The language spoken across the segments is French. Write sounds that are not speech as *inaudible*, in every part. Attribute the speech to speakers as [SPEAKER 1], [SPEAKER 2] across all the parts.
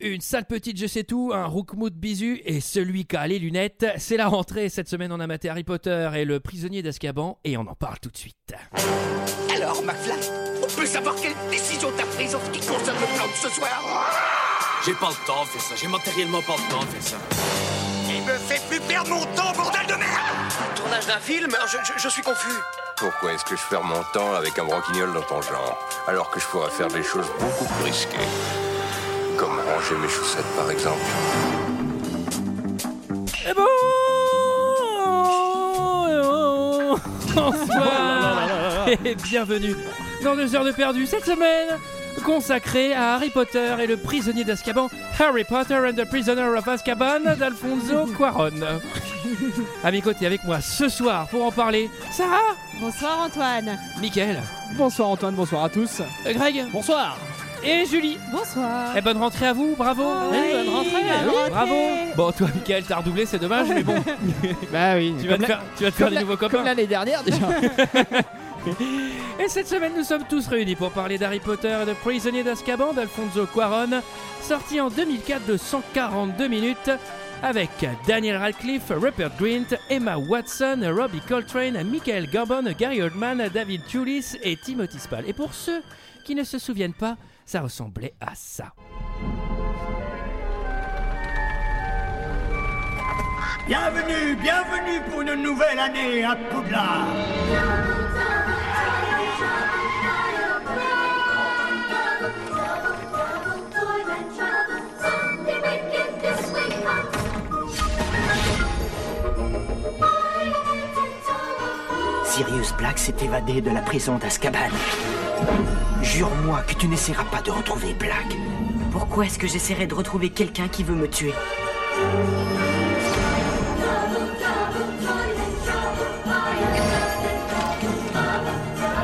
[SPEAKER 1] une sale petite je sais tout, un roukmout bisu et celui qui a les lunettes. C'est la rentrée, cette semaine on a maté Harry Potter et le prisonnier d'Azkaban et on en parle tout de suite.
[SPEAKER 2] Alors, McFly, on peut savoir quelle décision t'as prise en ce qui concerne le plan de ce soir
[SPEAKER 3] J'ai pas le temps de faire ça, j'ai matériellement pas le temps de faire ça.
[SPEAKER 2] Il me fait plus perdre mon temps, bordel de merde
[SPEAKER 4] Tournage d'un film euh, je, je- je suis confus.
[SPEAKER 5] Pourquoi est-ce que je perds mon temps avec un broquignol dans ton genre, alors que je pourrais faire des choses beaucoup plus risquées Comme ranger mes chaussettes, par exemple.
[SPEAKER 1] Et bon euh, Bonsoir et bienvenue dans deux heures de perdu cette semaine consacrée à Harry Potter et le prisonnier d'Azkaban, Harry Potter and the Prisoner of Azkaban d'Alfonso Cuaron. À mes côtés avec moi ce soir pour en parler, Sarah,
[SPEAKER 6] Bonsoir Antoine.
[SPEAKER 1] Mickaël,
[SPEAKER 7] Bonsoir Antoine, bonsoir à tous.
[SPEAKER 1] Greg
[SPEAKER 7] Bonsoir.
[SPEAKER 1] et Julie.
[SPEAKER 6] Bonsoir.
[SPEAKER 1] Et Eh, bonne rentrée à vous, bravo
[SPEAKER 7] Ah
[SPEAKER 6] Oui, bonne rentrée, bonne rentrée.
[SPEAKER 1] Eh Bravo Bon toi Mickaël t'as redoublé c'est dommage mais *laughs* bon
[SPEAKER 7] Bah oui.
[SPEAKER 1] tu vas te
[SPEAKER 7] comme la-
[SPEAKER 1] faire, tu vas te faire
[SPEAKER 7] comme
[SPEAKER 1] des
[SPEAKER 7] la-
[SPEAKER 1] nouveaux
[SPEAKER 7] comme
[SPEAKER 1] copains.
[SPEAKER 7] l'année dernière déjà.
[SPEAKER 1] *laughs* Et cette semaine, nous sommes tous réunis pour parler d'Harry Potter et de Prisonnier d'Azkaban d'Alfonso Cuaron, sorti en 2004 de 142 minutes, avec Daniel Radcliffe, Rupert Grint, Emma Watson, Robbie Coltrane, Michael Gambon, Gary Oldman, David Tulis et Timothy Spall. Et pour ceux qui ne se souviennent pas, ça ressemblait à ça.
[SPEAKER 2] Bienvenue, bienvenue pour une nouvelle année à Poudlard Sirius Black s'est évadé de la prison d'Azkaban. Jure-moi que tu n'essaieras pas de retrouver Black.
[SPEAKER 8] Pourquoi est-ce que j'essaierai de retrouver quelqu'un qui veut me tuer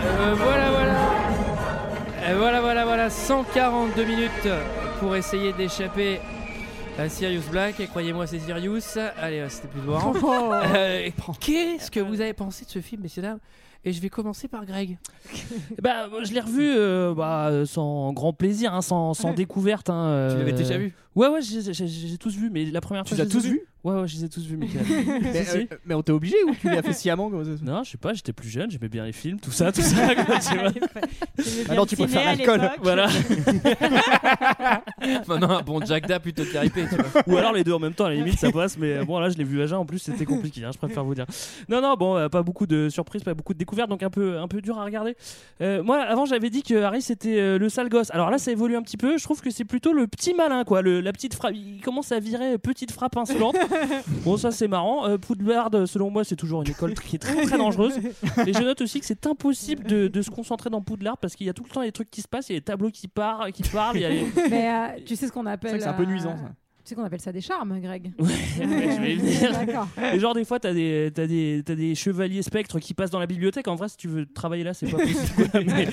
[SPEAKER 1] Euh, voilà, voilà. Euh, voilà, voilà, voilà. 142 minutes pour essayer d'échapper à Sirius Black. Et croyez-moi, c'est Sirius. Allez, euh, c'était plus marrant. Euh, Qu'est-ce que vous avez pensé de ce film, messieurs dames et je vais commencer par Greg.
[SPEAKER 9] Bah, je l'ai revu euh, bah, euh, sans grand plaisir, hein, sans, sans découverte. hein, euh,
[SPEAKER 1] vu
[SPEAKER 9] Ouais, ouais, j'ai- j'ai j'ai tous vu, mais la première
[SPEAKER 7] tu
[SPEAKER 9] fois.
[SPEAKER 7] les as
[SPEAKER 9] je les
[SPEAKER 7] tous
[SPEAKER 9] ai
[SPEAKER 7] vus
[SPEAKER 9] Ouais, ouais, je les ai tous
[SPEAKER 7] *laughs*
[SPEAKER 9] vus, Michael.
[SPEAKER 7] mais,
[SPEAKER 9] Si, si.
[SPEAKER 7] euh, mais on t'a obligé ou tu l'as fait sciemment comme ça
[SPEAKER 9] Non, je sais pas, j'étais plus jeune, j'aimais bien les films, tout
[SPEAKER 7] *laughs*
[SPEAKER 9] ça, tout ça. quoi, Eh ben, tu vois.
[SPEAKER 6] *laughs*
[SPEAKER 7] Maintenant, tu préfères l'alcool.
[SPEAKER 9] Voilà.
[SPEAKER 1] *laughs* Maintenant, un bon Jack Da plutôt que Harry P, tu vois.
[SPEAKER 9] *laughs* Ou alors les deux en même temps, à la limite, ça passe. Mais euh, bon, là, je l'ai vu à jeun. En plus, c'était compliqué. hein, je préfère vous dire. Non, non, bon, euh, pas beaucoup de surprises, pas beaucoup de découvertes, donc un peu, un peu dur à regarder. Euh, moi, avant, j'avais dit que Harry c'était euh, le sale gosse. Alors là, ça évolue un petit peu. Je trouve que c'est plutôt le petit malin, quoi. Le, la petite frappe. Il commence à virer euh, petite frappe insolente. bon, ça, c'est marrant. Euh, Poudlard, euh, selon moi, c'est toujours une école qui est très, très dangereuse. Et je note aussi que c'est impossible de, de se concentrer dans Poudlard parce qu'il y a tout le temps des trucs qui se passent. Il y a des tableaux qui parlent, qui parlent. Il y a les-
[SPEAKER 6] Mais euh, tu sais ce qu'on
[SPEAKER 7] C'est
[SPEAKER 6] appelle.
[SPEAKER 7] vrai que c'est un peu
[SPEAKER 6] euh,
[SPEAKER 7] nuisant ça.
[SPEAKER 6] Tu sais qu'on appelle ça des charmes, Greg.
[SPEAKER 9] je
[SPEAKER 6] *laughs*
[SPEAKER 9] vais y venir.
[SPEAKER 6] D'accord.
[SPEAKER 9] Et genre des fois t'as des t'as des t'as des chevaliers spectres qui passent dans la bibliothèque. En vrai, si tu veux travailler là, c'est pas possible. mais,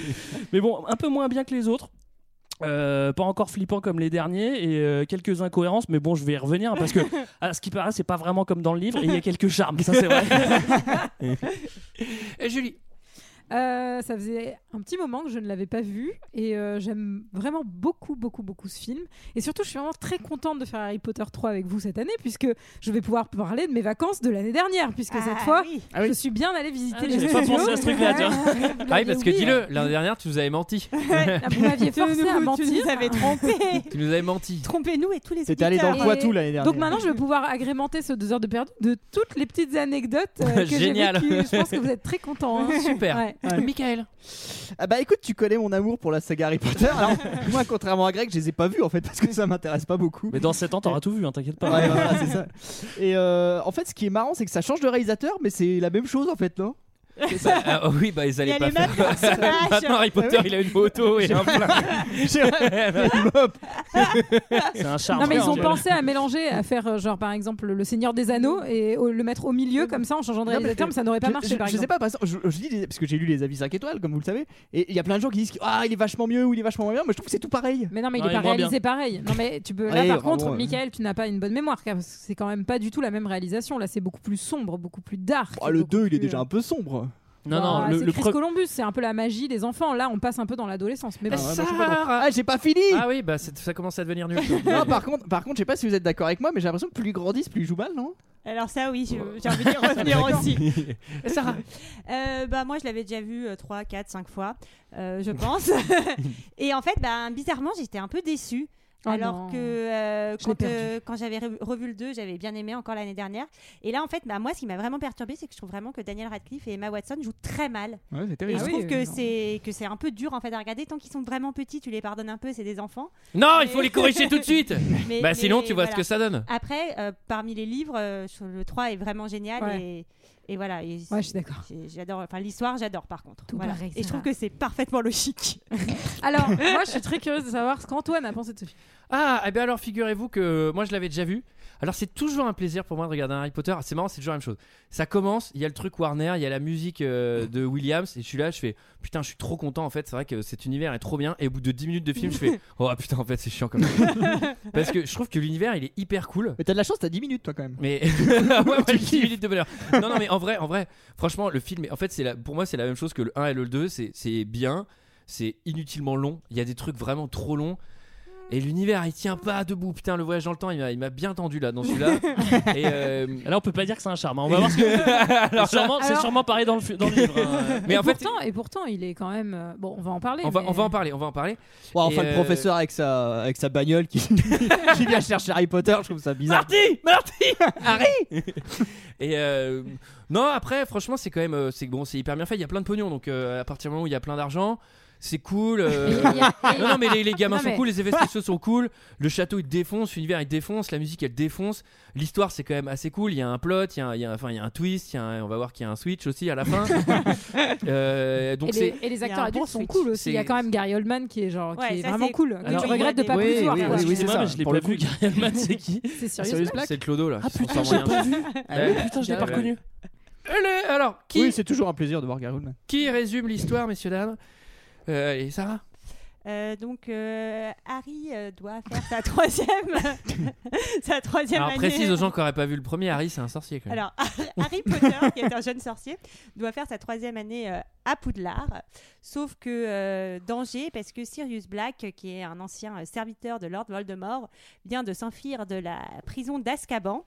[SPEAKER 9] mais bon, un peu moins bien que les autres. Euh, pas encore flippant comme les derniers et euh, quelques incohérences, mais bon, je vais y revenir hein, parce que à ce qui paraît, c'est pas vraiment comme dans le livre. et Il y a quelques charmes, ça c'est vrai.
[SPEAKER 1] Et Julie.
[SPEAKER 6] Euh, ça faisait un petit moment que je ne l'avais pas vu et euh, j'aime vraiment beaucoup, beaucoup, beaucoup ce film. Et surtout, je suis vraiment très contente de faire Harry Potter 3 avec vous cette année puisque je vais pouvoir parler de mes vacances de l'année dernière puisque cette fois,
[SPEAKER 7] Ah oui.
[SPEAKER 6] je suis bien allée visiter
[SPEAKER 9] Ah,
[SPEAKER 6] les
[SPEAKER 9] j'avais pas
[SPEAKER 6] studios.
[SPEAKER 9] pensé à ce truc-là,
[SPEAKER 6] *laughs*
[SPEAKER 9] tiens.
[SPEAKER 6] Vous
[SPEAKER 1] Ah
[SPEAKER 6] l'aviez
[SPEAKER 1] oui, parce que
[SPEAKER 6] oublié.
[SPEAKER 1] dis-le, l'année dernière, tu nous avais menti.
[SPEAKER 6] Ah,
[SPEAKER 7] *laughs*
[SPEAKER 6] Vous m'aviez forcé à mentir.
[SPEAKER 10] trompés.
[SPEAKER 1] Tu nous avais menti.
[SPEAKER 10] Trompez-nous et tous les
[SPEAKER 7] T'étais allé dans le
[SPEAKER 6] Et-
[SPEAKER 7] Poitou l'année dernière.
[SPEAKER 6] Donc maintenant, je vais pouvoir agrémenter ce deux heures de perdu de toutes les petites anecdotes
[SPEAKER 7] *laughs*
[SPEAKER 6] euh, que j'ai
[SPEAKER 1] Génial.
[SPEAKER 6] vécues. Je pense que vous êtes très contents. hein.
[SPEAKER 1] Super.
[SPEAKER 6] Ouais.
[SPEAKER 7] Ouais.
[SPEAKER 1] Michael.
[SPEAKER 7] Ah bah écoute, tu connais mon amour pour la saga Harry Potter.
[SPEAKER 4] *laughs*
[SPEAKER 7] Alors moi, contrairement à Greg, je les ai pas vus en fait parce que ça m'intéresse pas beaucoup.
[SPEAKER 9] mais dans 7 ans, t'auras tout vu, hein, t'inquiète pas.
[SPEAKER 7] Ouais, voilà, c'est ça. Et euh, en fait, ce qui est marrant, c'est que ça change de réalisateur, mais c'est la même chose en fait, non
[SPEAKER 1] Ah, oh oui, bah ils allaient
[SPEAKER 10] Il y a
[SPEAKER 1] pas
[SPEAKER 10] les mêmes
[SPEAKER 1] faire.
[SPEAKER 10] personnages.
[SPEAKER 1] Maintenant, Harry Potter, il a une moto et un plein.
[SPEAKER 7] J'ai- Hop.
[SPEAKER 9] C'est un charme.
[SPEAKER 6] Non mais ils ont
[SPEAKER 9] Ouais.
[SPEAKER 6] pensé à mélanger, à faire euh, genre par exemple le Seigneur des Anneaux et au- le mettre au milieu comme ça en changeant
[SPEAKER 7] Non,
[SPEAKER 6] de
[SPEAKER 7] mais-
[SPEAKER 6] réalisateur, mais ça n'aurait pas
[SPEAKER 7] je,
[SPEAKER 6] marché
[SPEAKER 7] je-
[SPEAKER 6] par
[SPEAKER 7] je sais pas,
[SPEAKER 6] exemple.
[SPEAKER 7] par exemple, je, je dis les- parce que j'ai lu les avis 5 étoiles, comme vous le savez, et il y a plein de gens qui disent que, Ah, il est vachement mieux ou il est vachement moins bien, mais je trouve que c'est tout pareil.
[SPEAKER 6] Mais non mais il
[SPEAKER 9] Ouais,
[SPEAKER 6] n'est
[SPEAKER 9] il
[SPEAKER 6] pas
[SPEAKER 9] est moins
[SPEAKER 6] réalisé pareil. Non mais tu peux. Là
[SPEAKER 7] Ouais,
[SPEAKER 6] par
[SPEAKER 7] vraiment,
[SPEAKER 6] contre,
[SPEAKER 7] ouais.
[SPEAKER 6] Michael, tu n'as pas une bonne mémoire car c'est quand même pas du tout la même réalisation. Là c'est beaucoup plus sombre, beaucoup plus dark.
[SPEAKER 7] Oh, le
[SPEAKER 6] beaucoup
[SPEAKER 7] 2, il est
[SPEAKER 6] plus,
[SPEAKER 7] déjà
[SPEAKER 6] euh,
[SPEAKER 7] un peu sombre.
[SPEAKER 3] Non, non,
[SPEAKER 6] Bah,
[SPEAKER 3] le,
[SPEAKER 6] c'est
[SPEAKER 3] le
[SPEAKER 6] Chris
[SPEAKER 3] pre-
[SPEAKER 6] Columbus, c'est un peu la magie des enfants. Là, on passe un peu dans l'adolescence. Mais bon.
[SPEAKER 1] ça
[SPEAKER 7] Ah, j'ai pas fini
[SPEAKER 1] Ah oui, bah c'est- ça commence à devenir nul.
[SPEAKER 7] Non, par contre, par contre, je sais pas si vous êtes d'accord avec moi, mais j'ai l'impression que plus ils grandissent, plus ils jouent mal, non
[SPEAKER 11] Alors ça oui, je- j'ai envie
[SPEAKER 1] *laughs*
[SPEAKER 11] de revenir aussi.
[SPEAKER 1] Sarah,
[SPEAKER 11] *laughs* Euh, bah moi je l'avais déjà vu 3, 4, 5 fois, euh,
[SPEAKER 6] *laughs*
[SPEAKER 11] je pense. et en fait, bah, bizarrement, j'étais un peu déçue.
[SPEAKER 6] Oh
[SPEAKER 11] alors
[SPEAKER 6] non.
[SPEAKER 11] que euh,
[SPEAKER 6] Je l'ai
[SPEAKER 11] quand,
[SPEAKER 6] perdu.
[SPEAKER 11] euh, quand j'avais re- revu le 2, j'avais bien aimé encore l'année dernière. Et là, en fait, bah, moi, ce qui m'a vraiment perturbée, c'est que je trouve vraiment que Daniel Radcliffe et Emma Watson jouent très mal.
[SPEAKER 7] Ouais, c'est
[SPEAKER 11] Et
[SPEAKER 6] Ah
[SPEAKER 11] je
[SPEAKER 6] oui,
[SPEAKER 11] trouve que
[SPEAKER 6] euh,
[SPEAKER 11] c'est que c'est un peu dur en fait à regarder. Tant qu'ils sont vraiment petits, tu les pardonnes un peu, c'est
[SPEAKER 6] *laughs*
[SPEAKER 11] des enfants.
[SPEAKER 1] non, il faut les corriger tout de
[SPEAKER 11] *laughs*
[SPEAKER 1] suite.
[SPEAKER 11] Mais,
[SPEAKER 1] Bah sinon,
[SPEAKER 11] mais
[SPEAKER 1] tu vois
[SPEAKER 11] voilà.
[SPEAKER 1] ce que ça donne.
[SPEAKER 11] Après, euh, parmi les livres, euh, sur le 3 est vraiment génial
[SPEAKER 6] Ouais.
[SPEAKER 11] et, et voilà. Et
[SPEAKER 6] Ouais, je suis d'accord.
[SPEAKER 11] j'ai- J'adore, enfin l'histoire, j'adore par contre.
[SPEAKER 6] Tout
[SPEAKER 11] Voilà.
[SPEAKER 6] pareil,
[SPEAKER 11] Et je
[SPEAKER 6] Sarah.
[SPEAKER 11] trouve que c'est parfaitement logique.
[SPEAKER 6] Alors,
[SPEAKER 11] *laughs*
[SPEAKER 6] moi, je suis très curieuse de savoir ce qu'Antoine a pensé de ce film.
[SPEAKER 1] Ah, eh bien alors figurez-vous que euh, moi je l'avais déjà vu. Alors c'est toujours un plaisir pour moi de regarder un Harry Potter. Ah, C'est marrant, c'est toujours la même chose. Ça commence, il y a le truc Warner, il y a la musique euh, de Williams, et je suis là, je fais putain, je suis trop content en fait. C'est vrai que cet univers est trop bien. Et au bout de 10 minutes de film, je *laughs* fais oh putain, en fait c'est chiant comme *laughs* parce que je trouve que l'univers il est hyper cool.
[SPEAKER 7] Mais t'as de la chance, t'as 10 minutes, toi, quand même.
[SPEAKER 6] *laughs*
[SPEAKER 1] Mais *laughs* Ah ouais, ouais, 10 minutes de bonheur. Non, non, mais en vrai, en vrai, franchement, le film, est- en fait, c'est la, pour moi, c'est la même chose que le 1 et le 2. C'est, c'est bien, c'est inutilement long. Il y a des trucs vraiment trop longs. Et l'univers, il tient pas debout. Putain, le voyage dans le temps, il m'a, il m'a bien tendu là, dans celui-là.
[SPEAKER 6] *laughs*
[SPEAKER 1] et euh,
[SPEAKER 3] Là, on peut pas dire que c'est un charme. hein. On va voir ce que. Alors, sûrement- c'est
[SPEAKER 6] alors-
[SPEAKER 3] sûrement pareil dans le, fu- dans le livre. hein.
[SPEAKER 1] mais
[SPEAKER 6] et,
[SPEAKER 1] en fait,
[SPEAKER 6] pourtant, et pourtant, il est quand même. euh, Bon, on va en parler.
[SPEAKER 1] on va,
[SPEAKER 6] mais-
[SPEAKER 1] on va en parler, on va en parler.
[SPEAKER 7] Ouais, enfin,
[SPEAKER 1] Et
[SPEAKER 7] le
[SPEAKER 1] euh,
[SPEAKER 7] professeur avec sa, avec sa bagnole qui, *laughs* qui vient chercher Harry Potter, je trouve ça bizarre.
[SPEAKER 3] Ah,
[SPEAKER 1] Marty, Marty, Harry. et euh, non, après, franchement, c'est quand même, euh, c'est bon, c'est hyper bien fait. Il y a plein de pognon, donc euh, à partir du moment où il y a plein d'argent, c'est cool. euh,
[SPEAKER 6] *laughs* *laughs* Il y a- il y
[SPEAKER 1] *laughs*
[SPEAKER 6] a-
[SPEAKER 1] Non, non, mais les, les gamins
[SPEAKER 6] Non,
[SPEAKER 1] sont
[SPEAKER 6] mais-
[SPEAKER 1] cool, les effets spéciaux sont cool, le château il défonce, l'univers il défonce, la musique elle défonce, l'histoire c'est quand même assez cool, il y a un plot, il y a, un- il y a un- enfin, il y a un twist, il y a un- on va voir qu'il y a un switch aussi à la fin. Euh,
[SPEAKER 6] Et
[SPEAKER 1] donc
[SPEAKER 6] les,
[SPEAKER 1] c'est.
[SPEAKER 6] et les
[SPEAKER 11] y a
[SPEAKER 6] acteurs
[SPEAKER 11] un
[SPEAKER 6] adultes
[SPEAKER 11] bon
[SPEAKER 6] sont
[SPEAKER 11] switch.
[SPEAKER 6] cool aussi. Il y a
[SPEAKER 1] C'est-
[SPEAKER 6] quand même Gary Oldman qui est genre
[SPEAKER 11] Ouais,
[SPEAKER 6] qui est
[SPEAKER 11] ça,
[SPEAKER 6] vraiment
[SPEAKER 11] c'est-
[SPEAKER 6] cool. que
[SPEAKER 1] Alors,
[SPEAKER 6] tu
[SPEAKER 1] il y a
[SPEAKER 6] regrettes de
[SPEAKER 11] des-
[SPEAKER 6] pas
[SPEAKER 11] Oui,
[SPEAKER 6] plus voir.
[SPEAKER 7] oui,
[SPEAKER 6] quoi.
[SPEAKER 7] oui, oui, c'est
[SPEAKER 3] Excusez-moi,
[SPEAKER 7] ça.
[SPEAKER 9] Ah,
[SPEAKER 3] mais je l'ai
[SPEAKER 7] Pour
[SPEAKER 3] pas
[SPEAKER 7] le coup,
[SPEAKER 3] vu. Gary Oldman, c'est qui
[SPEAKER 6] C'est sérieux.
[SPEAKER 1] Sirius Black, C'est Clodo là.
[SPEAKER 3] Ah
[SPEAKER 1] c'est son
[SPEAKER 3] putain,
[SPEAKER 1] sang
[SPEAKER 3] je l'ai
[SPEAKER 1] moyen.
[SPEAKER 3] pas vu.
[SPEAKER 7] Ah oui.
[SPEAKER 3] Putain, je l'ai pas
[SPEAKER 1] Ouais.
[SPEAKER 3] reconnu.
[SPEAKER 1] Allez, alors, qui,
[SPEAKER 7] Oui, c'est toujours un plaisir de voir Gary Oldman.
[SPEAKER 1] qui résume l'histoire, messieurs dames Euh, Et Sarah
[SPEAKER 11] Euh, donc euh, Harry euh, doit faire sa
[SPEAKER 1] *laughs*
[SPEAKER 11] troisième, sa troisième
[SPEAKER 1] Alors
[SPEAKER 11] année.
[SPEAKER 1] précise aux gens qui n'auraient pas vu le premier, Harry c'est un sorcier quand même.
[SPEAKER 11] Alors, Harry Potter, qui est un jeune sorcier, doit faire sa troisième année euh, à Poudlard. Sauf que euh, danger, parce que Sirius Black, euh, qui est un ancien euh, serviteur de Lord Voldemort, vient de s'enfuir de la prison d'Azkaban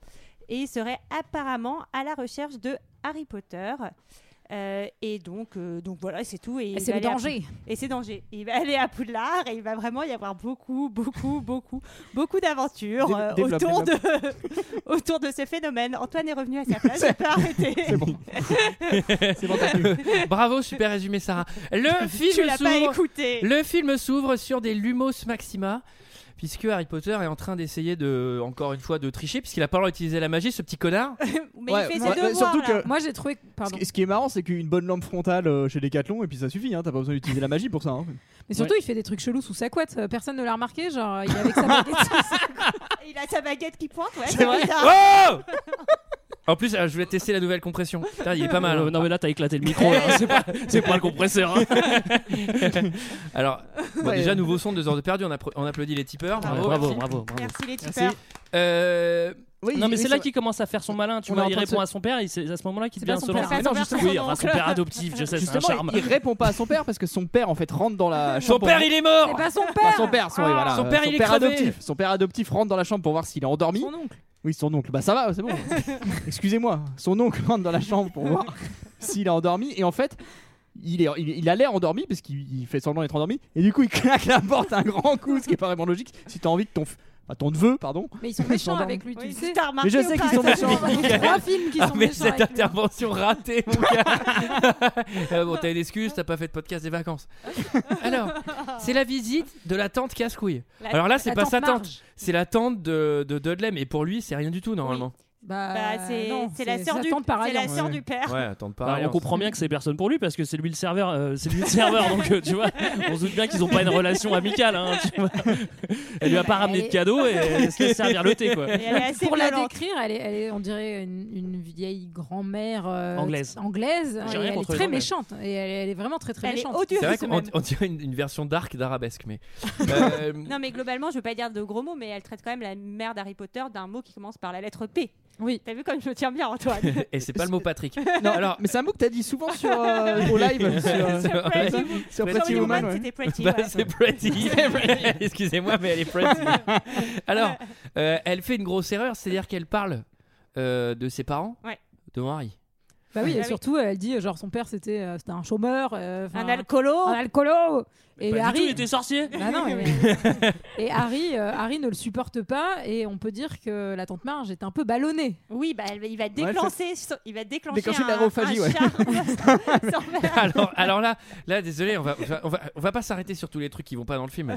[SPEAKER 11] et serait apparemment à la recherche de Harry Potter. Euh, et donc, euh, donc voilà, c'est tout. Et il
[SPEAKER 6] C'est
[SPEAKER 11] va
[SPEAKER 6] le
[SPEAKER 11] aller à
[SPEAKER 6] danger.
[SPEAKER 11] et c'est danger. Il va aller à Poudlard et il va vraiment y avoir beaucoup, beaucoup, *laughs* beaucoup, beaucoup d'aventures
[SPEAKER 7] Dé-
[SPEAKER 11] euh,
[SPEAKER 7] développe,
[SPEAKER 11] autour, de, autour de *laughs* ce phénomène. Antoine est revenu
[SPEAKER 7] *laughs*
[SPEAKER 11] à sa place, il peut arrêter.
[SPEAKER 7] C'est
[SPEAKER 11] *laughs*
[SPEAKER 7] bon. c'est bon, t'as plus.
[SPEAKER 1] Bravo, super résumé Sarah. Le
[SPEAKER 11] Tu
[SPEAKER 1] film
[SPEAKER 11] l'as pas
[SPEAKER 1] s'ouvre
[SPEAKER 11] écouté.
[SPEAKER 1] Le film s'ouvre sur des Lumos Maxima, puisque Harry Potter est en train d'essayer de, encore une fois, de tricher, puisqu'il a pas le droit d'utiliser la magie, ce petit connard.
[SPEAKER 11] Mais
[SPEAKER 7] Ouais,
[SPEAKER 11] il fait
[SPEAKER 7] ouais,
[SPEAKER 11] ses devoirs.
[SPEAKER 7] surtout
[SPEAKER 11] là.
[SPEAKER 7] que-
[SPEAKER 6] Moi, j'ai trouvé.
[SPEAKER 7] Ce
[SPEAKER 6] Pardon.
[SPEAKER 7] qui- Ce qui est marrant, c'est qu'une bonne lampe frontale euh, chez Decathlon, et puis ça suffit, hein, t'as pas besoin d'utiliser la magie pour ça. hein.
[SPEAKER 6] Mais surtout, il fait des trucs chelous sous sa couette. Euh, Personne ne l'a remarqué. Genre, il est avec sa baguette.
[SPEAKER 1] *laughs*
[SPEAKER 6] *laughs*
[SPEAKER 11] Il a sa baguette qui pointe, ouais,
[SPEAKER 1] C'est
[SPEAKER 11] c'est
[SPEAKER 1] vrai.
[SPEAKER 11] bizarre.
[SPEAKER 1] Oh En plus, euh, je voulais tester la nouvelle compression. Putain, il est pas mal.
[SPEAKER 3] Euh,
[SPEAKER 1] hein.
[SPEAKER 3] non, mais là, t'as éclaté le micro. là. *laughs* C'est pas, c'est pas le compresseur. hein.
[SPEAKER 1] Alors, bon,
[SPEAKER 7] Ouais.
[SPEAKER 1] déjà, nouveau son, deux heures de perdu. On, appro- on applaudit les tipeurs.
[SPEAKER 11] Bravo,
[SPEAKER 1] Bravo.
[SPEAKER 3] bravo,
[SPEAKER 1] merci.
[SPEAKER 3] bravo, bravo.
[SPEAKER 11] Merci les tipeurs.
[SPEAKER 1] Euh,
[SPEAKER 7] Oui,
[SPEAKER 3] Non, mais
[SPEAKER 7] oui,
[SPEAKER 3] c'est là qu'il commence à faire son malin. Tu
[SPEAKER 7] On est
[SPEAKER 3] vois,
[SPEAKER 7] en
[SPEAKER 3] il
[SPEAKER 7] train de
[SPEAKER 3] répond
[SPEAKER 7] se-
[SPEAKER 3] à son père. et C'est à ce moment-là qu'il
[SPEAKER 6] C'est pas
[SPEAKER 3] devient
[SPEAKER 6] son
[SPEAKER 3] insolent.
[SPEAKER 6] père, c'est
[SPEAKER 3] Mais
[SPEAKER 11] son
[SPEAKER 3] non,
[SPEAKER 11] père,
[SPEAKER 3] juste-
[SPEAKER 11] c'est
[SPEAKER 3] oui,
[SPEAKER 11] son
[SPEAKER 3] enfin, son
[SPEAKER 11] oncle.
[SPEAKER 3] père adoptif. Je sais, c'est un charme.
[SPEAKER 7] Justement, il, il répond pas à son père parce que son père en fait rentre dans la
[SPEAKER 1] son
[SPEAKER 7] chambre.
[SPEAKER 1] père, il est
[SPEAKER 6] C'est
[SPEAKER 1] mort
[SPEAKER 6] pas son
[SPEAKER 7] Enfin,
[SPEAKER 6] père.
[SPEAKER 7] son père, son,
[SPEAKER 6] Ah.
[SPEAKER 7] voilà,
[SPEAKER 1] Son
[SPEAKER 7] euh,
[SPEAKER 1] père,
[SPEAKER 7] son
[SPEAKER 1] il est
[SPEAKER 7] père
[SPEAKER 1] crevé.
[SPEAKER 7] adoptif. Son père adoptif rentre dans la chambre pour voir s'il est endormi.
[SPEAKER 6] Son oncle.
[SPEAKER 7] Oui, son oncle. Bah ça va,
[SPEAKER 1] *laughs*
[SPEAKER 7] c'est bon. Excusez-moi. Son oncle *laughs* rentre dans la chambre pour voir s'il est endormi. Et en fait, il, est, il, il a l'air endormi parce qu'il il fait semblant d'être endormi. Et du coup, il claque la porte un grand coup, ce qui est pas vraiment logique. Si t'as envie que ton, f- bah, ton neveu, pardon.
[SPEAKER 6] Mais ils sont méchants avec lui, tu le
[SPEAKER 11] Oui,
[SPEAKER 1] *laughs*
[SPEAKER 6] sais.
[SPEAKER 11] t'as remarqué
[SPEAKER 7] Mais je
[SPEAKER 11] ou
[SPEAKER 7] sais
[SPEAKER 11] pas,
[SPEAKER 7] qu'ils sont
[SPEAKER 11] ça
[SPEAKER 7] méchants.
[SPEAKER 6] Trois films qui
[SPEAKER 1] Ah,
[SPEAKER 6] sont
[SPEAKER 1] mais
[SPEAKER 6] méchants.
[SPEAKER 1] cette
[SPEAKER 6] avec lui.
[SPEAKER 1] intervention ratée, mon gars Euh, Bon, t'as une excuse, t'as pas fait de podcast des vacances. Alors, c'est la visite de la tante casse-couille.
[SPEAKER 11] La-
[SPEAKER 1] Alors là, c'est
[SPEAKER 6] La
[SPEAKER 1] pas
[SPEAKER 6] tante
[SPEAKER 1] sa tante,
[SPEAKER 6] Marge.
[SPEAKER 1] c'est la tante de, de Dudley, mais pour lui, c'est rien du tout normalement.
[SPEAKER 11] Bah, c'est
[SPEAKER 6] non,
[SPEAKER 11] c'est la sœur du
[SPEAKER 6] tante par
[SPEAKER 11] c'est la
[SPEAKER 6] alliance.
[SPEAKER 11] sœur du père.
[SPEAKER 1] Ouais, attends de
[SPEAKER 3] Bah, on comprend bien que c'est personne pour lui parce que c'est lui le serveur, euh, c'est lui le serveur donc euh, tu vois, on se doute bien qu'ils n'ont pas une relation amicale. hein, tu vois. Elle lui a pas ramené de cadeau et elle se laisse servir le thé quoi.
[SPEAKER 11] Et elle est assez
[SPEAKER 6] Pour la
[SPEAKER 11] violente.
[SPEAKER 6] décrire, elle est, elle est, on dirait une, une vieille grand-mère euh,
[SPEAKER 3] Anglaise.
[SPEAKER 6] anglaise.
[SPEAKER 3] J'ai
[SPEAKER 6] Et
[SPEAKER 3] rien
[SPEAKER 6] elle est
[SPEAKER 3] contre les
[SPEAKER 6] très
[SPEAKER 3] Anglais.
[SPEAKER 6] méchante. Et elle, est- elle est vraiment très très
[SPEAKER 11] Elle est
[SPEAKER 6] méchante.
[SPEAKER 11] odieuse.
[SPEAKER 1] C'est vrai
[SPEAKER 11] ce
[SPEAKER 1] qu'on
[SPEAKER 11] même.
[SPEAKER 1] on dirait une, une version dark d'arabesque,
[SPEAKER 6] *laughs*
[SPEAKER 1] mais. Euh,
[SPEAKER 11] Non mais globalement, je veux pas dire de gros mots, mais elle traite quand même la mère d'Harry Potter d'un mot qui commence par la lettre P.
[SPEAKER 6] Oui.
[SPEAKER 11] T'as vu comme je me tiens bien, Antoine *laughs*
[SPEAKER 1] Et c'est pas le mot Patrick.
[SPEAKER 7] Non,
[SPEAKER 1] Alors-
[SPEAKER 7] alors, mais c'est un mot que t'as dit souvent sur euh,
[SPEAKER 1] *laughs*
[SPEAKER 7] au live sur, euh,
[SPEAKER 1] C'est vrai.
[SPEAKER 11] Pretty Woman.
[SPEAKER 7] sur
[SPEAKER 1] Pretty
[SPEAKER 7] Pretty
[SPEAKER 11] Pretty
[SPEAKER 7] Woman.
[SPEAKER 11] Woman,
[SPEAKER 7] ouais.
[SPEAKER 11] c'était
[SPEAKER 1] *laughs*
[SPEAKER 11] Pretty.
[SPEAKER 1] Bah,
[SPEAKER 11] ouais.
[SPEAKER 1] c'est
[SPEAKER 6] *laughs*
[SPEAKER 1] pretty. *laughs* Excusez-moi, mais elle est pretty. Alors, euh, elle fait une grosse erreur, c'est-à-dire qu'elle parle euh, de ses parents,
[SPEAKER 11] Ouais.
[SPEAKER 1] de Henri.
[SPEAKER 6] Bah oui,
[SPEAKER 11] Ah
[SPEAKER 6] et
[SPEAKER 11] oui.
[SPEAKER 6] surtout, elle dit genre son père c'était euh, c'était un chômeur, euh, enfin,
[SPEAKER 11] Un alcoolo
[SPEAKER 6] un alcoolo.
[SPEAKER 3] Et
[SPEAKER 6] Et Harry,
[SPEAKER 3] il était sorcier.
[SPEAKER 6] Bah non, mais-
[SPEAKER 3] *laughs*
[SPEAKER 6] et Harry, euh, Harry ne le supporte pas et on peut dire que la tante Marge est un peu ballonnée.
[SPEAKER 11] Oui, bah, elle va- il va déclencher, son- il va déclencher,
[SPEAKER 7] Déclencher
[SPEAKER 11] un,
[SPEAKER 7] l'aérophagie,
[SPEAKER 11] un
[SPEAKER 7] ouais.
[SPEAKER 11] char *laughs* sans verre.
[SPEAKER 1] Alors, alors là, là, désolé, on va, on va, on va, on va pas s'arrêter sur tous les trucs qui vont pas dans le
[SPEAKER 6] *laughs*
[SPEAKER 1] film.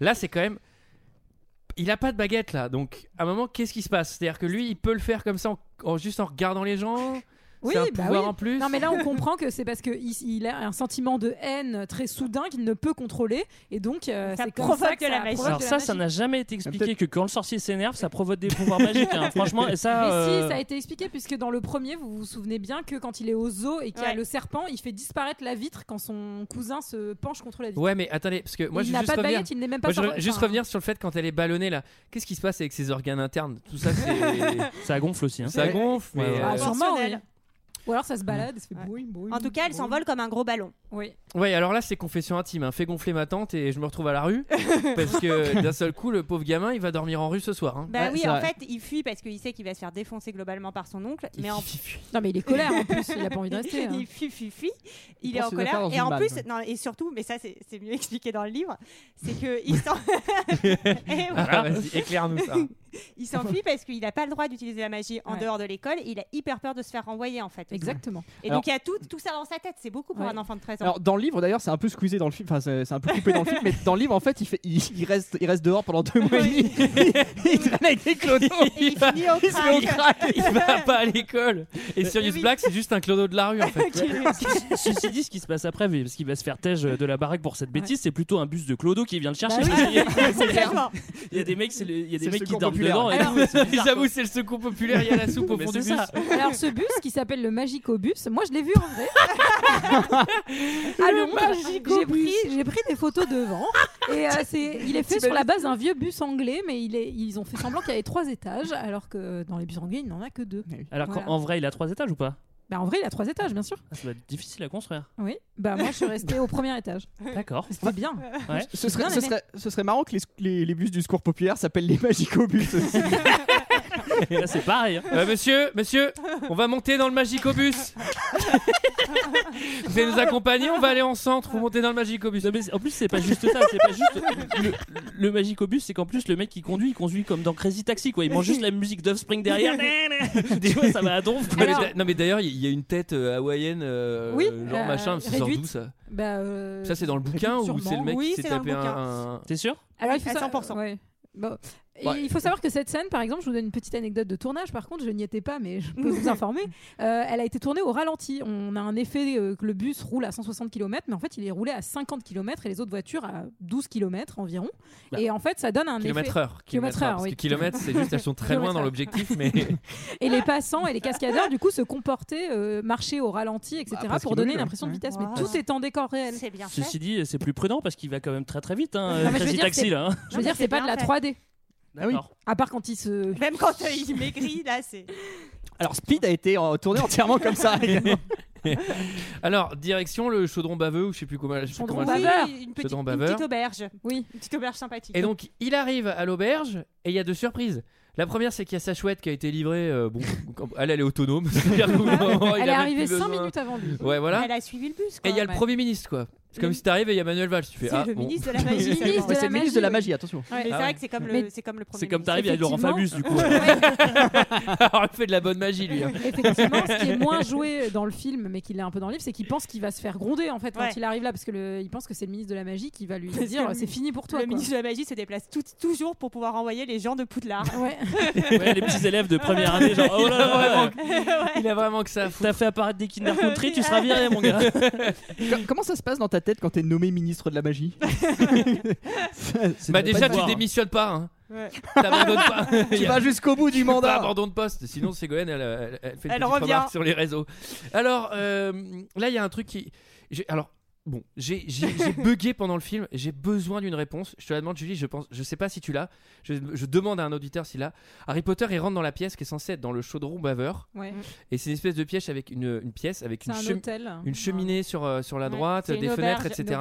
[SPEAKER 1] Là, c'est quand même. Il a pas de baguette là, donc à un moment, qu'est-ce qui se passe C'est-à-dire que lui, il peut le faire comme ça, en, en- juste en regardant les gens.
[SPEAKER 6] Oui,
[SPEAKER 1] c'est un
[SPEAKER 6] bah
[SPEAKER 1] pouvoir
[SPEAKER 6] oui.
[SPEAKER 1] en plus.
[SPEAKER 6] Non mais là
[SPEAKER 3] *laughs*
[SPEAKER 6] on comprend que c'est parce que il, il a un sentiment de haine très soudain qu'il ne peut contrôler et donc euh,
[SPEAKER 11] Ça
[SPEAKER 6] c'est comme
[SPEAKER 11] provoque
[SPEAKER 6] ça que
[SPEAKER 11] de la magie.
[SPEAKER 6] provoque
[SPEAKER 3] Alors
[SPEAKER 6] de la
[SPEAKER 3] ça, ça
[SPEAKER 6] magie.
[SPEAKER 3] n'a jamais été expliqué
[SPEAKER 7] Peut-être-
[SPEAKER 3] que quand le sorcier s'énerve, ça provoque des pouvoirs magiques. *laughs* hein. Franchement, et ça.
[SPEAKER 6] Mais
[SPEAKER 3] euh,
[SPEAKER 6] si, ça a été expliqué puisque dans le premier, vous vous souvenez bien que quand il est au zoo et qu'il y a
[SPEAKER 11] Ouais.
[SPEAKER 6] le serpent, il fait disparaître la vitre quand son cousin se penche contre la vitre.
[SPEAKER 1] Ouais, mais attendez, parce que moi,
[SPEAKER 6] il
[SPEAKER 1] je veux
[SPEAKER 6] n'a
[SPEAKER 1] juste
[SPEAKER 6] pas de
[SPEAKER 1] revenir.
[SPEAKER 6] baguette, il n'est même pas
[SPEAKER 1] Moi, je veux
[SPEAKER 6] sorti-
[SPEAKER 1] juste
[SPEAKER 6] enfin,
[SPEAKER 1] revenir sur le fait quand elle est ballonnée là. Qu'est-ce qui se passe avec ses organes internes Tout ça,
[SPEAKER 3] *laughs*
[SPEAKER 1] c'est
[SPEAKER 3] Ça gonfle aussi. hein.
[SPEAKER 1] ça gonfle.
[SPEAKER 3] Ouais,
[SPEAKER 1] mais,
[SPEAKER 3] ouais.
[SPEAKER 1] euh,
[SPEAKER 6] bah, sûrement,
[SPEAKER 11] Proportionnel.
[SPEAKER 6] oui. Ou alors ça se balade, ça fait
[SPEAKER 11] Ouais.
[SPEAKER 6] boum, boum,
[SPEAKER 11] En tout cas, elle
[SPEAKER 6] boum.
[SPEAKER 11] s'envole comme un gros ballon.
[SPEAKER 6] Oui.
[SPEAKER 1] Ouais, alors là, c'est confession intime. Hein. Fais gonfler ma tante et je me retrouve à la
[SPEAKER 3] *laughs*
[SPEAKER 1] rue. parce que d'un seul coup, le pauvre gamin, il va dormir en rue ce soir. hein.
[SPEAKER 11] Bah
[SPEAKER 7] Ouais,
[SPEAKER 11] oui,
[SPEAKER 7] c'est
[SPEAKER 11] en
[SPEAKER 7] vrai.
[SPEAKER 11] fait, il fuit parce qu'il sait qu'il va se faire défoncer globalement par son oncle. Mais en
[SPEAKER 6] Non, mais il est colère en plus, il a pas envie de rester. hein.
[SPEAKER 11] *laughs* il fuit, fuit, fuit. Il,
[SPEAKER 7] Il
[SPEAKER 11] est
[SPEAKER 7] prend
[SPEAKER 11] en
[SPEAKER 7] ses affaires
[SPEAKER 11] colère.
[SPEAKER 7] dans
[SPEAKER 11] Et
[SPEAKER 7] une
[SPEAKER 11] en
[SPEAKER 7] balle,
[SPEAKER 11] plus,
[SPEAKER 7] ouais.
[SPEAKER 11] non, et surtout, mais ça, c'est c'est mieux *laughs* expliqué dans le livre, c'est que
[SPEAKER 1] *laughs*
[SPEAKER 11] il s'en- *laughs* Eh oui.
[SPEAKER 1] Ah, vas-y, éclaire-nous ça.
[SPEAKER 11] *laughs* Il s'enfuit parce qu'il n'a pas le droit d'utiliser la magie en
[SPEAKER 6] Ouais.
[SPEAKER 11] dehors de l'école. et Il a hyper peur de se faire renvoyer en fait.
[SPEAKER 6] Exactement.
[SPEAKER 11] Et
[SPEAKER 7] Alors-
[SPEAKER 11] donc il y a tout, tout ça dans sa tête. C'est beaucoup pour
[SPEAKER 6] Ouais.
[SPEAKER 11] un enfant de 13 ans.
[SPEAKER 7] Alors dans le livre d'ailleurs c'est un peu squeezé dans le film, enfin c'est c'est un peu coupé dans le film, mais dans le livre en fait il, fait, il, il reste, il reste dehors pendant deux mois et demi, *laughs* il, il traîne avec des
[SPEAKER 6] *laughs*
[SPEAKER 7] clodos,
[SPEAKER 11] et *laughs* il finit au
[SPEAKER 7] il se met au
[SPEAKER 11] crack.
[SPEAKER 7] crack.
[SPEAKER 1] *laughs* il va pas à l'école. Et
[SPEAKER 11] Oui.
[SPEAKER 1] Sirius Black, c'est juste un clodo de la rue en *laughs*
[SPEAKER 11] *laughs*
[SPEAKER 1] fait.
[SPEAKER 3] Euh, Ceci dit, ce qui se passe après, parce qu'il va se faire tège de la baraque pour cette bêtise, c'est plutôt un bus de Clodo qui vient le chercher.
[SPEAKER 6] Bah oui.
[SPEAKER 3] parce qu'il y a-
[SPEAKER 11] Complètement.
[SPEAKER 3] *laughs* Il y a des mecs, c'est le- il y a
[SPEAKER 7] C'est
[SPEAKER 3] des
[SPEAKER 7] le
[SPEAKER 3] mecs qui
[SPEAKER 7] secours
[SPEAKER 3] dorment
[SPEAKER 7] populaire.
[SPEAKER 3] dedans. et
[SPEAKER 1] Alors,
[SPEAKER 3] tout, mais c'est bizarre,
[SPEAKER 1] J'avoue, Ah c'est le secours populaire. Il y a la soupe au
[SPEAKER 3] Mais
[SPEAKER 1] fond
[SPEAKER 3] c'est
[SPEAKER 1] du bus.
[SPEAKER 3] ça.
[SPEAKER 6] Alors ce bus qui s'appelle le Magicobus, moi je l'ai vu en vrai. à Londres, j'ai pris, j'ai pris des photos devant et euh, c'est, il est fait sur la base d'un vieux bus anglais, mais il est, ils ont fait semblant qu'il y avait trois étages, alors que dans les bus anglais il n'en a que deux.
[SPEAKER 3] quoi. Alors qu'en-
[SPEAKER 6] Voilà.
[SPEAKER 3] en vrai, il a trois étages ou pas
[SPEAKER 6] Bah en vrai il a trois étages bien sûr.
[SPEAKER 3] Ah, Ça doit être difficile à construire.
[SPEAKER 6] Oui. Bah moi je suis restée au premier étage.
[SPEAKER 1] *laughs*
[SPEAKER 3] D'accord.
[SPEAKER 6] C'était bien.
[SPEAKER 7] Ce serait,
[SPEAKER 6] Non, mais
[SPEAKER 7] ce,
[SPEAKER 6] mais-
[SPEAKER 7] serait, ce serait marrant que les, les, les bus du secours populaire s'appellent les magicobus
[SPEAKER 6] *laughs*
[SPEAKER 7] aussi.
[SPEAKER 3] Et là, c'est pareil. hein.
[SPEAKER 1] Euh, monsieur, monsieur, on va monter dans le
[SPEAKER 3] *laughs*
[SPEAKER 1] Magicobus. vous allez nous accompagner, on va aller en centre. Vous montez dans le Magicobus.
[SPEAKER 3] Non, mais c'est- en plus, c'est pas juste ça, c'est pas juste le, le magicobus, c'est qu'en plus, le mec qui conduit, il conduit comme dans Crazy Taxi, quoi.
[SPEAKER 1] *laughs*
[SPEAKER 3] Il mange juste la musique d'Offspring derrière. tu vois, ça va à donf.
[SPEAKER 1] Non, *laughs* mais
[SPEAKER 6] Alors-
[SPEAKER 1] d'a- non, mais d'ailleurs, il y a une tête euh, hawaïenne, euh,
[SPEAKER 6] Oui,
[SPEAKER 1] genre
[SPEAKER 6] euh,
[SPEAKER 1] machin, ça sort
[SPEAKER 6] réduite.
[SPEAKER 1] d'où ça
[SPEAKER 6] Bah, euh,
[SPEAKER 1] Ça, c'est dans le bouquin ou
[SPEAKER 6] sûrement.
[SPEAKER 1] c'est le mec
[SPEAKER 11] Oui,
[SPEAKER 1] qui s'est
[SPEAKER 11] c'est dans le
[SPEAKER 1] tapé
[SPEAKER 11] bouquin.
[SPEAKER 1] un. un-
[SPEAKER 3] T'es sûr
[SPEAKER 6] Alors, Ah il faut
[SPEAKER 11] À
[SPEAKER 6] sa-
[SPEAKER 11] 100%.
[SPEAKER 6] ouais. Bon. Et
[SPEAKER 1] Ouais.
[SPEAKER 6] il faut savoir que cette scène, par exemple, je vous donne une petite anecdote de tournage. Par contre, je n'y étais pas, mais je peux vous informer. Euh, elle a été tournée au ralenti. On a un effet euh, que le bus roule à 160 km, mais en fait, il est roulé à 50 km et les autres voitures à 12 km environ.
[SPEAKER 1] Bah.
[SPEAKER 6] Et en fait, ça donne un
[SPEAKER 1] Kilomètre
[SPEAKER 6] effet.
[SPEAKER 1] heure.
[SPEAKER 6] Kilomètre heure,
[SPEAKER 1] Parce
[SPEAKER 6] oui.
[SPEAKER 1] que kilomètre, c'est juste, elles sont très loin dans
[SPEAKER 6] Kilomètre.
[SPEAKER 1] l'objectif, mais. *laughs*
[SPEAKER 6] Et les passants et les cascadeurs, du coup, se comportaient, euh, marchaient au ralenti, etc.,
[SPEAKER 7] Bah, parce
[SPEAKER 6] pour
[SPEAKER 7] qu'ils
[SPEAKER 6] donner
[SPEAKER 7] roulent,
[SPEAKER 6] l'impression de
[SPEAKER 7] ouais.
[SPEAKER 6] vitesse. Mais
[SPEAKER 11] Voilà.
[SPEAKER 6] tout est en décor réel.
[SPEAKER 11] C'est bien fait.
[SPEAKER 3] Ceci dit, c'est plus prudent parce qu'il va quand même très très vite. Hein,
[SPEAKER 6] Non, mais je veux
[SPEAKER 3] Crazy
[SPEAKER 6] dire,
[SPEAKER 3] Taxi,
[SPEAKER 6] c'est-
[SPEAKER 3] là. hein.
[SPEAKER 6] Je
[SPEAKER 11] Non,
[SPEAKER 6] veux
[SPEAKER 11] mais
[SPEAKER 6] dire,
[SPEAKER 11] c'est
[SPEAKER 6] c'est pas
[SPEAKER 11] bien
[SPEAKER 6] de la
[SPEAKER 11] fait.
[SPEAKER 6] 3D.
[SPEAKER 7] Ah oui.
[SPEAKER 3] D'accord.
[SPEAKER 6] À part quand il se.
[SPEAKER 11] Même quand euh, il maigrit, là, c'est.
[SPEAKER 7] Alors Speed a été euh, tourné entièrement comme ça. également.
[SPEAKER 1] Alors, direction le chaudron baveux, ou je sais plus comment. je sais plus
[SPEAKER 6] Chaudron
[SPEAKER 1] comment elle
[SPEAKER 6] baveux.
[SPEAKER 1] s'appelle.
[SPEAKER 6] baveur.
[SPEAKER 11] une
[SPEAKER 1] C'est
[SPEAKER 11] petite,
[SPEAKER 1] dans
[SPEAKER 11] une
[SPEAKER 1] baveur.
[SPEAKER 11] petite auberge.
[SPEAKER 6] Oui.
[SPEAKER 11] Une petite auberge sympathique.
[SPEAKER 1] Et donc, il arrive à l'auberge et il y a deux surprises. La première, c'est qu'il y a sa chouette qui a été livrée. euh, bon, *laughs* elle, elle est autonome. *laughs* C'est-à-dire qu'au bout d'un moment, Oh, il
[SPEAKER 6] Elle
[SPEAKER 1] a
[SPEAKER 6] est
[SPEAKER 1] même
[SPEAKER 6] arrivée
[SPEAKER 1] plus
[SPEAKER 6] 5
[SPEAKER 1] besoin.
[SPEAKER 6] minutes avant lui.
[SPEAKER 1] Ouais, voilà.
[SPEAKER 11] Elle a suivi le bus.
[SPEAKER 1] Et
[SPEAKER 11] quoi.
[SPEAKER 1] il y a le
[SPEAKER 6] ouais.
[SPEAKER 1] Premier ministre, quoi. C'est comme
[SPEAKER 11] Le-
[SPEAKER 1] si t'arrives et il y a Manuel Valls. Tu fais.
[SPEAKER 11] C'est
[SPEAKER 1] Ah,
[SPEAKER 11] le
[SPEAKER 1] bon.
[SPEAKER 11] ministre de la magie.
[SPEAKER 6] ministre *laughs* de
[SPEAKER 7] Ouais, c'est le
[SPEAKER 6] la
[SPEAKER 7] ministre de la
[SPEAKER 6] magie,
[SPEAKER 7] magie, attention.
[SPEAKER 11] Mais c'est
[SPEAKER 1] Ah ouais.
[SPEAKER 11] vrai que c'est comme
[SPEAKER 6] Mais-
[SPEAKER 11] le, c'est comme le premier.
[SPEAKER 3] C'est comme
[SPEAKER 11] ministre.
[SPEAKER 3] t'arrives, il y a Laurent Fabius, du
[SPEAKER 6] *laughs*
[SPEAKER 3] coup.
[SPEAKER 1] *laughs* Alors, il fait de la bonne magie, lui. hein.
[SPEAKER 6] Effectivement, ce qui est moins joué dans le film, mais qu'il est un peu dans le livre, c'est qu'il pense qu'il va se faire gronder en fait
[SPEAKER 11] Ouais.
[SPEAKER 6] quand il arrive là, parce que le- il pense que c'est le ministre de la magie qui va lui
[SPEAKER 11] Parce
[SPEAKER 6] dire
[SPEAKER 11] que le-
[SPEAKER 6] c'est fini pour toi.
[SPEAKER 11] Le
[SPEAKER 6] quoi.
[SPEAKER 11] ministre de la magie se déplace tout- toujours pour pouvoir envoyer les gens de Poudlard.
[SPEAKER 6] Ouais.
[SPEAKER 3] Ouais, les petits élèves de première année, genre, oh là là,
[SPEAKER 1] Il a vraiment que ça à foutre.
[SPEAKER 3] t'as fait apparaître des Kinder Country, tu seras viré, mon
[SPEAKER 6] *laughs*
[SPEAKER 3] gars.
[SPEAKER 7] Com- comment ça se passe dans ta tête quand t'es nommé ministre de la
[SPEAKER 6] *laughs*
[SPEAKER 7] magie *laughs* C'est-
[SPEAKER 1] Bah
[SPEAKER 7] c'est
[SPEAKER 1] déjà
[SPEAKER 7] pas
[SPEAKER 1] tu
[SPEAKER 7] de-
[SPEAKER 1] démissionnes pas, hein.
[SPEAKER 11] Ouais.
[SPEAKER 1] t'abandonnes pas.
[SPEAKER 7] *laughs* tu
[SPEAKER 1] *laughs*
[SPEAKER 7] vas jusqu'au bout du
[SPEAKER 1] pas
[SPEAKER 7] mandat.
[SPEAKER 1] abandon de poste, sinon Ségolène elle, elle, elle fait une
[SPEAKER 11] Elle
[SPEAKER 1] petite
[SPEAKER 11] revient.
[SPEAKER 1] remarque sur les réseaux. Alors euh, là il y a un truc qui, j'ai- alors Bon, j'ai j'ai- j'ai
[SPEAKER 7] *laughs*
[SPEAKER 1] bugué pendant le film, j'ai besoin d'une réponse. Je te la demande, Julie, je pense, je sais pas si tu l'as. Je, je demande à un auditeur s'il l'a. Harry Potter, il rentre dans la pièce qui est censée être dans le chaudron baveur.
[SPEAKER 6] Ouais.
[SPEAKER 1] Et c'est une espèce de pièce avec une, une pièce avec
[SPEAKER 6] C'est
[SPEAKER 1] une,
[SPEAKER 6] un
[SPEAKER 1] chemi-
[SPEAKER 6] hôtel.
[SPEAKER 1] une cheminée sur, euh, sur la
[SPEAKER 9] Ouais,
[SPEAKER 1] droite,
[SPEAKER 9] c'est
[SPEAKER 1] des
[SPEAKER 9] une
[SPEAKER 1] fenêtres,
[SPEAKER 9] auberge,
[SPEAKER 1] etc.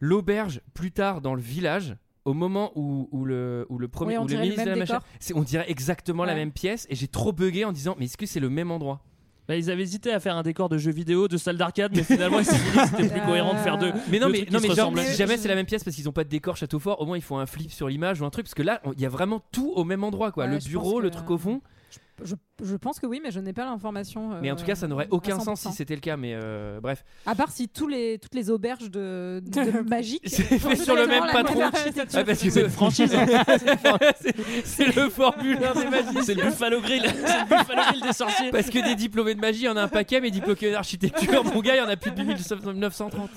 [SPEAKER 1] L'auberge, plus tard dans le village, au moment où, où le, où le premier
[SPEAKER 6] Oui,
[SPEAKER 1] où
[SPEAKER 6] on
[SPEAKER 1] le
[SPEAKER 6] dirait le
[SPEAKER 1] ministre
[SPEAKER 6] même
[SPEAKER 1] de la
[SPEAKER 6] décor.
[SPEAKER 1] machin- c'est- on dirait exactement la
[SPEAKER 6] Ouais.
[SPEAKER 1] même pièce. Et j'ai trop bugué en disant, mais est-ce que c'est le même endroit
[SPEAKER 3] Bah, ils avaient hésité à faire un décor de jeu vidéo, de salle d'arcade, mais finalement ils se sont dit que c'était
[SPEAKER 6] Euh,
[SPEAKER 3] plus cohérent de faire deux.
[SPEAKER 1] Mais non,
[SPEAKER 3] deux
[SPEAKER 1] mais,
[SPEAKER 3] trucs
[SPEAKER 1] non,
[SPEAKER 3] qui
[SPEAKER 1] mais
[SPEAKER 3] se
[SPEAKER 1] genre,
[SPEAKER 3] ressemblent.
[SPEAKER 1] si jamais c'est la même pièce parce qu'ils n'ont pas de décor château fort, au moins ils font un flip sur l'image ou un truc. Parce que là, on- il y a vraiment tout au même endroit, quoi.
[SPEAKER 6] Ouais,
[SPEAKER 1] le
[SPEAKER 6] je
[SPEAKER 1] bureau,
[SPEAKER 6] pense
[SPEAKER 1] le
[SPEAKER 6] que- euh,
[SPEAKER 1] truc au fond.
[SPEAKER 6] Je, je pense que oui, mais je n'ai pas l'information. euh,
[SPEAKER 1] mais en tout cas, ça n'aurait aucun
[SPEAKER 6] à
[SPEAKER 1] sens
[SPEAKER 6] 100%.
[SPEAKER 1] si c'était le cas. Mais euh, bref,
[SPEAKER 6] À part si tous les, toutes les auberges de, de magique.
[SPEAKER 1] *laughs* C'est fait
[SPEAKER 6] sont
[SPEAKER 1] sur le
[SPEAKER 6] exactement
[SPEAKER 1] même
[SPEAKER 6] la
[SPEAKER 1] patron.
[SPEAKER 6] architecture.
[SPEAKER 1] Ouais, Ah, parce que *laughs*
[SPEAKER 3] C'est une franchise.
[SPEAKER 1] hein. c'est- c'est le formulaire des magiciens.
[SPEAKER 3] C'est le Buffalo Grill, *laughs* c'est le Buffalo Grill des sorciers.
[SPEAKER 1] Parce que des diplômés de magie, il y en a un paquet, mais diplômés d'architecture, mon gars, il y en a plus de 1930.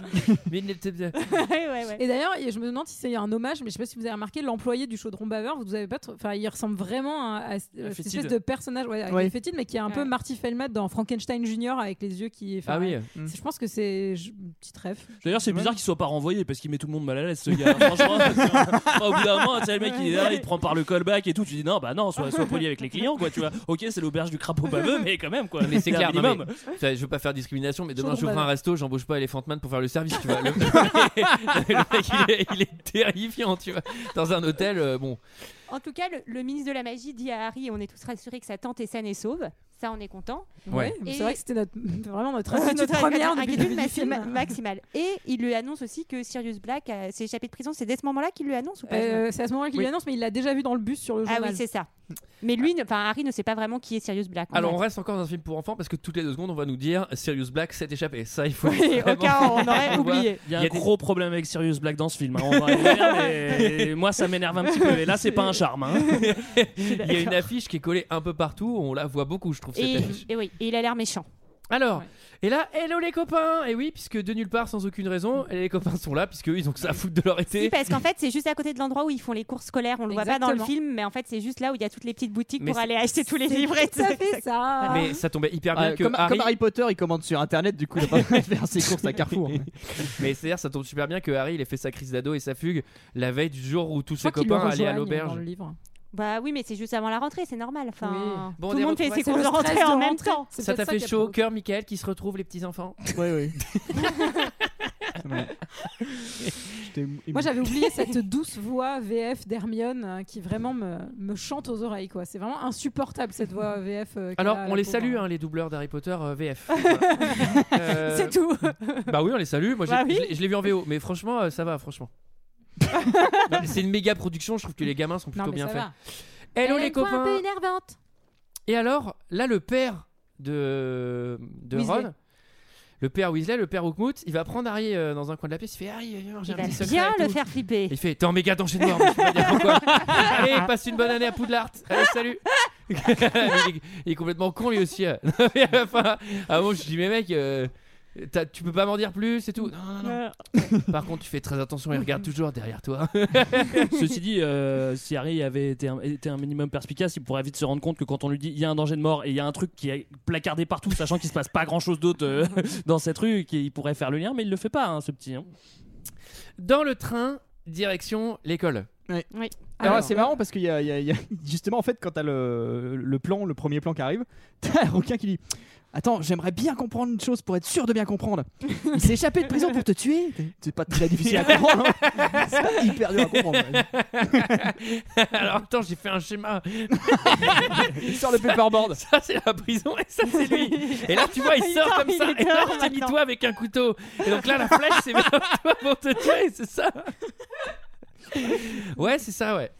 [SPEAKER 1] Mais-
[SPEAKER 11] *laughs* ouais, ouais, ouais.
[SPEAKER 6] Et d'ailleurs, je me demande si c'est un hommage, mais je sais pas si vous avez remarqué l'employé du chaudron baveur. Vous avez pas, tr- enfin, il ressemble vraiment à, à cette
[SPEAKER 3] fétide.
[SPEAKER 6] espèce de personnage, ouais, avec
[SPEAKER 7] Ouais.
[SPEAKER 6] les fétides, mais qui est un peu
[SPEAKER 9] Ouais.
[SPEAKER 6] Marty Feldman dans Frankenstein Junior avec les yeux qui. enfin,
[SPEAKER 1] Ah oui.
[SPEAKER 6] c'est- Je pense que c'est je- une petite rêve.
[SPEAKER 3] D'ailleurs, c'est bizarre qu'il soit pas renvoyé parce qu'il met tout le monde mal à l'aise, ce gars. Franchement, enfin, au bout d'un moment, tu sais, le mec il est là, il te prend par le callback et tout. Tu dis non, bah non, sois, sois poli avec les clients, quoi. Tu vois, ok, c'est l'auberge du crapaud baveux, mais quand même, quoi.
[SPEAKER 1] Mais c'est
[SPEAKER 3] un
[SPEAKER 1] clair, non,
[SPEAKER 3] minimum.
[SPEAKER 1] mais- Ça, je veux pas faire discrimination, mais demain
[SPEAKER 6] Chaudron
[SPEAKER 1] j'ouvre un
[SPEAKER 6] bavard.
[SPEAKER 1] resto, j'embauche pas Elephant Man pour faire le service, tu vois. Le, *laughs* le mec, il est, il est terrifiant, tu vois. Dans un hôtel, euh, bon.
[SPEAKER 11] En tout cas, le, le ministre de la Magie dit à Harry on est tous rassurés que sa tante est saine et sauve. Ça, on est content.
[SPEAKER 1] Ouais.
[SPEAKER 6] mais
[SPEAKER 11] Et-
[SPEAKER 6] C'est vrai que c'était notre, *laughs* vraiment notre
[SPEAKER 11] Euh, Notre
[SPEAKER 6] inquiétude première depuis le
[SPEAKER 11] inquiétude
[SPEAKER 6] début du film.
[SPEAKER 11] maxima- maximale. Et il lui annonce aussi que Sirius Black euh, s'est échappé de prison. C'est dès ce moment-là qu'il lui annonce ou pas je me-
[SPEAKER 6] Euh, c'est à ce moment qu'il
[SPEAKER 1] Oui.
[SPEAKER 6] lui annonce, mais il l'a déjà vu dans le bus sur le
[SPEAKER 11] Ah
[SPEAKER 6] journal.
[SPEAKER 11] oui, c'est ça. Mais lui, ne- enfin Harry ne sait pas vraiment qui est Sirius Black. en
[SPEAKER 1] Alors on
[SPEAKER 11] fait.
[SPEAKER 1] reste encore dans un film pour enfants parce que toutes les deux secondes on va nous dire Sirius Black s'est échappé. Ça il faut.
[SPEAKER 11] Oui, *laughs* au
[SPEAKER 1] vraiment-
[SPEAKER 11] cas où
[SPEAKER 1] *laughs*
[SPEAKER 11] on aurait
[SPEAKER 1] On voit-
[SPEAKER 11] oublié.
[SPEAKER 3] Il y a un
[SPEAKER 1] Il y a des-
[SPEAKER 3] gros problème avec Sirius Black dans ce film. hein, on va le dire, mais- et moi, ça m'énerve un petit peu. Et là, c'est pas un charme. hein.
[SPEAKER 1] Il y a une affiche qui est collée un peu partout. On la voit beaucoup, je trouve cette
[SPEAKER 11] Et,
[SPEAKER 1] affiche.
[SPEAKER 11] et oui, et il a l'air méchant.
[SPEAKER 1] Alors,
[SPEAKER 6] Ouais.
[SPEAKER 1] et là, hello les copains. Et oui, puisque de nulle part, sans aucune raison, les copains sont là puisque eux, ils ont que ça à foutre de leur été.
[SPEAKER 11] Si, parce qu'en fait, c'est juste à côté de l'endroit où ils font les cours scolaires. On le voit pas dans le
[SPEAKER 6] Exactement.
[SPEAKER 11] film, mais en fait, c'est juste là où il y a toutes les petites boutiques
[SPEAKER 1] Mais
[SPEAKER 11] pour
[SPEAKER 1] c'est-
[SPEAKER 11] aller acheter tous les
[SPEAKER 6] C'est
[SPEAKER 11] livres. et
[SPEAKER 6] tout à
[SPEAKER 11] tout.
[SPEAKER 6] fait ça.
[SPEAKER 1] Mais ça tombait hyper bien
[SPEAKER 7] Ah,
[SPEAKER 1] que
[SPEAKER 7] comme,
[SPEAKER 1] Harry.
[SPEAKER 7] comme Harry Potter, il commande sur internet, du coup, il a pas *laughs* le droit de faire ses courses à Carrefour.
[SPEAKER 1] Mais c'est-à-dire, ça tombe super bien que Harry, il ait fait sa crise d'ado et sa fugue la veille du jour où tous
[SPEAKER 6] Je
[SPEAKER 1] ses
[SPEAKER 6] crois qu'il le
[SPEAKER 1] copains allaient à
[SPEAKER 6] rejoignent dans
[SPEAKER 1] l'auberge.
[SPEAKER 6] le livre.
[SPEAKER 11] Bah oui, mais c'est juste avant la rentrée, c'est normal. Enfin,
[SPEAKER 6] Oui.
[SPEAKER 1] Bon,
[SPEAKER 11] tout
[SPEAKER 1] des
[SPEAKER 11] le monde fait ses
[SPEAKER 1] retrouvailles,
[SPEAKER 11] cours
[SPEAKER 6] c'est
[SPEAKER 11] de
[SPEAKER 6] le stress
[SPEAKER 11] rentrée en
[SPEAKER 6] de
[SPEAKER 11] même
[SPEAKER 6] rentrée.
[SPEAKER 11] temps.
[SPEAKER 6] C'est
[SPEAKER 1] Ça t'a
[SPEAKER 6] peut-être
[SPEAKER 1] fait
[SPEAKER 6] qui a
[SPEAKER 1] chaud au
[SPEAKER 6] provoqué.
[SPEAKER 1] cœur, Michael, qui se retrouve les petits enfants.
[SPEAKER 7] ouais, ouais. *laughs* J'étais ému-
[SPEAKER 6] Moi, j'avais oublié cette douce voix VF d'Hermione euh, qui vraiment me, me chante aux oreilles. quoi. C'est vraiment insupportable cette voix VF. euh, qu'elle
[SPEAKER 1] Alors,
[SPEAKER 6] a, la
[SPEAKER 1] on les
[SPEAKER 6] pauvre.
[SPEAKER 1] salue, hein, les doubleurs d'Harry Potter euh,
[SPEAKER 6] *laughs*
[SPEAKER 1] VF. Voilà. Euh,
[SPEAKER 6] C'est
[SPEAKER 1] *laughs*
[SPEAKER 6] tout.
[SPEAKER 1] Bah oui, on les salue. Moi, j'ai-
[SPEAKER 11] Bah oui.
[SPEAKER 1] je l'ai- je l'ai vu en VO, mais franchement, euh, ça va, franchement.
[SPEAKER 6] *laughs*
[SPEAKER 1] Non, mais C'est une méga production, je trouve que les gamins sont plutôt
[SPEAKER 6] non, mais
[SPEAKER 1] bien
[SPEAKER 6] ça
[SPEAKER 1] faits.
[SPEAKER 6] va.
[SPEAKER 1] Hello
[SPEAKER 11] Elle a
[SPEAKER 1] les
[SPEAKER 11] une voix un
[SPEAKER 1] copains
[SPEAKER 11] peu énervante.
[SPEAKER 1] Et alors, là, le père de, de
[SPEAKER 6] Weasley.
[SPEAKER 1] Ron, le père Weasley, le père Hookmout, il va prendre Harry euh, dans un coin de la pièce. Il fait Harry, viens, j'ai
[SPEAKER 11] Il
[SPEAKER 1] un
[SPEAKER 11] va
[SPEAKER 1] petit secret.
[SPEAKER 11] bien
[SPEAKER 1] et
[SPEAKER 11] le
[SPEAKER 1] tout.
[SPEAKER 11] faire flipper.
[SPEAKER 1] Il fait T'es en méga danger de mort, mais je peux pas dire
[SPEAKER 11] *laughs*
[SPEAKER 1] pourquoi. Allez, passe une bonne année à Poudlard. Allez, salut. *laughs* il, est, il est complètement con lui aussi. hein. *laughs* Non, mais, enfin, ah bon, je dis Mais mec, euh, t'as- tu peux pas m'en dire plus et tout. Non, non, non. Par contre, tu fais très attention, il regarde toujours derrière toi.
[SPEAKER 3] Ceci dit, euh, si Harry avait été un, été un minimum perspicace, il pourrait vite se rendre compte que quand on lui dit il y a un danger de mort et il y a un truc qui est placardé partout, sachant qu'il se passe pas grand chose d'autre euh, *laughs* dans cette rue, qu'il pourrait faire le lien, mais il le fait pas, hein, ce petit. hein.
[SPEAKER 1] Dans le train, direction l'école. *laughs*
[SPEAKER 7] Alors,
[SPEAKER 6] Alors,
[SPEAKER 7] c'est marrant parce qu'il y, a- il y a- il y a- *laughs* justement en fait quand t'as le, le plan, le premier plan qui arrive, *laughs* t'as le requin qui dit Attends, j'aimerais bien comprendre une chose pour être sûr de bien comprendre. Il s'est échappé de prison pour te tuer. C'est pas très difficile à comprendre. hein. C'est pas hyper dur à comprendre.
[SPEAKER 1] Alors attends, j'ai fait un schéma.
[SPEAKER 7] Il sort le paperboard.
[SPEAKER 1] Ça c'est la prison et ça c'est lui. Et là tu vois, il
[SPEAKER 11] *laughs* Il
[SPEAKER 1] sort
[SPEAKER 11] dort,
[SPEAKER 1] comme
[SPEAKER 11] il
[SPEAKER 1] ça.
[SPEAKER 11] est
[SPEAKER 1] Et là,
[SPEAKER 11] dehors
[SPEAKER 1] j'ai mis toi avec un couteau. Et donc là, la flèche c'est vers *laughs* toi pour te tuer, c'est ça. Ouais, c'est ça, ouais.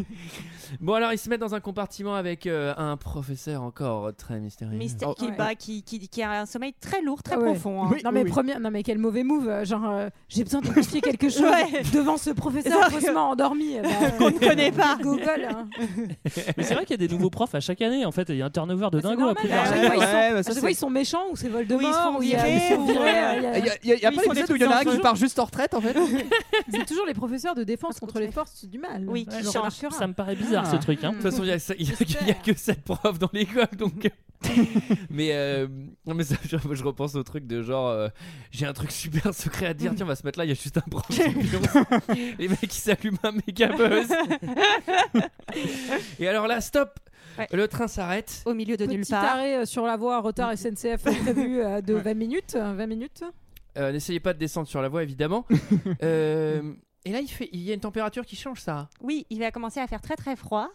[SPEAKER 1] *laughs* bon alors, ils se mettent dans un compartiment avec euh, un professeur encore très mystérieux.
[SPEAKER 11] Mister
[SPEAKER 7] Oh.
[SPEAKER 11] qui,
[SPEAKER 6] Ouais.
[SPEAKER 11] bah, qui, qui- qui a un sommeil très lourd, très
[SPEAKER 6] Ah ouais.
[SPEAKER 11] profond. hein.
[SPEAKER 7] Oui,
[SPEAKER 6] non,
[SPEAKER 7] oui,
[SPEAKER 6] mais
[SPEAKER 7] oui.
[SPEAKER 6] premier- non, mais quel mauvais move. euh, Genre, euh, j'ai besoin de confier quelque chose
[SPEAKER 11] Ouais.
[SPEAKER 6] devant ce professeur faussement endormi. euh, bah,
[SPEAKER 11] Qu'on ne connaît pas.
[SPEAKER 6] *laughs* Google. hein.
[SPEAKER 3] Mais c'est vrai qu'il y a des nouveaux profs à chaque année, en fait, et il y a un turnover de
[SPEAKER 6] C'est
[SPEAKER 3] dingo à
[SPEAKER 6] normal,
[SPEAKER 3] plus
[SPEAKER 6] à
[SPEAKER 3] tard.
[SPEAKER 6] chaque fois, ils sont-
[SPEAKER 7] Ouais, bah,
[SPEAKER 6] à
[SPEAKER 7] ça,
[SPEAKER 6] chaque
[SPEAKER 7] c'est-
[SPEAKER 6] fois, ils sont méchants ou c'est
[SPEAKER 11] Oui, ils se
[SPEAKER 6] Voldemort
[SPEAKER 11] font
[SPEAKER 6] ou il y a-
[SPEAKER 11] virer,
[SPEAKER 6] ils se font
[SPEAKER 11] ou-
[SPEAKER 6] virer, euh, il y a-
[SPEAKER 7] Il y a, il y a- il y a
[SPEAKER 11] Ils
[SPEAKER 7] pas
[SPEAKER 11] font
[SPEAKER 7] l'épisode
[SPEAKER 11] ça
[SPEAKER 7] où il y en a un
[SPEAKER 11] tous les
[SPEAKER 7] qui part juste en retraite en fait.
[SPEAKER 6] C'est toujours les professeurs de défense contre les forces du mal.
[SPEAKER 11] Oui,
[SPEAKER 6] Tu
[SPEAKER 11] qui
[SPEAKER 6] le
[SPEAKER 11] changent.
[SPEAKER 6] remarqueras. Mm.
[SPEAKER 3] Ça me paraît bizarre ce truc. Hein.
[SPEAKER 1] De toute façon, il n'y a, il y a- il y a que 7 profs dans l'école, donc *laughs* mais euh, non mais ça, je, je repense au truc de genre euh, j'ai un truc super secret à te
[SPEAKER 11] Mm.
[SPEAKER 1] dire tiens on va se mettre là il y a juste un
[SPEAKER 11] *laughs*
[SPEAKER 1] bronze les mecs ils s'allument un méga buzz et alors là stop
[SPEAKER 11] Ouais.
[SPEAKER 1] le train s'arrête
[SPEAKER 11] Au milieu de nulle
[SPEAKER 6] Petit
[SPEAKER 11] part. Mm.
[SPEAKER 6] arrêt euh, sur la voie, retard SNCF prévu euh, de 20 minutes. euh, 20 minutes.
[SPEAKER 1] Euh, n'essayez pas de descendre sur la voie
[SPEAKER 11] *laughs*
[SPEAKER 1] évidemment Euh, et là il fait il y a une température qui change ça Mm.
[SPEAKER 11] Oui, il va commencer à faire très très froid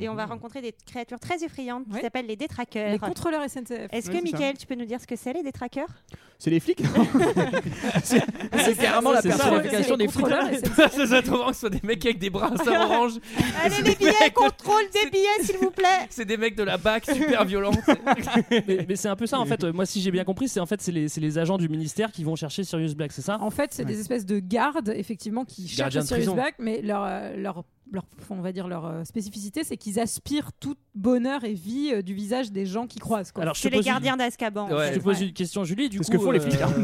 [SPEAKER 11] et on
[SPEAKER 1] Mhm.
[SPEAKER 11] va
[SPEAKER 1] *laughs*
[SPEAKER 11] rencontrer des créatures très effrayantes qui
[SPEAKER 6] Ouais.
[SPEAKER 11] s'appellent les détraqueurs.
[SPEAKER 6] Les contrôleurs SNCF.
[SPEAKER 11] Est-ce
[SPEAKER 7] Ouais,
[SPEAKER 11] que
[SPEAKER 7] c'est ça.
[SPEAKER 11] Michael, tu peux nous dire ce que c'est les détraqueurs
[SPEAKER 7] C'est les flics non C'est c'est carrément la
[SPEAKER 3] c'est ça,
[SPEAKER 6] C'est
[SPEAKER 7] personnification
[SPEAKER 6] les
[SPEAKER 7] des flics.
[SPEAKER 6] contrôleurs SNCF.
[SPEAKER 1] ça se trouve que ce soit des mecs avec des
[SPEAKER 11] *laughs*
[SPEAKER 1] bras à orange
[SPEAKER 11] Allez
[SPEAKER 1] C'est
[SPEAKER 11] les
[SPEAKER 1] des mecs
[SPEAKER 11] billets,
[SPEAKER 1] de-
[SPEAKER 11] contrôle des billets s'il
[SPEAKER 1] *laughs*
[SPEAKER 11] vous plaît
[SPEAKER 1] c'est des mecs de la BAC super violents
[SPEAKER 3] mais, mais c'est un peu ça en fait. Euh, Moi, si j'ai bien compris, c'est en fait c'est les, c'est les agents du ministère qui vont chercher Sirius Black, c'est ça
[SPEAKER 6] En fait, c'est des espèces de gardes, effectivement, qui cherchent
[SPEAKER 1] Gardiens de
[SPEAKER 6] Sirius
[SPEAKER 1] prison.
[SPEAKER 6] Black, mais leur, euh, leur, leur, on va dire leur euh, spécificité, c'est qu'ils aspirent tout bonheur et vie euh, du visage des gens qui croisent. Quoi.
[SPEAKER 3] Alors, je
[SPEAKER 11] C'est
[SPEAKER 3] te
[SPEAKER 11] les
[SPEAKER 3] pose,
[SPEAKER 11] gardiens d'Azkaban. en
[SPEAKER 1] Ouais.
[SPEAKER 3] je
[SPEAKER 11] fait.
[SPEAKER 3] te pose
[SPEAKER 11] Ouais.
[SPEAKER 3] une question, Julie. Du
[SPEAKER 7] C'est ce
[SPEAKER 3] coup,
[SPEAKER 7] que font les flics, hein.
[SPEAKER 3] *laughs*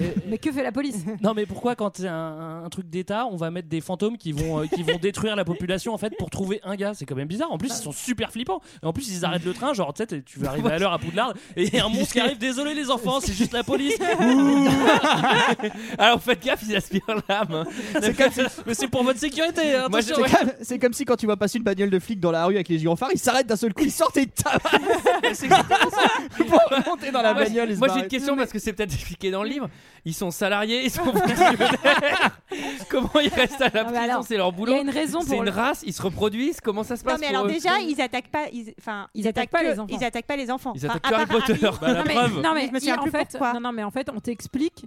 [SPEAKER 3] euh,
[SPEAKER 6] Mais que fait la police
[SPEAKER 3] Non mais pourquoi quand c'est un, un truc d'État, on va mettre des fantômes qui vont euh, qui
[SPEAKER 6] *laughs*
[SPEAKER 3] vont détruire la population en fait pour trouver un gars C'est quand même bizarre. En plus ils sont super flippants. Et en plus ils arrêtent le train genre tu sais t'es- tu veux arriver à l'heure à Poudlard et il y a un monstre qui arrive. Désolé les enfants, c'est juste la
[SPEAKER 6] *laughs*
[SPEAKER 3] police.
[SPEAKER 1] alors faites gaffe ils aspirent l'âme hein.
[SPEAKER 3] C'est comme ça. mais c'est pour votre sécurité.
[SPEAKER 6] euh,
[SPEAKER 3] hein,
[SPEAKER 1] Moi, je-
[SPEAKER 3] attention.
[SPEAKER 7] C'est comme- C'est comme si quand tu vas passer une bagnole de flic dans la rue avec les gyrophares, ils s'arrêtent d'un seul coup, ils sortent et ils tapent *laughs* pour monter dans la
[SPEAKER 1] Moi,
[SPEAKER 7] bagnole. et se
[SPEAKER 1] Moi j'ai
[SPEAKER 6] Bah,
[SPEAKER 7] barrer.
[SPEAKER 1] une question parce que c'est peut-être expliqué dans le livre. Ils sont salariés, ils sont
[SPEAKER 6] *laughs*
[SPEAKER 1] fonctionnaires. Comment ils restent à la
[SPEAKER 6] Non, Ah, mais
[SPEAKER 1] prison
[SPEAKER 6] alors,
[SPEAKER 1] C'est leur
[SPEAKER 6] Il y a
[SPEAKER 1] boulot.
[SPEAKER 6] une raison
[SPEAKER 1] C'est
[SPEAKER 6] pour.
[SPEAKER 1] une race, ils se reproduisent. Comment ça se
[SPEAKER 11] Non
[SPEAKER 1] passe
[SPEAKER 11] mais
[SPEAKER 1] pour
[SPEAKER 11] alors
[SPEAKER 1] eux
[SPEAKER 11] déjà ils attaquent pas, ils- enfin ils, attaquent pas les enfants. Ils attaquent pas les enfants. Ah,
[SPEAKER 1] Ils
[SPEAKER 11] Enfin,
[SPEAKER 1] attaquent
[SPEAKER 11] à
[SPEAKER 1] que Harry
[SPEAKER 11] part
[SPEAKER 1] Potter.
[SPEAKER 11] Harry.
[SPEAKER 3] Bah, la
[SPEAKER 6] Non, mais,
[SPEAKER 3] preuve,
[SPEAKER 6] non, mais,
[SPEAKER 11] Je me souviens
[SPEAKER 6] en
[SPEAKER 11] plus
[SPEAKER 6] fait,
[SPEAKER 11] pourquoi.
[SPEAKER 6] non, non, mais en fait, on t'explique.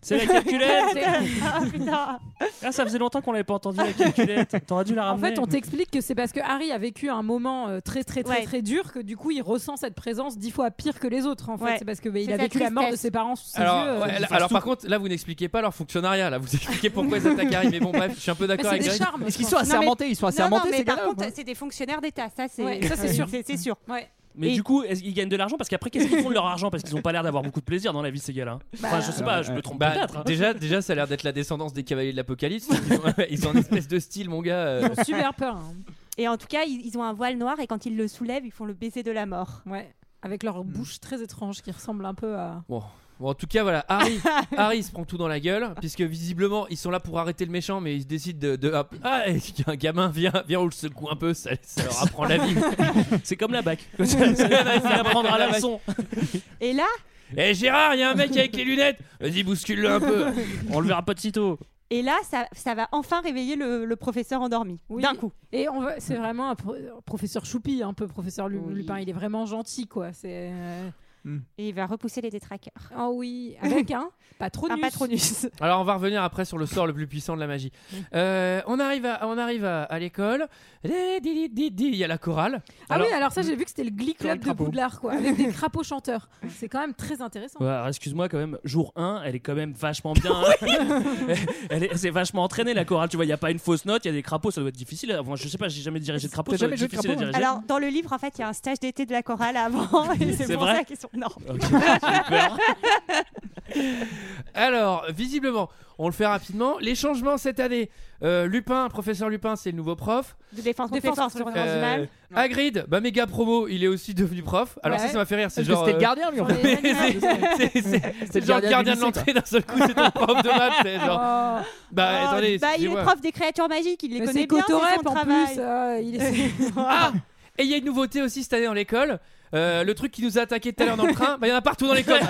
[SPEAKER 3] c'est la
[SPEAKER 6] *laughs*
[SPEAKER 3] calculette.
[SPEAKER 11] *laughs* Ah, putain.
[SPEAKER 3] Ah, ça faisait longtemps qu'on l'avait pas entendu la calculette. T'aurais dû la
[SPEAKER 6] En
[SPEAKER 3] ramener.
[SPEAKER 6] fait, on t'explique que c'est parce que Harry a vécu un moment euh, très très très
[SPEAKER 11] Ouais.
[SPEAKER 6] très dur que du coup il ressent cette présence dix fois pire que les autres. En fait,
[SPEAKER 11] Ouais.
[SPEAKER 6] c'est parce que bah, il
[SPEAKER 11] C'est
[SPEAKER 6] a
[SPEAKER 11] sa
[SPEAKER 6] vécu la mort de
[SPEAKER 11] tristesse.
[SPEAKER 6] ses parents sous ses yeux.
[SPEAKER 1] alors,
[SPEAKER 6] euh,
[SPEAKER 1] ouais, là- alors, par contre, là vous n'expliquez pas leur fonctionnariat, là vous expliquez pourquoi ils attaquent Harry. Mais bon, bref, je suis un peu
[SPEAKER 6] mais
[SPEAKER 1] d'accord
[SPEAKER 6] c'est
[SPEAKER 1] avec
[SPEAKER 6] des
[SPEAKER 1] Greg.
[SPEAKER 6] charmes.
[SPEAKER 7] Est-ce
[SPEAKER 6] je
[SPEAKER 7] qu'ils
[SPEAKER 6] pense.
[SPEAKER 7] sont
[SPEAKER 6] Non, mais-
[SPEAKER 7] assermentés Ils sont
[SPEAKER 11] Non, non,
[SPEAKER 7] assermentés,
[SPEAKER 11] mais
[SPEAKER 7] ces
[SPEAKER 11] par
[SPEAKER 7] gars-là ou
[SPEAKER 11] contre, euh,
[SPEAKER 7] pas hein.
[SPEAKER 11] c'est des fonctionnaires d'État, ça c'est
[SPEAKER 6] Ouais, ça, c'est sûr.
[SPEAKER 11] C'est sûr.
[SPEAKER 6] Ouais.
[SPEAKER 3] Mais
[SPEAKER 11] Et-
[SPEAKER 3] du coup, est-ce qu'ils gagnent de l'argent Parce qu'après, qu'est-ce qu'ils font de leur argent Parce qu'ils ont pas l'air d'avoir beaucoup de plaisir dans la vie, ces gars-là.
[SPEAKER 6] Bah,
[SPEAKER 3] Enfin, je sais pas, je me trompe
[SPEAKER 1] Bah,
[SPEAKER 3] peut-être. hein.
[SPEAKER 1] déjà, déjà, ça a l'air d'être la descendance des cavaliers de l'Apocalypse.
[SPEAKER 6] *laughs*
[SPEAKER 1] Ils ont, ils ont une espèce de style, mon gars. euh. *laughs*
[SPEAKER 6] Ils ont super peur. hein.
[SPEAKER 11] Et en tout cas, ils, ils ont un voile noir et quand ils le soulèvent, ils font le baiser de la mort.
[SPEAKER 6] Ouais. Avec leur bouche très étrange qui ressemble un peu à.
[SPEAKER 1] Bon, en tout cas, voilà, Harry, Harry il se prend tout dans la gueule, puisque visiblement, ils sont là pour arrêter le méchant, mais ils se décident de. de- hop, ah, et qu'il y a un gamin, viens, viens, on le secoue un peu, ça, ça leur apprend la vie.
[SPEAKER 3] C'est comme *laughs* la bac. Il apprendra la leçon.
[SPEAKER 11] Et là,
[SPEAKER 1] Hé Eh, Gérard, il y a un mec avec les lunettes Vas-y, bouscule-le un peu
[SPEAKER 3] On le verra pas de sitôt.
[SPEAKER 11] et là, ça, ça va enfin réveiller le, le professeur endormi.
[SPEAKER 6] Oui.
[SPEAKER 11] D'un coup.
[SPEAKER 6] Et on va... c'est vraiment un pro- euh, professeur Choupi, un peu professeur Lu-
[SPEAKER 11] Oui.
[SPEAKER 6] Lupin. Il est vraiment gentil, quoi. C'est. euh,
[SPEAKER 11] Et il va repousser les détraqueurs.
[SPEAKER 6] Oh oui. Avec un patronus.
[SPEAKER 11] *laughs* Un patronus.
[SPEAKER 1] Alors, on va revenir après sur le sort le plus puissant de la magie. Euh, on arrive à, on arrive à, à l'école. Di- di- di- di- Il y a la chorale.
[SPEAKER 6] Ah
[SPEAKER 1] Alors-
[SPEAKER 6] oui, alors ça, j'ai vu que c'était le Glee
[SPEAKER 7] Comme un
[SPEAKER 6] Club de
[SPEAKER 7] crapaud.
[SPEAKER 6] Poudlard, quoi. Avec des crapauds chanteurs.
[SPEAKER 1] *laughs*
[SPEAKER 6] C'est quand même très intéressant.
[SPEAKER 3] Ouais, alors excuse-moi quand même, jour 1, elle est quand même vachement bien. hein. *laughs* elle, est, elle s'est vachement entraînée la chorale, tu vois, il y a pas une fausse note, il y a des crapauds, ça doit être difficile. Moi, je sais pas, j'ai jamais dirigé de crapaud,
[SPEAKER 7] T'as
[SPEAKER 3] ça doit
[SPEAKER 7] jamais joué
[SPEAKER 3] être
[SPEAKER 7] de
[SPEAKER 3] difficile à
[SPEAKER 7] crapaud,
[SPEAKER 3] diriger.
[SPEAKER 11] Alors, dans le livre, en fait, il y a un stage d'été de la
[SPEAKER 1] *laughs*
[SPEAKER 11] chorale avant. et
[SPEAKER 3] C'est
[SPEAKER 11] C'est pour
[SPEAKER 3] vrai
[SPEAKER 11] ça qu'ils sont. Non.
[SPEAKER 3] Ok, j'ai peur.
[SPEAKER 1] Alors, visiblement, on le fait rapidement. Les changements cette année euh, Lupin, professeur Lupin, c'est le nouveau prof.
[SPEAKER 11] De défense contre
[SPEAKER 6] Défense
[SPEAKER 11] les forces,
[SPEAKER 6] contre
[SPEAKER 11] sur
[SPEAKER 6] les
[SPEAKER 11] le
[SPEAKER 1] Euh,
[SPEAKER 11] mal.
[SPEAKER 1] Hagrid, bah méga promo, il est aussi devenu prof. Alors
[SPEAKER 6] Ouais.
[SPEAKER 1] ça, ça m'a fait rire. C'est
[SPEAKER 7] Parce que
[SPEAKER 1] genre.
[SPEAKER 7] c'était le
[SPEAKER 1] euh,
[SPEAKER 7] gardien, lui, en
[SPEAKER 6] Sur
[SPEAKER 7] fait.
[SPEAKER 6] les
[SPEAKER 1] c'est-
[SPEAKER 6] animaux.
[SPEAKER 1] *laughs* c'est- c'est- c'est
[SPEAKER 7] C'était le
[SPEAKER 1] genre le
[SPEAKER 7] du
[SPEAKER 1] gardien de
[SPEAKER 7] lycée, quoi.
[SPEAKER 1] l'entrée d'un seul coup, c'est ton prof de maths. c'est genre,
[SPEAKER 6] Oh.
[SPEAKER 1] bah
[SPEAKER 11] Oh,
[SPEAKER 1] attendez,
[SPEAKER 11] bah, il est
[SPEAKER 1] excusez-moi.
[SPEAKER 11] prof des créatures magiques, il les
[SPEAKER 6] Mais
[SPEAKER 11] connaît
[SPEAKER 6] c'est
[SPEAKER 11] bien. C'est
[SPEAKER 6] Cotorep
[SPEAKER 11] son
[SPEAKER 6] en
[SPEAKER 11] travail.
[SPEAKER 6] plus. euh, il est... *laughs*
[SPEAKER 1] Ah Et il y a une nouveauté aussi cette année dans l'école. Euh, le truc qui nous a attaqué tout à l'heure dans le train, bah, il y en a partout dans *laughs* l'école.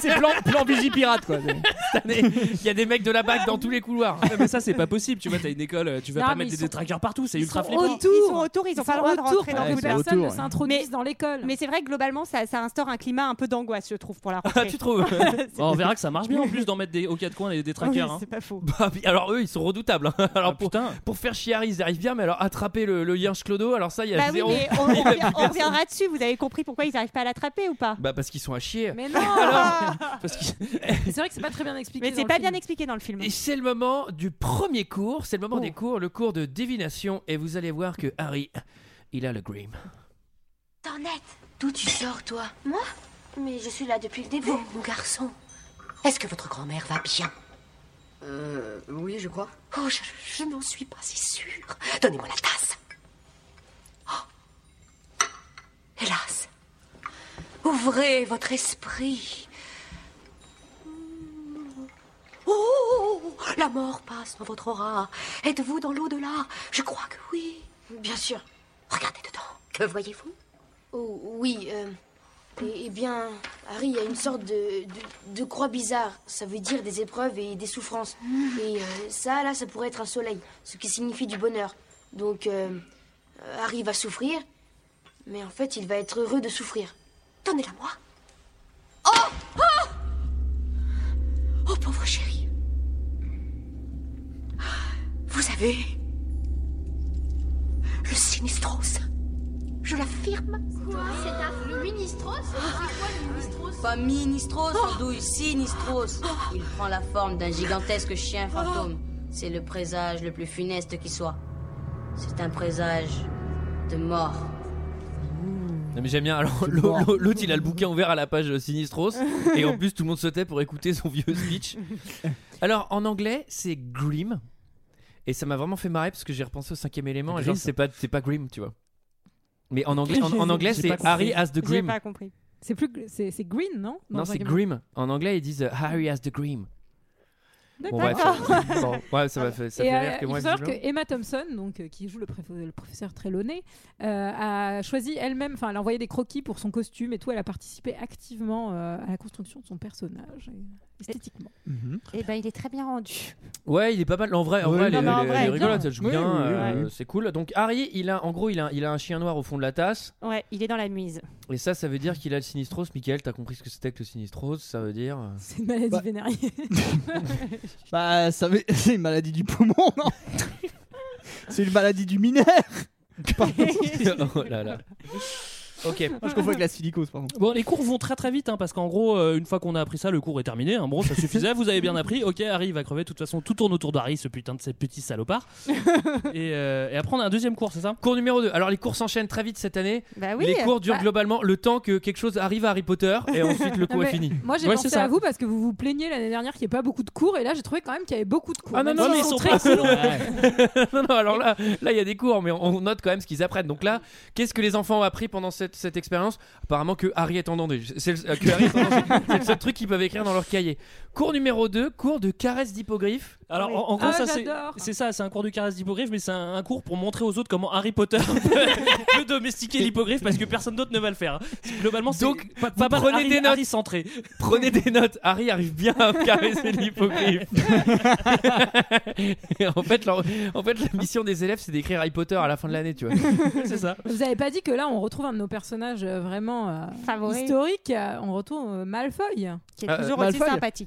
[SPEAKER 7] C'est plan, plan Vigipirate, quoi. C'est-
[SPEAKER 1] Cette année, Il y a des mecs de la bac dans tous les couloirs.
[SPEAKER 3] Ouais, mais ça, c'est pas possible, tu vois, t'as une
[SPEAKER 1] euh,
[SPEAKER 3] école, tu vas
[SPEAKER 6] Non,
[SPEAKER 3] pas
[SPEAKER 6] mais
[SPEAKER 3] mettre
[SPEAKER 6] ils
[SPEAKER 3] des
[SPEAKER 6] sont-
[SPEAKER 3] détraqueurs partout, c'est
[SPEAKER 6] ils
[SPEAKER 3] ultra
[SPEAKER 6] sont
[SPEAKER 3] flippant.
[SPEAKER 11] Ils sont autour, ils ont
[SPEAKER 6] sont
[SPEAKER 11] pas le droit de
[SPEAKER 6] autour
[SPEAKER 11] rentrer
[SPEAKER 1] Ah,
[SPEAKER 11] dans
[SPEAKER 6] pour
[SPEAKER 7] Ouais,
[SPEAKER 11] le
[SPEAKER 6] que
[SPEAKER 7] c'est
[SPEAKER 6] personne
[SPEAKER 7] autour,
[SPEAKER 6] ne
[SPEAKER 7] ouais.
[SPEAKER 6] s'introduise dans l'école.
[SPEAKER 11] Mais c'est vrai que globalement, ça, ça instaure un climat un peu d'angoisse, je
[SPEAKER 1] *laughs*
[SPEAKER 11] trouve, pour la
[SPEAKER 1] Ah,
[SPEAKER 11] rentrée.
[SPEAKER 1] tu trouves
[SPEAKER 3] Bon, Oh, on verra que ça marche bien en plus d'en mettre des, aux quatre coins des détraqueurs.
[SPEAKER 11] Oui,
[SPEAKER 3] hein.
[SPEAKER 11] C'est pas faux.
[SPEAKER 1] Bah, puis, Alors eux, ils sont redoutables. hein.
[SPEAKER 3] Ah,
[SPEAKER 1] Alors pour,
[SPEAKER 3] putain.
[SPEAKER 1] pour faire chier Harry, ils arrivent bien, mais alors attraper le, le lien Clodo, alors ça, il y a
[SPEAKER 11] Bah oui,
[SPEAKER 1] zéro.
[SPEAKER 11] mais on, on revient- on reviendra dessus. Vous avez compris pourquoi ils n'arrivent pas à l'attraper ou pas
[SPEAKER 1] Bah parce qu'ils sont à chier.
[SPEAKER 6] Mais
[SPEAKER 11] *laughs*
[SPEAKER 6] non
[SPEAKER 3] Parce que-
[SPEAKER 6] C'est vrai que c'est pas très bien expliqué.
[SPEAKER 11] Mais c'est
[SPEAKER 6] dans
[SPEAKER 11] pas
[SPEAKER 6] le film.
[SPEAKER 11] bien expliqué dans le film.
[SPEAKER 1] Et c'est le moment du premier cours, c'est le moment
[SPEAKER 11] Oh.
[SPEAKER 1] des cours, le cours de divination, et vous allez voir que Harry, il a le grim.
[SPEAKER 9] T'en es D'où tu sors, toi Moi Mais je suis là depuis le début. mon garçon, est-ce que votre grand-mère va bien Euh, oui, je crois. Oh, je, je n'en suis pas si sûre. Donnez-moi la tasse. Oh. Hélas, Ouvrez votre esprit. Oh La mort passe dans votre aura. Êtes-vous dans l'au-delà Je crois que oui. Bien sûr. Regardez dedans. Que voyez-vous
[SPEAKER 12] Oh, oui, euh, eh, eh bien, Harry, il y a une sorte de, de, de croix bizarre. Ça veut dire des épreuves et des souffrances. Et euh, ça, là, ça pourrait être un soleil, ce qui signifie du bonheur. Donc, euh, Harry va souffrir, mais en fait, il va être heureux de souffrir.
[SPEAKER 9] Donnez-la moi. Oh Oh Oh, pauvre chérie. Vous avez. Le sinistros. Je l'affirme.
[SPEAKER 12] C'est un- le ministros C'est quoi le ministros
[SPEAKER 13] Pas Ministros, douille, Sinistros. Il prend la forme d'un gigantesque chien fantôme. C'est le présage le plus funeste qui soit. C'est un présage de mort.
[SPEAKER 1] Non, mais j'aime bien. Alors, l'au- l'au- l'autre, il a le bouquin ouvert à la page euh, Sinistros.
[SPEAKER 6] *laughs*
[SPEAKER 1] et en plus, tout le monde sautait pour écouter son vieux speech. Alors, en anglais, c'est grim. Et ça m'a vraiment fait marrer parce que j'ai repensé au cinquième élément. Et genre,
[SPEAKER 3] Grim.
[SPEAKER 1] c'est pas, c'est pas grim, tu vois. Mais en anglais, en,
[SPEAKER 6] *laughs*
[SPEAKER 1] en anglais c'est Harry has the grim.
[SPEAKER 11] compris.
[SPEAKER 6] C'est plus, gr- c'est c'est green, non Dans
[SPEAKER 1] Non,
[SPEAKER 6] un
[SPEAKER 1] c'est
[SPEAKER 6] gamin.
[SPEAKER 1] grim. En anglais, ils disent euh, Harry has the grim. Bon, bref,
[SPEAKER 6] D'accord.
[SPEAKER 1] ça- bon, ouais, ça m'a fait, ça
[SPEAKER 6] Et,
[SPEAKER 1] fait
[SPEAKER 6] euh,
[SPEAKER 1] rire que
[SPEAKER 6] il
[SPEAKER 1] moi.
[SPEAKER 6] faut savoir
[SPEAKER 1] visiblement-
[SPEAKER 6] que Emma Thompson, donc, euh, qui joue le, préf- le professeur Trelawney, euh, a choisi elle-même, enfin, elle a envoyé des croquis pour son costume et tout. Elle a participé activement euh, à la construction de son personnage, euh, esthétiquement.
[SPEAKER 1] Bah,
[SPEAKER 11] Et ben, il est très bien rendu.
[SPEAKER 1] Ouais, il est pas mal. En vrai, en
[SPEAKER 11] Oui,
[SPEAKER 1] vrai,
[SPEAKER 11] non,
[SPEAKER 1] elle,
[SPEAKER 11] mais en
[SPEAKER 1] elle-
[SPEAKER 11] vrai,
[SPEAKER 1] elle est
[SPEAKER 11] bien.
[SPEAKER 1] rigolote, elle joue
[SPEAKER 11] Oui,
[SPEAKER 1] bien,
[SPEAKER 11] oui, oui,
[SPEAKER 1] euh,
[SPEAKER 11] oui.
[SPEAKER 1] c'est cool. Donc Harry, il a, en gros, il a, il a un chien noir au fond de la tasse.
[SPEAKER 11] Ouais, il est dans la mise.
[SPEAKER 1] Et ça, ça veut dire qu'il a le sinistros. Michael, t'as compris ce que c'était que le sinistros Ça veut dire. euh.
[SPEAKER 6] C'est une maladie vénérienne.
[SPEAKER 7] Bah, ça veut- *laughs* c'est une maladie du poumon, non C'est une maladie du mineur Pardon.
[SPEAKER 1] oh là là. Ok.
[SPEAKER 7] Moi, je confonds avec la silicose, pardon.
[SPEAKER 3] Bon, les cours vont très très vite hein, parce qu'en gros, euh, une fois qu'on a appris ça, le cours est terminé. hein. Bon, ça suffisait, vous avez bien appris. Ok, Harry va crever. De toute façon, tout tourne autour d'Harry, ce putain de ces petits salopards. et, euh, et après, on a un deuxième cours, c'est ça
[SPEAKER 1] *laughs* Cours numéro 2. Alors, les cours s'enchaînent très vite cette année.
[SPEAKER 11] Bah oui.
[SPEAKER 1] Les cours durent
[SPEAKER 11] Bah-
[SPEAKER 1] globalement le temps que quelque chose arrive à Harry Potter et ensuite le
[SPEAKER 6] Non,
[SPEAKER 1] cours est
[SPEAKER 6] mais
[SPEAKER 1] fini.
[SPEAKER 6] Moi, j'ai pensé à vous parce que vous vous plaignez l'année dernière qu'il n'y ait pas beaucoup de cours, et là, j'ai trouvé quand même qu'il y avait beaucoup de cours.
[SPEAKER 1] Ah non,
[SPEAKER 6] même
[SPEAKER 1] non,
[SPEAKER 6] s'ils
[SPEAKER 1] mais ils sont
[SPEAKER 6] très
[SPEAKER 1] pas
[SPEAKER 6] courts.
[SPEAKER 1] *laughs* non, non, alors là, là, il y a des cours, mais on, on note quand même ce qu'ils apprennent. Donc là, qu'est-ce que les enfants ont appris pendant cette, cette expérience Apparemment que Harry est en danger. C'est le, euh, que Harry est en danger. C'est le seul truc qu'ils peuvent écrire dans leur cahier. Cours numéro 2, cours de caresse d'hippogriffe.
[SPEAKER 3] Alors, en,
[SPEAKER 6] Ah,
[SPEAKER 3] en gros, ça c'est- c'est ça, c'est un cours de caresse d'hippogriffe, mais c'est un, un cours pour montrer aux autres comment Harry Potter *laughs* peut, peut domestiquer l'hippogriffe parce que personne d'autre ne va le faire. hein. Globalement, c'est
[SPEAKER 1] Donc,
[SPEAKER 3] pas,
[SPEAKER 1] vous
[SPEAKER 3] pas-
[SPEAKER 1] prenez
[SPEAKER 3] Harry-
[SPEAKER 1] des notes.
[SPEAKER 3] Harry centré.
[SPEAKER 1] Prenez des notes. Harry arrive bien à caresser l'hippogriffe. *laughs* en, fait, leur- en fait, la mission des élèves, c'est d'écrire Harry Potter à la fin de l'année, tu vois. c'est ça.
[SPEAKER 6] Vous avez pas dit que là, on retrouve un de nos personnages euh, vraiment euh,
[SPEAKER 11] Favori.
[SPEAKER 6] historiques. euh, on retrouve euh, Malfoy.
[SPEAKER 11] Qui
[SPEAKER 7] Euh, Malfoy.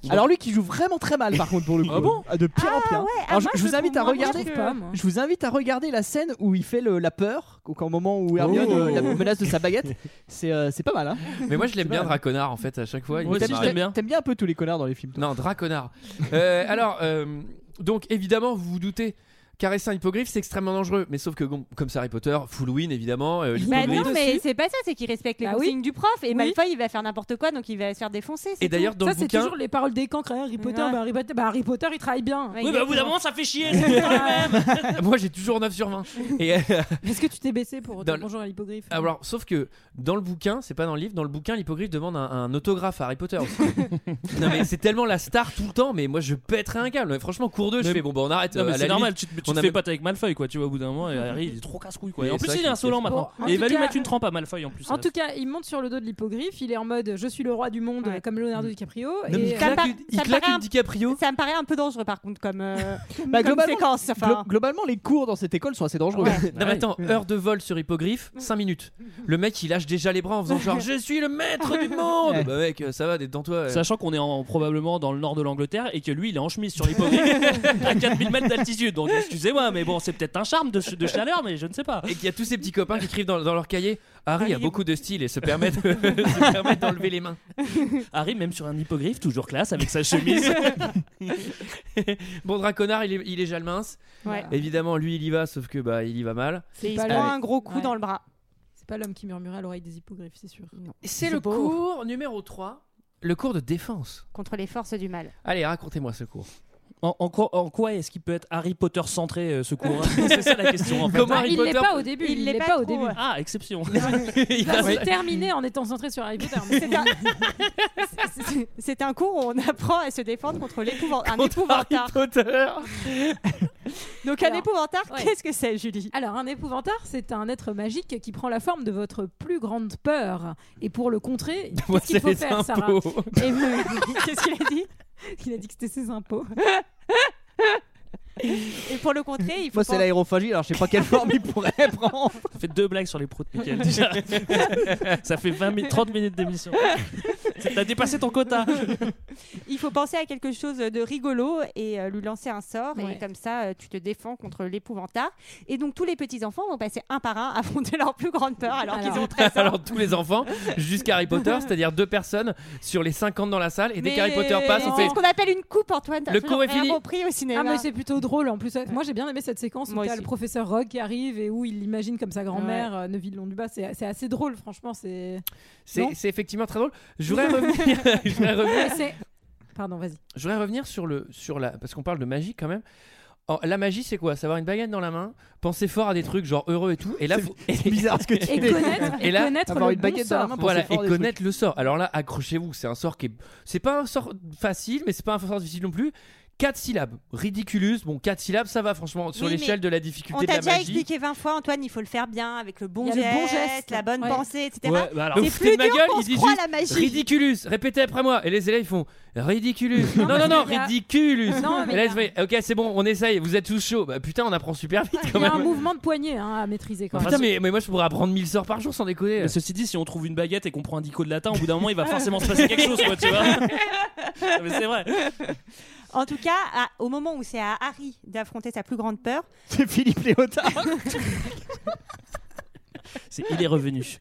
[SPEAKER 7] Alors lui qui joue vraiment très mal par contre pour le coup.
[SPEAKER 6] bon
[SPEAKER 7] Ah, De pire en pire. Alors, je,
[SPEAKER 6] moi,
[SPEAKER 7] je
[SPEAKER 6] je
[SPEAKER 7] vous invite
[SPEAKER 6] trouve
[SPEAKER 7] à
[SPEAKER 6] moins bien
[SPEAKER 7] regarder.
[SPEAKER 6] que- Je trouve pas, moi.
[SPEAKER 7] Je vous invite à regarder la scène où il fait le- la peur, au, au moment où Hermione
[SPEAKER 1] Oh.
[SPEAKER 7] euh, la menace de sa baguette. C'est euh, c'est pas mal. Hein.
[SPEAKER 1] Mais moi, je l'aime bien, Draconnard, en fait, à chaque fois. il me fait
[SPEAKER 7] T'aimes-
[SPEAKER 1] marrer.
[SPEAKER 7] t'aimes- T'aimes bien un peu tous les connards dans les films.
[SPEAKER 1] Non, Draconnard. Euh, alors, euh, donc évidemment, vous vous doutez. Caresser un hippogriffe, c'est extrêmement dangereux. Mais sauf que, bon, comme c'est Harry Potter, full win, évidemment. euh,
[SPEAKER 11] Bah
[SPEAKER 1] l'hippogriffe-
[SPEAKER 11] non, mais c'est pas ça, c'est qu'il respecte les
[SPEAKER 6] Bah oui.
[SPEAKER 11] consignes du prof. Et Malfoy, il va faire n'importe quoi, donc il va se faire défoncer. c'est
[SPEAKER 1] Et d'ailleurs,
[SPEAKER 11] tout.
[SPEAKER 1] dans
[SPEAKER 6] Ça,
[SPEAKER 1] le
[SPEAKER 6] c'est
[SPEAKER 1] bouquin-
[SPEAKER 6] toujours les paroles des cancres. hein, Harry Potter,
[SPEAKER 11] Ouais.
[SPEAKER 6] bah, Harry, Potter bah, Harry Potter, il travaille bien.
[SPEAKER 11] Oui, bah, au bout d'un moment,
[SPEAKER 3] ça fait chier.
[SPEAKER 1] *laughs* Moi, j'ai toujours 9 sur 20. Et, euh,
[SPEAKER 6] Est-ce que tu t'es baissé
[SPEAKER 1] Dans
[SPEAKER 6] pour dire
[SPEAKER 1] le- Ah,
[SPEAKER 6] bonjour à l'hippogriffe
[SPEAKER 1] alors, sauf que dans le bouquin, c'est pas dans le livre, dans le bouquin, l'hippogriffe demande un, un autographe à Harry Potter.
[SPEAKER 11] *laughs*
[SPEAKER 1] aussi. non, mais c'est tellement la star tout le temps, mais moi, je pèterais un câble. Mais franchement, cours 2, je
[SPEAKER 3] Mais-
[SPEAKER 1] fais bon, bah on arrête.
[SPEAKER 3] Non,
[SPEAKER 1] euh,
[SPEAKER 3] mais
[SPEAKER 1] à la
[SPEAKER 3] c'est normal,
[SPEAKER 1] limite,
[SPEAKER 3] tu, te- tu
[SPEAKER 1] on
[SPEAKER 3] te
[SPEAKER 1] a
[SPEAKER 3] fais
[SPEAKER 1] même-
[SPEAKER 3] pas avec Malfoy, quoi, tu vois, au bout d'un moment, et Harry, il est trop casse-couille, quoi. Et
[SPEAKER 1] Mais
[SPEAKER 3] en
[SPEAKER 1] c'est
[SPEAKER 3] plus,
[SPEAKER 1] vrai
[SPEAKER 3] il est
[SPEAKER 1] qu'il
[SPEAKER 3] insolent
[SPEAKER 1] est casse-couille.
[SPEAKER 3] maintenant.
[SPEAKER 6] Bon, en
[SPEAKER 3] et il
[SPEAKER 6] tout
[SPEAKER 3] va lui
[SPEAKER 6] cas-
[SPEAKER 3] mettre une trempe à Malfoy en plus.
[SPEAKER 6] En tout cas, il monte sur le dos de l'hippogriffe. Il est en mode je suis le roi du monde, euh, comme
[SPEAKER 1] Mm.
[SPEAKER 6] Leonardo DiCaprio.
[SPEAKER 1] Non, mais
[SPEAKER 6] et,
[SPEAKER 1] il
[SPEAKER 6] euh,
[SPEAKER 1] claque
[SPEAKER 11] par-
[SPEAKER 1] une- il
[SPEAKER 11] ça me
[SPEAKER 1] claque
[SPEAKER 11] paraît
[SPEAKER 1] une DiCaprio.
[SPEAKER 11] Ça me paraît un peu dangereux par contre comme, euh, comme-
[SPEAKER 7] Bah,
[SPEAKER 11] comme
[SPEAKER 7] globalement,
[SPEAKER 11] séquence. Enfin,
[SPEAKER 7] glo- globalement, les cours dans cette école sont assez dangereux.
[SPEAKER 1] Non, mais attends, heure de vol sur hippogriffe, 5 minutes. Le mec, il lâche déjà les bras en faisant genre Je suis le maître du monde Bah, mec, ça va, détends-toi. euh.
[SPEAKER 3] Sachant qu'on est en- probablement dans le nord de l'Angleterre et que lui il est en chemise sur *laughs* l'hippogriffe à 4000 mètres d'altitude. Donc excusez-moi, mais bon, c'est peut-être un charme de, ch- de chaleur, mais je ne sais pas.
[SPEAKER 1] Et qu'il y a tous ces petits copains qui écrivent dans, dans leur cahier Harry
[SPEAKER 3] Harry
[SPEAKER 1] a
[SPEAKER 3] est
[SPEAKER 1] beaucoup de style et se permet, de- *laughs* se permet d'enlever les mains.
[SPEAKER 3] Harry, même sur un hippogriffe, toujours classe avec sa chemise.
[SPEAKER 1] Bon, Draconnard, il est, il est déjà le mince.
[SPEAKER 11] Ouais.
[SPEAKER 1] Évidemment, lui, il y va, sauf que bah, il y va mal.
[SPEAKER 11] c'est- il
[SPEAKER 6] pas
[SPEAKER 11] se
[SPEAKER 6] le-
[SPEAKER 11] prend un gros coup
[SPEAKER 6] Ouais.
[SPEAKER 11] dans le bras.
[SPEAKER 6] C'est pas l'homme qui murmurait à l'oreille des hippogriffes, c'est sûr.
[SPEAKER 1] C'est le cours numéro 3, le cours de défense.
[SPEAKER 11] Contre les forces du mal.
[SPEAKER 1] Allez, racontez-moi ce cours.
[SPEAKER 3] *laughs* En, en quoi, en quoi est-ce qu'il peut être Harry Potter centré euh, ce cours *laughs* C'est ça la question. En fait.
[SPEAKER 6] Bah, il l'est pas au début.
[SPEAKER 11] il
[SPEAKER 6] Il
[SPEAKER 11] l'est
[SPEAKER 6] l'est
[SPEAKER 11] pas
[SPEAKER 6] pas au
[SPEAKER 11] trop, euh,
[SPEAKER 6] début.
[SPEAKER 11] ouais.
[SPEAKER 3] Ah, exception.
[SPEAKER 6] Il
[SPEAKER 3] *laughs* Il
[SPEAKER 6] va
[SPEAKER 3] a-
[SPEAKER 6] se terminer Bah, en étant centré sur Harry Potter. mais *laughs* bon.
[SPEAKER 11] C'est un *laughs* cours où on apprend à se défendre contre l'épouvant- un
[SPEAKER 6] Contre
[SPEAKER 11] épouvantard.
[SPEAKER 6] Harry
[SPEAKER 11] Donc un épouvantard, qu'est-ce que c'est, Julie
[SPEAKER 6] Alors, un épouvantard, c'est un être magique qui prend la forme de votre plus grande peur. Et pour le *laughs* contrer,
[SPEAKER 1] Moi,
[SPEAKER 6] qu'est-ce qu'il faut
[SPEAKER 1] c'est
[SPEAKER 6] faire,
[SPEAKER 1] les
[SPEAKER 6] Sarah
[SPEAKER 1] impôts.
[SPEAKER 6] Eh ben, *laughs* Qu'est-ce qu'il a dit Il a dit que c'était ses impôts.
[SPEAKER 11] Et pour le contrer, il faut.
[SPEAKER 7] Moi, c'est
[SPEAKER 11] pen-
[SPEAKER 7] l'aérophagie, alors je sais pas quelle forme il pourrait *laughs* prendre.
[SPEAKER 3] Ça fait deux blagues sur les proutes, Mickaël, *laughs* déjà. ça fait 20 mi- 30 minutes d'émission. C'est- T'as dépassé ton quota.
[SPEAKER 11] Il faut penser à quelque chose de rigolo et euh, lui lancer un sort.
[SPEAKER 6] Ouais.
[SPEAKER 11] Et comme ça, euh, tu te défends contre l'épouvantard. Et donc, tous les petits-enfants vont passer un par un à affronter leur plus grande peur alors, qu'ils ont 13 ans.
[SPEAKER 1] *laughs* Alors tous les enfants, jusqu'à Harry Potter, c'est-à-dire deux personnes sur les 50 dans la salle, et dès qu'Harry Potter passe, on
[SPEAKER 11] C'est
[SPEAKER 1] fait...
[SPEAKER 11] ce qu'on appelle une coupe, Antoine. T'as
[SPEAKER 1] Le
[SPEAKER 11] toujours
[SPEAKER 1] cours est
[SPEAKER 11] rien
[SPEAKER 1] fini.
[SPEAKER 11] compris au cinéma.
[SPEAKER 6] Ah, mais c'est plutôt drôle en plus. Moi, j'ai bien aimé cette séquence
[SPEAKER 11] Moi
[SPEAKER 6] où t'as
[SPEAKER 11] aussi.
[SPEAKER 6] le professeur Rogue qui arrive et où il imagine comme sa grand-mère euh, Neville Londuba. C'est c'est assez drôle, franchement. C'est.
[SPEAKER 1] C'est c'est effectivement très drôle. Je
[SPEAKER 6] *laughs*
[SPEAKER 1] voudrais revenir, *laughs* je voudrais
[SPEAKER 6] Mais
[SPEAKER 1] revenir,
[SPEAKER 6] c'est- Pardon, vas-y.
[SPEAKER 1] je voudrais revenir sur, le, sur la... Parce qu'on parle de magie quand même. Oh, la magie, c'est quoi Savoir une baguette dans la main, penser fort à des trucs genre heureux et tout. Et là, vous...
[SPEAKER 7] C'est bizarre ce que tu
[SPEAKER 6] *laughs* Et
[SPEAKER 7] dis.
[SPEAKER 6] connaître- *laughs* et connaître Avoir le une bon baguette dans la sort. main, penser
[SPEAKER 1] Voilà,
[SPEAKER 6] fort
[SPEAKER 1] et
[SPEAKER 6] à des
[SPEAKER 1] connaître le sort. Alors là, accrochez-vous, c'est un sort qui est. C'est pas un sort facile, mais c'est pas un sort difficile non plus. 4 syllabes. Ridiculous. Bon, 4 syllabes, ça va, franchement, sur
[SPEAKER 11] Oui,
[SPEAKER 1] l'échelle
[SPEAKER 11] mais
[SPEAKER 1] de la
[SPEAKER 11] On
[SPEAKER 1] difficulté de
[SPEAKER 11] t'a
[SPEAKER 1] la
[SPEAKER 11] déjà
[SPEAKER 1] magie.
[SPEAKER 11] expliqué 20 fois, Antoine, il faut le faire bien avec le bon,
[SPEAKER 6] Il y
[SPEAKER 11] geste,
[SPEAKER 6] a le bon geste,
[SPEAKER 11] la bonne
[SPEAKER 6] ouais.
[SPEAKER 11] pensée, etc.
[SPEAKER 1] Ouais, bah alors, vous
[SPEAKER 11] c'est
[SPEAKER 1] foutez de
[SPEAKER 11] plus
[SPEAKER 1] ma
[SPEAKER 11] dur
[SPEAKER 1] gueule,
[SPEAKER 11] qu'on
[SPEAKER 1] il
[SPEAKER 11] se
[SPEAKER 1] dit
[SPEAKER 11] croit à
[SPEAKER 1] juste
[SPEAKER 11] la
[SPEAKER 1] *laughs*
[SPEAKER 11] magie.
[SPEAKER 1] Ridiculous, répétez après moi. Et les élèves font Ridiculous. Non, non, non,
[SPEAKER 6] il y a-
[SPEAKER 1] ridiculous.
[SPEAKER 6] Non, mais
[SPEAKER 1] et là,
[SPEAKER 6] il y a-
[SPEAKER 1] ils font, ok, c'est bon, on essaye, vous êtes tous chauds. Bah putain, on apprend super vite quand
[SPEAKER 6] Il y a un
[SPEAKER 1] même.
[SPEAKER 6] mouvement de poignet hein, à maîtriser quand même.
[SPEAKER 1] Putain, mais, mais moi je pourrais apprendre 1000 sorts par jour sans déconner.
[SPEAKER 3] Mais ceci dit, si on trouve une baguette et qu'on prend un dico de latin, au bout d'un moment, il va forcément se passer quelque chose, quoi, tu vois. Non, mais c'est vrai.
[SPEAKER 11] En tout cas, à- au moment où c'est à Harry d'affronter sa plus grande peur,
[SPEAKER 7] C'est Philippe Léotard.
[SPEAKER 3] C'est- il est revenu.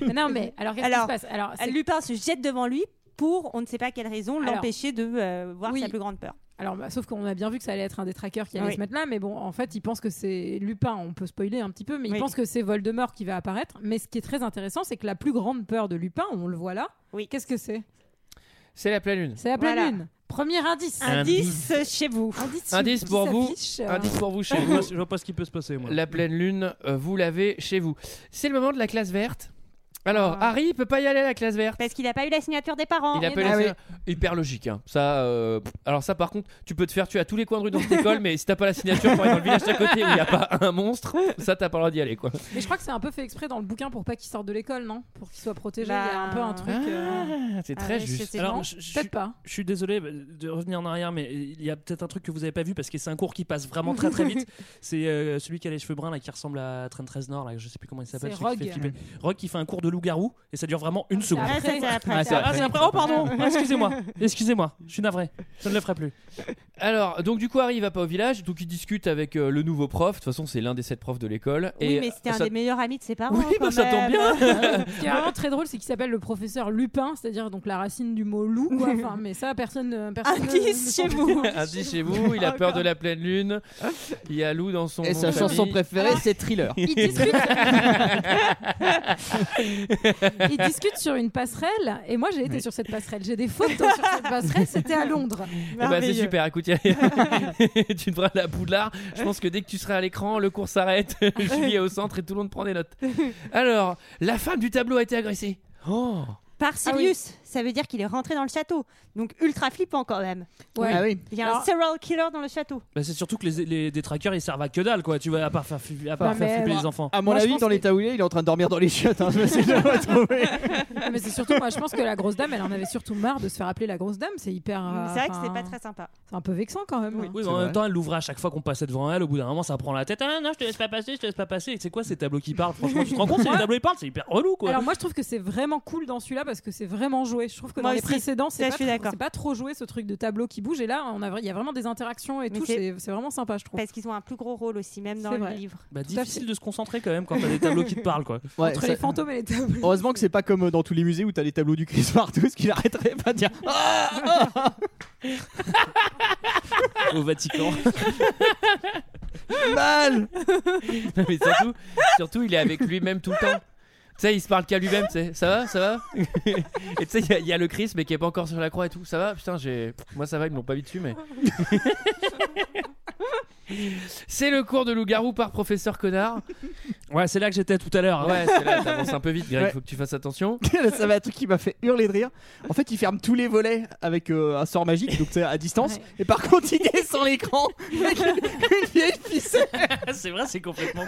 [SPEAKER 6] Mais Non, mais alors qu'est-ce qui se
[SPEAKER 11] alors,
[SPEAKER 6] passe Alors, c'est-
[SPEAKER 11] Lupin se jette devant lui pour, on ne sait pas quelle raison,
[SPEAKER 6] Alors,
[SPEAKER 11] l'empêcher de euh, voir
[SPEAKER 6] oui.
[SPEAKER 11] sa plus grande peur.
[SPEAKER 6] Alors, bah, sauf qu'on a bien vu que ça allait être un des trackers qui allait
[SPEAKER 11] Oui.
[SPEAKER 6] se mettre là, mais bon, en fait, il pense que c'est Lupin, on peut spoiler un petit peu, mais
[SPEAKER 11] Oui.
[SPEAKER 6] il pense que c'est Voldemort qui va apparaître. Mais ce qui est très intéressant, c'est que la plus grande peur de Lupin, on le voit là,
[SPEAKER 11] Oui.
[SPEAKER 6] qu'est-ce que c'est
[SPEAKER 1] C'est la pleine lune.
[SPEAKER 6] C'est la pleine
[SPEAKER 11] Voilà.
[SPEAKER 6] lune. Premier indice.
[SPEAKER 11] Indice chez vous.
[SPEAKER 6] Indice,
[SPEAKER 1] Indice
[SPEAKER 6] qui
[SPEAKER 1] pour vous.
[SPEAKER 6] s'affiche, euh,
[SPEAKER 1] Indice pour vous chez
[SPEAKER 3] Je
[SPEAKER 1] vous.
[SPEAKER 3] vois, je vois pas ce qui peut se passer, moi.
[SPEAKER 1] *laughs* La pleine lune, euh, vous l'avez chez vous. C'est le moment de la classe verte. Alors, Harry, il peut pas y aller à la classe verte.
[SPEAKER 11] Parce qu'il n'a pas eu la signature des parents.
[SPEAKER 1] Il appelle
[SPEAKER 6] Ah
[SPEAKER 1] ça
[SPEAKER 6] oui.
[SPEAKER 1] hyper logique. hein. Ça, euh, pff, alors ça, par contre, tu peux te faire tuer à tous les coins de rue dans cette école, mais si t'as pas la signature pour aller dans le village d'à côté où il y a pas un monstre, ça t'as pas le droit d'y aller, quoi.
[SPEAKER 6] Mais je crois que c'est un peu fait exprès dans le bouquin pour pas qu'il sorte de l'école, non Pour qu'il soit protégé.
[SPEAKER 11] Bah,
[SPEAKER 6] Il y a un peu un truc. euh,
[SPEAKER 1] c'est
[SPEAKER 11] Ah
[SPEAKER 1] très
[SPEAKER 11] ouais,
[SPEAKER 1] juste.
[SPEAKER 11] c'était
[SPEAKER 3] Alors,
[SPEAKER 11] bon.
[SPEAKER 3] je, je suis-
[SPEAKER 6] Peut-être pas.
[SPEAKER 3] je suis désolé bah, de revenir en arrière, mais il y a peut-être un truc que vous avez pas vu parce que c'est un cours qui passe vraiment très très vite. c'est euh, celui qui a les cheveux bruns là, qui ressemble à Trent Reznor, là, je sais plus comment il s'appelle.
[SPEAKER 6] C'est
[SPEAKER 3] celui qui
[SPEAKER 6] Rogue.
[SPEAKER 3] fait flipper. Rogue qui fait un cours de loup-garou et ça dure vraiment une seconde.
[SPEAKER 11] Ah, ça, c'est après.
[SPEAKER 7] Ah, c'est
[SPEAKER 3] Ah, c'est après. Oh, pardon.
[SPEAKER 7] *laughs*
[SPEAKER 3] Ah, Excusez-moi. Excusez-moi. Je suis navré. Je ne le ferai plus.
[SPEAKER 1] Alors, donc du coup, Harry il va pas au village, donc il discute avec euh, le nouveau prof. De toute façon, c'est l'un des sept profs de l'école.
[SPEAKER 11] Oui,
[SPEAKER 1] Et,
[SPEAKER 11] mais c'était
[SPEAKER 1] euh,
[SPEAKER 11] un
[SPEAKER 1] ça-
[SPEAKER 11] des meilleurs amis de ses parents.
[SPEAKER 1] *laughs* Oui, bah,
[SPEAKER 11] quand
[SPEAKER 1] ça tombe
[SPEAKER 11] même.
[SPEAKER 1] bien.
[SPEAKER 11] *laughs*
[SPEAKER 6] Ce qui est vraiment très drôle, c'est qu'il s'appelle le professeur Lupin, c'est-à-dire donc la racine du mot loup.
[SPEAKER 11] *laughs*
[SPEAKER 6] quoi. Enfin, mais ça, personne. ne- personne ne-
[SPEAKER 11] Indice
[SPEAKER 6] ne-
[SPEAKER 11] chez vous.
[SPEAKER 1] Indice Ah, chez vous, il a peur de la pleine lune. Il y a loup dans son.
[SPEAKER 7] Et
[SPEAKER 1] nom
[SPEAKER 7] sa
[SPEAKER 1] de
[SPEAKER 7] chanson
[SPEAKER 1] famille.
[SPEAKER 7] préférée,
[SPEAKER 6] Ah.
[SPEAKER 7] c'est Thriller.
[SPEAKER 11] *laughs*
[SPEAKER 6] Ils discutent. Ils discutent sur une passerelle et moi j'ai été sur cette passerelle. J'ai des photos sur cette passerelle. C'était à Londres.
[SPEAKER 1] Eh ben, c'est super, écoute, y a- *laughs* tu devras aller à Poudlard. Je pense que dès que tu seras à l'écran, le cours s'arrête. *laughs* Julie est au centre et tout le monde prend des notes. Alors, la femme du tableau a été agressée. Oh
[SPEAKER 11] Par Sirius, ça veut dire qu'il est rentré dans le château. Donc ultra flippant quand même.
[SPEAKER 6] Ouais.
[SPEAKER 7] Ah oui.
[SPEAKER 11] Il y a un
[SPEAKER 6] Alors-
[SPEAKER 11] serial killer dans le château.
[SPEAKER 3] Bah, c'est surtout que les, les détraqueurs ils servent à que dalle quoi. Tu vois à part faire, flipper- à part
[SPEAKER 6] Non,
[SPEAKER 3] faire
[SPEAKER 6] mais
[SPEAKER 3] flipper
[SPEAKER 6] moi-
[SPEAKER 3] les enfants.
[SPEAKER 7] À mon
[SPEAKER 6] Moi, je
[SPEAKER 7] avis,
[SPEAKER 6] pense
[SPEAKER 7] dans
[SPEAKER 6] que-
[SPEAKER 7] les taoulés, il est en train de dormir dans les chiottes. Hein. *laughs* Je sais jamais trouvé.
[SPEAKER 6] Mais c'est surtout moi je pense que la grosse dame, elle en avait surtout marre de se faire appeler la grosse dame. C'est hyper. euh,
[SPEAKER 11] c'est vrai que c'est
[SPEAKER 6] enfin,
[SPEAKER 11] pas très sympa.
[SPEAKER 6] C'est un peu vexant quand même. hein.
[SPEAKER 3] Oui, mais
[SPEAKER 7] C'est
[SPEAKER 3] en même
[SPEAKER 7] vrai.
[SPEAKER 3] temps, elle l'ouvrait à chaque fois qu'on passait devant elle. Au bout d'un moment, ça prend la tête. Ah non, je te laisse pas passer, je te laisse pas passer. Et c'est quoi ces tableaux qui parlent Franchement, tu te rends compte, c'est les tableaux qui parlent, c'est hyper relou quoi.
[SPEAKER 6] Alors moi je trouve que c'est vraiment cool dans celui-là parce que c'est vraiment joué. Je trouve que dans
[SPEAKER 11] Moi
[SPEAKER 6] les
[SPEAKER 11] aussi.
[SPEAKER 6] précédents
[SPEAKER 11] Là,
[SPEAKER 6] c'est
[SPEAKER 11] je
[SPEAKER 6] pas,
[SPEAKER 11] suis
[SPEAKER 6] trop-
[SPEAKER 11] d'accord.
[SPEAKER 6] c'est pas trop joué ce truc de tableau qui bouge et là on a vra- il y a vraiment des interactions et
[SPEAKER 11] Mais
[SPEAKER 6] tout. C'est
[SPEAKER 11] c'est-
[SPEAKER 6] c'est vraiment sympa je trouve.
[SPEAKER 11] Parce qu'ils ont un plus gros rôle aussi, même dans
[SPEAKER 6] C'est
[SPEAKER 11] le
[SPEAKER 6] vrai.
[SPEAKER 11] livre.
[SPEAKER 3] Bah,
[SPEAKER 6] tout à
[SPEAKER 3] difficile de se concentrer quand même quand t'as des tableaux qui te
[SPEAKER 7] *laughs*
[SPEAKER 3] parlent quoi.
[SPEAKER 7] Ouais,
[SPEAKER 6] Entre
[SPEAKER 7] ça-
[SPEAKER 6] les fantômes et les tableaux.
[SPEAKER 7] Heureusement que c'est pas comme euh, dans tous les musées où t'as les tableaux du Christ partout, parce qu'il arrêterait pas de dire Ah, ah, *laughs*
[SPEAKER 3] Au Vatican.
[SPEAKER 7] mal
[SPEAKER 1] *laughs* Non, mais surtout, surtout, il est avec lui-même tout le temps. sais, il se parle qu'à lui-même, tu sais. Ça va, ça va
[SPEAKER 3] *laughs*
[SPEAKER 1] Et tu sais, il y a- il y, a le Chris, mais qui est pas encore sur la croix et tout. Ça va Putain, j'ai. Moi, ça va, ils me l'ont pas mis dessus,
[SPEAKER 3] *laughs*
[SPEAKER 1] mais. c'est le cours de loup-garou par professeur connard.
[SPEAKER 3] Ouais, c'est là que j'étais tout à l'heure. hein.
[SPEAKER 1] Ouais, c'est là, t'avances un peu vite, Greg,
[SPEAKER 7] Ouais.
[SPEAKER 1] faut que tu fasses
[SPEAKER 3] *laughs*
[SPEAKER 1] attention.
[SPEAKER 7] *laughs* ça va un truc qui m'a fait hurler de rire. En fait, il ferme tous les volets avec euh, un sort magique, donc c'est à distance. Et par contre, il descend *laughs* l'écran avec une une vieille ficelle.
[SPEAKER 3] c'est vrai, c'est *laughs* complètement.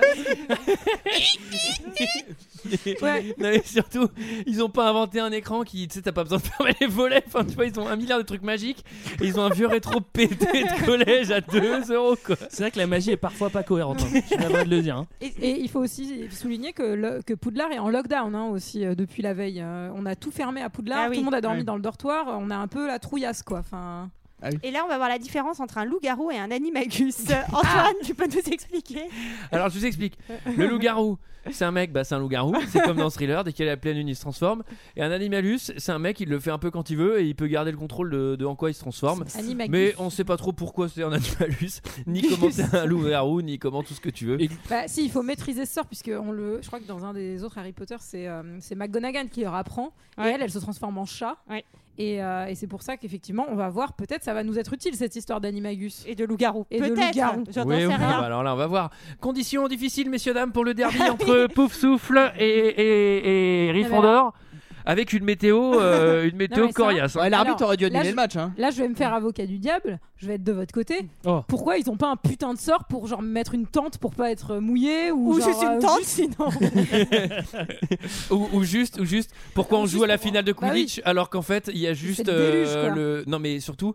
[SPEAKER 1] non, mais surtout, ils ont pas inventé un écran qui, tu sais, t'as pas besoin de fermer les volets. Enfin, tu vois, ils ont un milliard de trucs magiques et ils ont un vieux rétro pété de collège à 2 euros, quoi.
[SPEAKER 3] C'est vrai que la magie est parfois pas cohérente. hein. Je suis navré de le dire. hein.
[SPEAKER 6] Et, et il faut aussi souligner que, le- que Poudlard est en lockdown hein, aussi euh, depuis la veille. Euh, on a tout fermé à Poudlard,
[SPEAKER 11] Ah oui.
[SPEAKER 6] tout le monde a dormi
[SPEAKER 11] Ouais.
[SPEAKER 6] dans le dortoir, on a un peu la trouillasse quoi. Enfin,
[SPEAKER 11] Et là, on va voir la différence entre un loup-garou et un animagus. Euh, Antoine, tu peux nous expliquer
[SPEAKER 1] Alors je vous explique. Le loup-garou, c'est un mec, bah c'est un loup-garou. C'est comme dans Thriller, dès qu'il est à pleine lune, il se transforme. Et un animalus, c'est un mec, il le fait un peu quand il veut et il peut garder le contrôle de, de en quoi il se transforme.
[SPEAKER 6] Animagus.
[SPEAKER 1] Mais on sait pas trop pourquoi c'est un animalus, *laughs* ni comment c'est un loup-garou, ni comment tout ce que tu veux.
[SPEAKER 6] bah, si, il faut maîtriser ce sort puisque on le, je crois que dans un des autres Harry Potter, c'est euh, c'est McGonagall qui leur apprend. Et elle, elle se transforme en chat. Et, euh, et c'est pour ça qu'effectivement, on va voir. Peut-être, ça va nous être utile cette histoire d'animagus
[SPEAKER 11] et de loup-garou.
[SPEAKER 6] Et de
[SPEAKER 11] Peut-être,
[SPEAKER 6] loup-garou.
[SPEAKER 11] j'entends
[SPEAKER 1] Oui, oui, bah alors là, on va voir. Conditions difficiles, messieurs, dames, pour le derby
[SPEAKER 6] Ah,
[SPEAKER 1] entre Pouf Souffle et, et, et Riffondor. Avec une météo, euh, une météo
[SPEAKER 6] *laughs* Non, mais ça-
[SPEAKER 1] coriace. hein.
[SPEAKER 6] Alors, là, je-
[SPEAKER 7] hein.
[SPEAKER 6] Là, je vais me faire avocat du diable, je vais être de votre côté.
[SPEAKER 1] Oh.
[SPEAKER 6] Pourquoi ils ont pas un putain de sort pour genre mettre une tente pour pas être mouillé ou,
[SPEAKER 11] Ou
[SPEAKER 6] genre,
[SPEAKER 11] juste une
[SPEAKER 6] euh,
[SPEAKER 11] tente,
[SPEAKER 6] juste-
[SPEAKER 1] ou, ou juste, Ah, ou juste, Bah pourquoi on joue à la finale de Quidditch alors qu'en fait il y a juste euh,
[SPEAKER 6] le déluge, quoi.
[SPEAKER 1] le. Non mais surtout,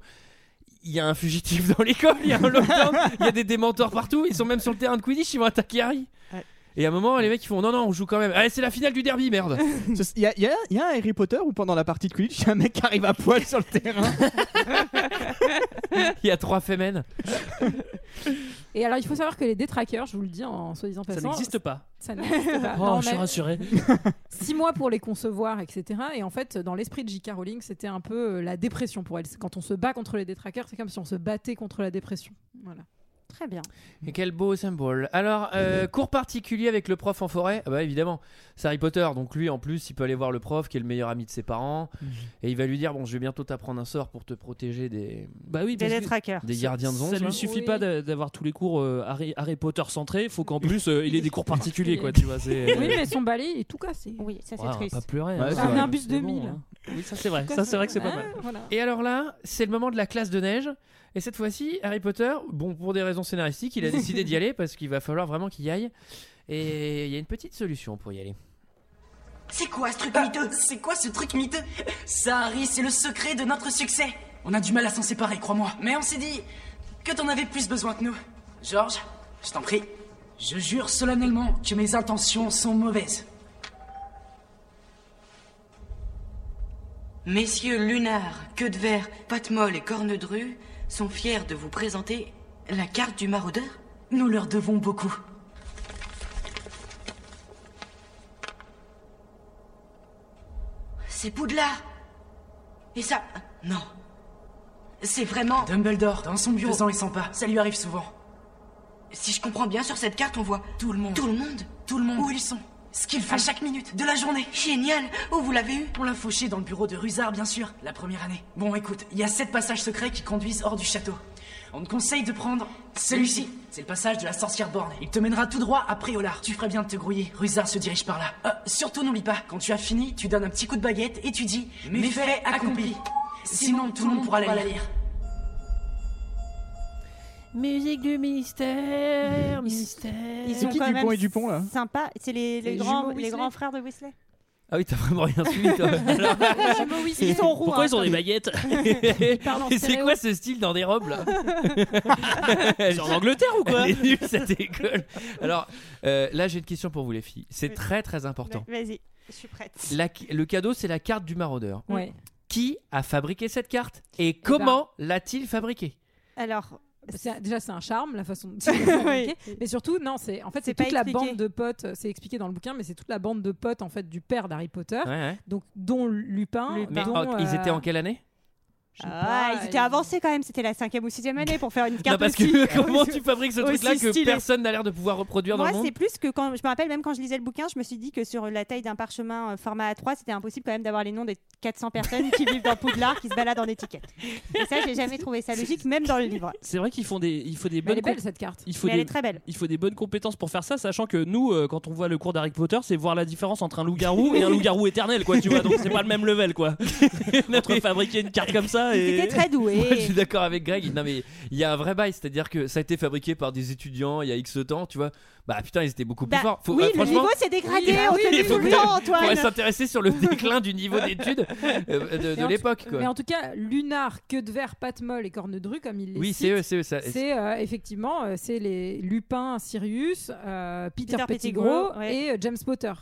[SPEAKER 1] il y a un fugitif dans l'école, il y a un lockdown, il y a des démenteurs partout, ils sont même sur le terrain de Quidditch, ils vont attaquer Harry. Et à un moment, les mecs ils font non, non, on joue quand même. Allez, c'est la finale du derby, *laughs* merde!
[SPEAKER 7] Il y, a- il y a- il y a un Harry Potter où pendant la partie de Quidditch, il y a un mec qui arrive à poil sur le *laughs* terrain.
[SPEAKER 1] Il y a trois femmes.
[SPEAKER 6] Et alors, il faut savoir que les détraqueurs, je vous le dis en soi-disant
[SPEAKER 3] Ça
[SPEAKER 6] passant.
[SPEAKER 3] n'existe pas.
[SPEAKER 6] Ça n'existe pas.
[SPEAKER 3] *laughs*
[SPEAKER 11] Ah
[SPEAKER 3] Oh,
[SPEAKER 6] Non, on
[SPEAKER 3] je suis
[SPEAKER 6] a-
[SPEAKER 3] rassuré.
[SPEAKER 6] Six mois pour les concevoir, etc. Et en fait, dans l'esprit de J.K. Rowling, c'était un peu euh, la dépression pour elle. C'est Quand on se bat contre les détraqueurs, c'est comme si on se battait contre la dépression. Voilà.
[SPEAKER 11] Très bien.
[SPEAKER 1] Et quel beau symbole. Alors, euh, cours particulier avec le prof en forêt Ah Bah évidemment, c'est Harry Potter, donc lui en plus, il peut aller voir le prof qui est le meilleur ami de ses parents,
[SPEAKER 3] Mhm.
[SPEAKER 1] et il va lui dire, bon, je vais bientôt t'apprendre un sort pour te protéger des...
[SPEAKER 3] Bah oui,
[SPEAKER 1] parce que-
[SPEAKER 11] détraqueurs.
[SPEAKER 1] Des gardiens de zone.
[SPEAKER 3] Ça lui suffit pas d'a- d'avoir tous les cours euh, Harry, Harry Potter centrés. Faut qu'en plus euh, il ait des cours particuliers, quoi. Tu vois, c'est. euh,
[SPEAKER 6] Oui, mais son balai est tout cassé.
[SPEAKER 11] Oui, ça
[SPEAKER 3] Ouais, on va pas pleurer.
[SPEAKER 6] Ouais,
[SPEAKER 3] hein.
[SPEAKER 6] c'est Un vrai. imbus de
[SPEAKER 3] C'est bon,
[SPEAKER 6] mille.
[SPEAKER 3] hein. Oui, ça c'est vrai. Ça c'est vrai que c'est
[SPEAKER 11] Ah.
[SPEAKER 3] pas mal.
[SPEAKER 1] Et alors là, c'est le moment de la classe de neige. Et cette fois-ci, Harry Potter, bon, pour des raisons scénaristiques, il a décidé d'y aller parce qu'il va falloir vraiment qu'il y aille. Et il y a une petite solution pour y aller.
[SPEAKER 2] C'est quoi ce truc miteux Ah, C'est quoi ce truc miteux Ça, Harry, c'est le secret de notre succès. On a du mal à s'en séparer, crois-moi. Mais on s'est dit que t'en avais plus besoin que nous. Georges, je t'en prie. Je jure solennellement que mes intentions sont mauvaises.
[SPEAKER 14] Messieurs Lunar, Queue de Verre, Patmol et Cornedru sont fiers de vous présenter la carte du maraudeur. Nous leur devons beaucoup.
[SPEAKER 2] C'est Poudlard Et ça...
[SPEAKER 14] Non. C'est vraiment...
[SPEAKER 2] Dumbledore, dans son bureau.
[SPEAKER 14] Faisant
[SPEAKER 2] et sans pas, ça lui arrive souvent.
[SPEAKER 14] Si je comprends bien sur cette carte, on voit tout le monde. Tout le monde Tout le monde. Où ils sont Ce qu'ils font.
[SPEAKER 2] À chaque minute de la journée. Génial
[SPEAKER 14] Oh,
[SPEAKER 2] Où vous l'avez eu On l'a fauché dans le bureau de Ruzard, bien sûr, la première année. Bon, écoute, il y a sept passages secrets qui conduisent hors du château. On te conseille de prendre celui-ci. C'est le passage de la sorcière borne. Il te mènera tout droit à Préolard. Tu ferais bien de te grouiller. Ruzard se dirige par là. Euh, surtout n'oublie pas, quand tu as fini, tu donnes un petit coup de baguette et tu dis « Méfait accompli ». Sinon, tout le monde pourra la lire.
[SPEAKER 1] Musique du mystère, mystère.
[SPEAKER 11] Ils
[SPEAKER 7] C'est
[SPEAKER 11] sont
[SPEAKER 7] qui
[SPEAKER 11] quand
[SPEAKER 7] Dupont
[SPEAKER 11] même
[SPEAKER 7] et Dupont, là
[SPEAKER 11] Sympa, c'est les, les
[SPEAKER 1] Les
[SPEAKER 11] grands,
[SPEAKER 1] jumeaux
[SPEAKER 11] les
[SPEAKER 1] Weasley.
[SPEAKER 11] grands frères de Weasley.
[SPEAKER 1] Ah oui, t'as vraiment rien suivi, *laughs* toi. Alors-
[SPEAKER 11] Ils sont roux.
[SPEAKER 3] Pourquoi
[SPEAKER 11] hein,
[SPEAKER 3] ils ont des
[SPEAKER 11] *laughs*
[SPEAKER 3] baguettes
[SPEAKER 11] parlent en
[SPEAKER 1] Et c'est quoi ce style dans des robes là C'est
[SPEAKER 3] en Angleterre ou quoi
[SPEAKER 1] Elle est nulle, cette école. Alors euh, là, j'ai une question pour vous les filles. C'est très très important.
[SPEAKER 11] Vas-y, je suis prête.
[SPEAKER 1] La- le cadeau, c'est la carte du maraudeur.
[SPEAKER 11] Ouais.
[SPEAKER 1] Qui a fabriqué cette carte
[SPEAKER 6] Eh ben.
[SPEAKER 1] et comment l'a-t-il fabriquée
[SPEAKER 11] Alors,
[SPEAKER 6] c'est- déjà c'est un charme la façon de communiquer. mais surtout non, c'est en fait c'est
[SPEAKER 11] pas
[SPEAKER 6] toute la
[SPEAKER 11] expliqué.
[SPEAKER 6] bande de potes, euh, c'est expliqué dans le bouquin mais c'est toute la bande de potes en fait du père d'Harry Potter.
[SPEAKER 1] Ouais, ouais.
[SPEAKER 6] Donc dont Lupin,
[SPEAKER 1] Mais
[SPEAKER 6] dont,
[SPEAKER 1] en- ils
[SPEAKER 6] Ah. euh,
[SPEAKER 1] étaient en quelle année
[SPEAKER 11] Ah, ils étaient avancés quand même, c'était la cinquième ou sixième année pour faire une carte.
[SPEAKER 1] Non, parce
[SPEAKER 11] aussi-
[SPEAKER 6] Ah
[SPEAKER 1] que *laughs*
[SPEAKER 11] *laughs*
[SPEAKER 1] comment tu fabriques ce
[SPEAKER 11] aussi
[SPEAKER 1] truc-là que
[SPEAKER 11] stylée.
[SPEAKER 1] personne n'a l'air de pouvoir reproduire
[SPEAKER 11] Moi,
[SPEAKER 1] dans le monde
[SPEAKER 11] c'est plus que quand je me rappelle même quand je lisais le bouquin, je me suis dit que sur la taille d'un parchemin euh, format A3, c'était impossible quand même d'avoir les noms des 400 personnes qui vivent dans Poudlard qui se baladent en étiquette. Et ça, j'ai jamais trouvé ça logique, même dans le livre.
[SPEAKER 3] C'est vrai qu'ils font des, il faut des
[SPEAKER 11] Mais
[SPEAKER 3] bonnes.
[SPEAKER 11] elle est belle,
[SPEAKER 3] comp-
[SPEAKER 11] cette carte.
[SPEAKER 3] Il faut
[SPEAKER 11] Mais
[SPEAKER 3] des,
[SPEAKER 11] elle est très belle.
[SPEAKER 3] Il faut des bonnes compétences pour faire ça, sachant que nous, euh, quand on voit le cours d'Harry Potter, c'est voir la différence entre un loup-garou et un loup-garou éternel, quoi. Tu vois, donc c'est pas le même level,
[SPEAKER 11] *laughs*
[SPEAKER 3] quoi. entre fabriquer une carte comme ça et.
[SPEAKER 11] était très
[SPEAKER 1] *laughs*
[SPEAKER 11] doué.
[SPEAKER 1] Moi, je suis d'accord avec Greg. Non, mais il y a un vrai bail, c'est-à-dire que ça a été fabriqué par des étudiants il y a X temps, tu vois. Bah putain, ils étaient beaucoup
[SPEAKER 11] Bah,
[SPEAKER 1] plus forts.
[SPEAKER 11] oui,
[SPEAKER 1] bah,
[SPEAKER 11] le
[SPEAKER 1] franchement-
[SPEAKER 11] niveau s'est dégradé,
[SPEAKER 1] Oui,
[SPEAKER 11] on
[SPEAKER 1] oui,
[SPEAKER 11] te le dit
[SPEAKER 1] il faut
[SPEAKER 11] tout le
[SPEAKER 1] que-
[SPEAKER 11] temps, Antoine.
[SPEAKER 1] faudrait s'intéresser
[SPEAKER 6] *laughs*
[SPEAKER 1] sur le déclin du niveau d'études euh, de,
[SPEAKER 6] Mais
[SPEAKER 1] de
[SPEAKER 6] en tout-
[SPEAKER 1] l'époque, quoi.
[SPEAKER 6] Mais en tout cas, Lunar, Queue de Verre, Patmol et Cornedru, comme il les
[SPEAKER 1] Oui,
[SPEAKER 6] cite,
[SPEAKER 1] c'est eux, c'est eux, ça-
[SPEAKER 6] C'est euh, effectivement, euh, c'est les Lupin, Sirius, euh, Peter,
[SPEAKER 11] Peter
[SPEAKER 6] Pettigrew,
[SPEAKER 11] Pettigrew, ouais.
[SPEAKER 6] et euh, James Potter.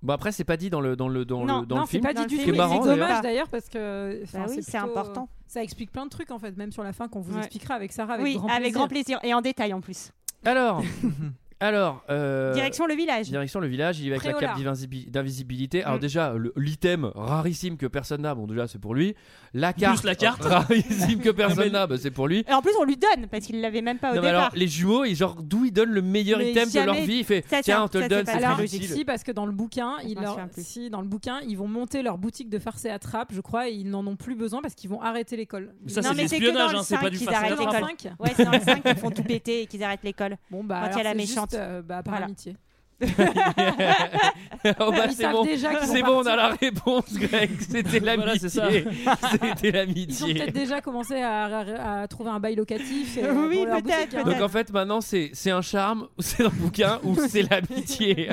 [SPEAKER 1] Bon après, c'est pas dit dans le dans le dans
[SPEAKER 6] non,
[SPEAKER 1] le dans
[SPEAKER 6] non,
[SPEAKER 1] le
[SPEAKER 6] c'est
[SPEAKER 1] film.
[SPEAKER 6] pas dit du
[SPEAKER 1] Ce
[SPEAKER 6] tout.
[SPEAKER 1] qui est marrant,
[SPEAKER 6] C'est
[SPEAKER 1] d'ailleurs.
[SPEAKER 6] dommage d'ailleurs parce que enfin,
[SPEAKER 11] Bah oui, c'est
[SPEAKER 6] plutôt-
[SPEAKER 11] important.
[SPEAKER 6] Ça explique plein de trucs en fait, même sur la fin qu'on vous
[SPEAKER 11] Ouais.
[SPEAKER 6] expliquera avec Sarah hein. avec
[SPEAKER 11] oui,
[SPEAKER 6] grand
[SPEAKER 11] avec grand plaisir et en détail en plus.
[SPEAKER 6] *laughs*
[SPEAKER 1] Alors, alors. euh,
[SPEAKER 11] Direction le village.
[SPEAKER 1] Direction le village, il va avec la
[SPEAKER 11] Préolard.
[SPEAKER 1] cape d'invisibi- d'invisibilité. Alors
[SPEAKER 11] Mm.
[SPEAKER 1] déjà, le- l'item rarissime que personne n'a, bon déjà c'est pour lui. La carte,
[SPEAKER 3] la carte.
[SPEAKER 1] rarissime
[SPEAKER 11] *laughs*
[SPEAKER 1] que personne n'a, bah, c'est pour lui.
[SPEAKER 11] Et en plus, on lui donne parce qu'il l'avait même pas Ah, au
[SPEAKER 1] Non, mais
[SPEAKER 11] départ.
[SPEAKER 1] alors les jumeaux, ils genre d'où ils donnent le meilleur
[SPEAKER 11] Mais
[SPEAKER 1] item de leur
[SPEAKER 11] jamais-
[SPEAKER 1] vie, il fait
[SPEAKER 11] Ça, c'est
[SPEAKER 1] tiens
[SPEAKER 11] un-
[SPEAKER 1] on te
[SPEAKER 11] ça,
[SPEAKER 1] le
[SPEAKER 11] c'est
[SPEAKER 1] donne,
[SPEAKER 11] pas
[SPEAKER 1] c'est
[SPEAKER 11] la
[SPEAKER 1] plus
[SPEAKER 11] logique.
[SPEAKER 1] utile.
[SPEAKER 11] *laughs*
[SPEAKER 6] Si, parce que dans le bouquin, ils
[SPEAKER 11] m'en
[SPEAKER 6] leur-
[SPEAKER 11] souviens plus.
[SPEAKER 6] si, dans le bouquin, ils vont monter leur boutique de farce et attrape, je crois, et ils n'en ont plus besoin parce qu'ils vont arrêter l'école.
[SPEAKER 3] ça,
[SPEAKER 11] non,
[SPEAKER 3] c'est de
[SPEAKER 11] mais c'est que
[SPEAKER 3] l'espionnage,
[SPEAKER 11] dans le
[SPEAKER 3] hein, c'est
[SPEAKER 11] 5
[SPEAKER 3] pas du
[SPEAKER 11] qu'ils
[SPEAKER 3] farce et
[SPEAKER 11] arrêtent
[SPEAKER 3] attrape.
[SPEAKER 11] l'école.
[SPEAKER 6] Cinq.
[SPEAKER 11] Ouais, c'est dans le 5 qu'ils font tout péter et qu'ils arrêtent l'école.
[SPEAKER 6] Bon, bah,
[SPEAKER 11] quand il y a
[SPEAKER 6] alors,
[SPEAKER 11] la
[SPEAKER 6] c'est
[SPEAKER 11] méchante.
[SPEAKER 6] juste, euh, bah, par
[SPEAKER 11] Voilà.
[SPEAKER 6] amitié.
[SPEAKER 1] Oh, bah,
[SPEAKER 6] Ils
[SPEAKER 1] c'est
[SPEAKER 6] savent
[SPEAKER 1] bon,
[SPEAKER 6] déjà qu'ils vont
[SPEAKER 1] c'est bon, on a
[SPEAKER 6] partir.
[SPEAKER 1] la réponse, *laughs* Greg. C'était
[SPEAKER 3] Voilà, c'est
[SPEAKER 1] l'amitié.
[SPEAKER 3] ça.
[SPEAKER 1] *laughs* C'était
[SPEAKER 6] Ils ont
[SPEAKER 1] l'amitié.
[SPEAKER 6] peut-être déjà commencé à, à- à trouver un bail locatif. Et,
[SPEAKER 11] Oui,
[SPEAKER 6] pour leur
[SPEAKER 11] peut-être,
[SPEAKER 6] boutique, hein.
[SPEAKER 1] Donc en fait maintenant c'est c'est un charme, ou c'est dans le bouquin ou c'est
[SPEAKER 11] *laughs*
[SPEAKER 1] l'amitié.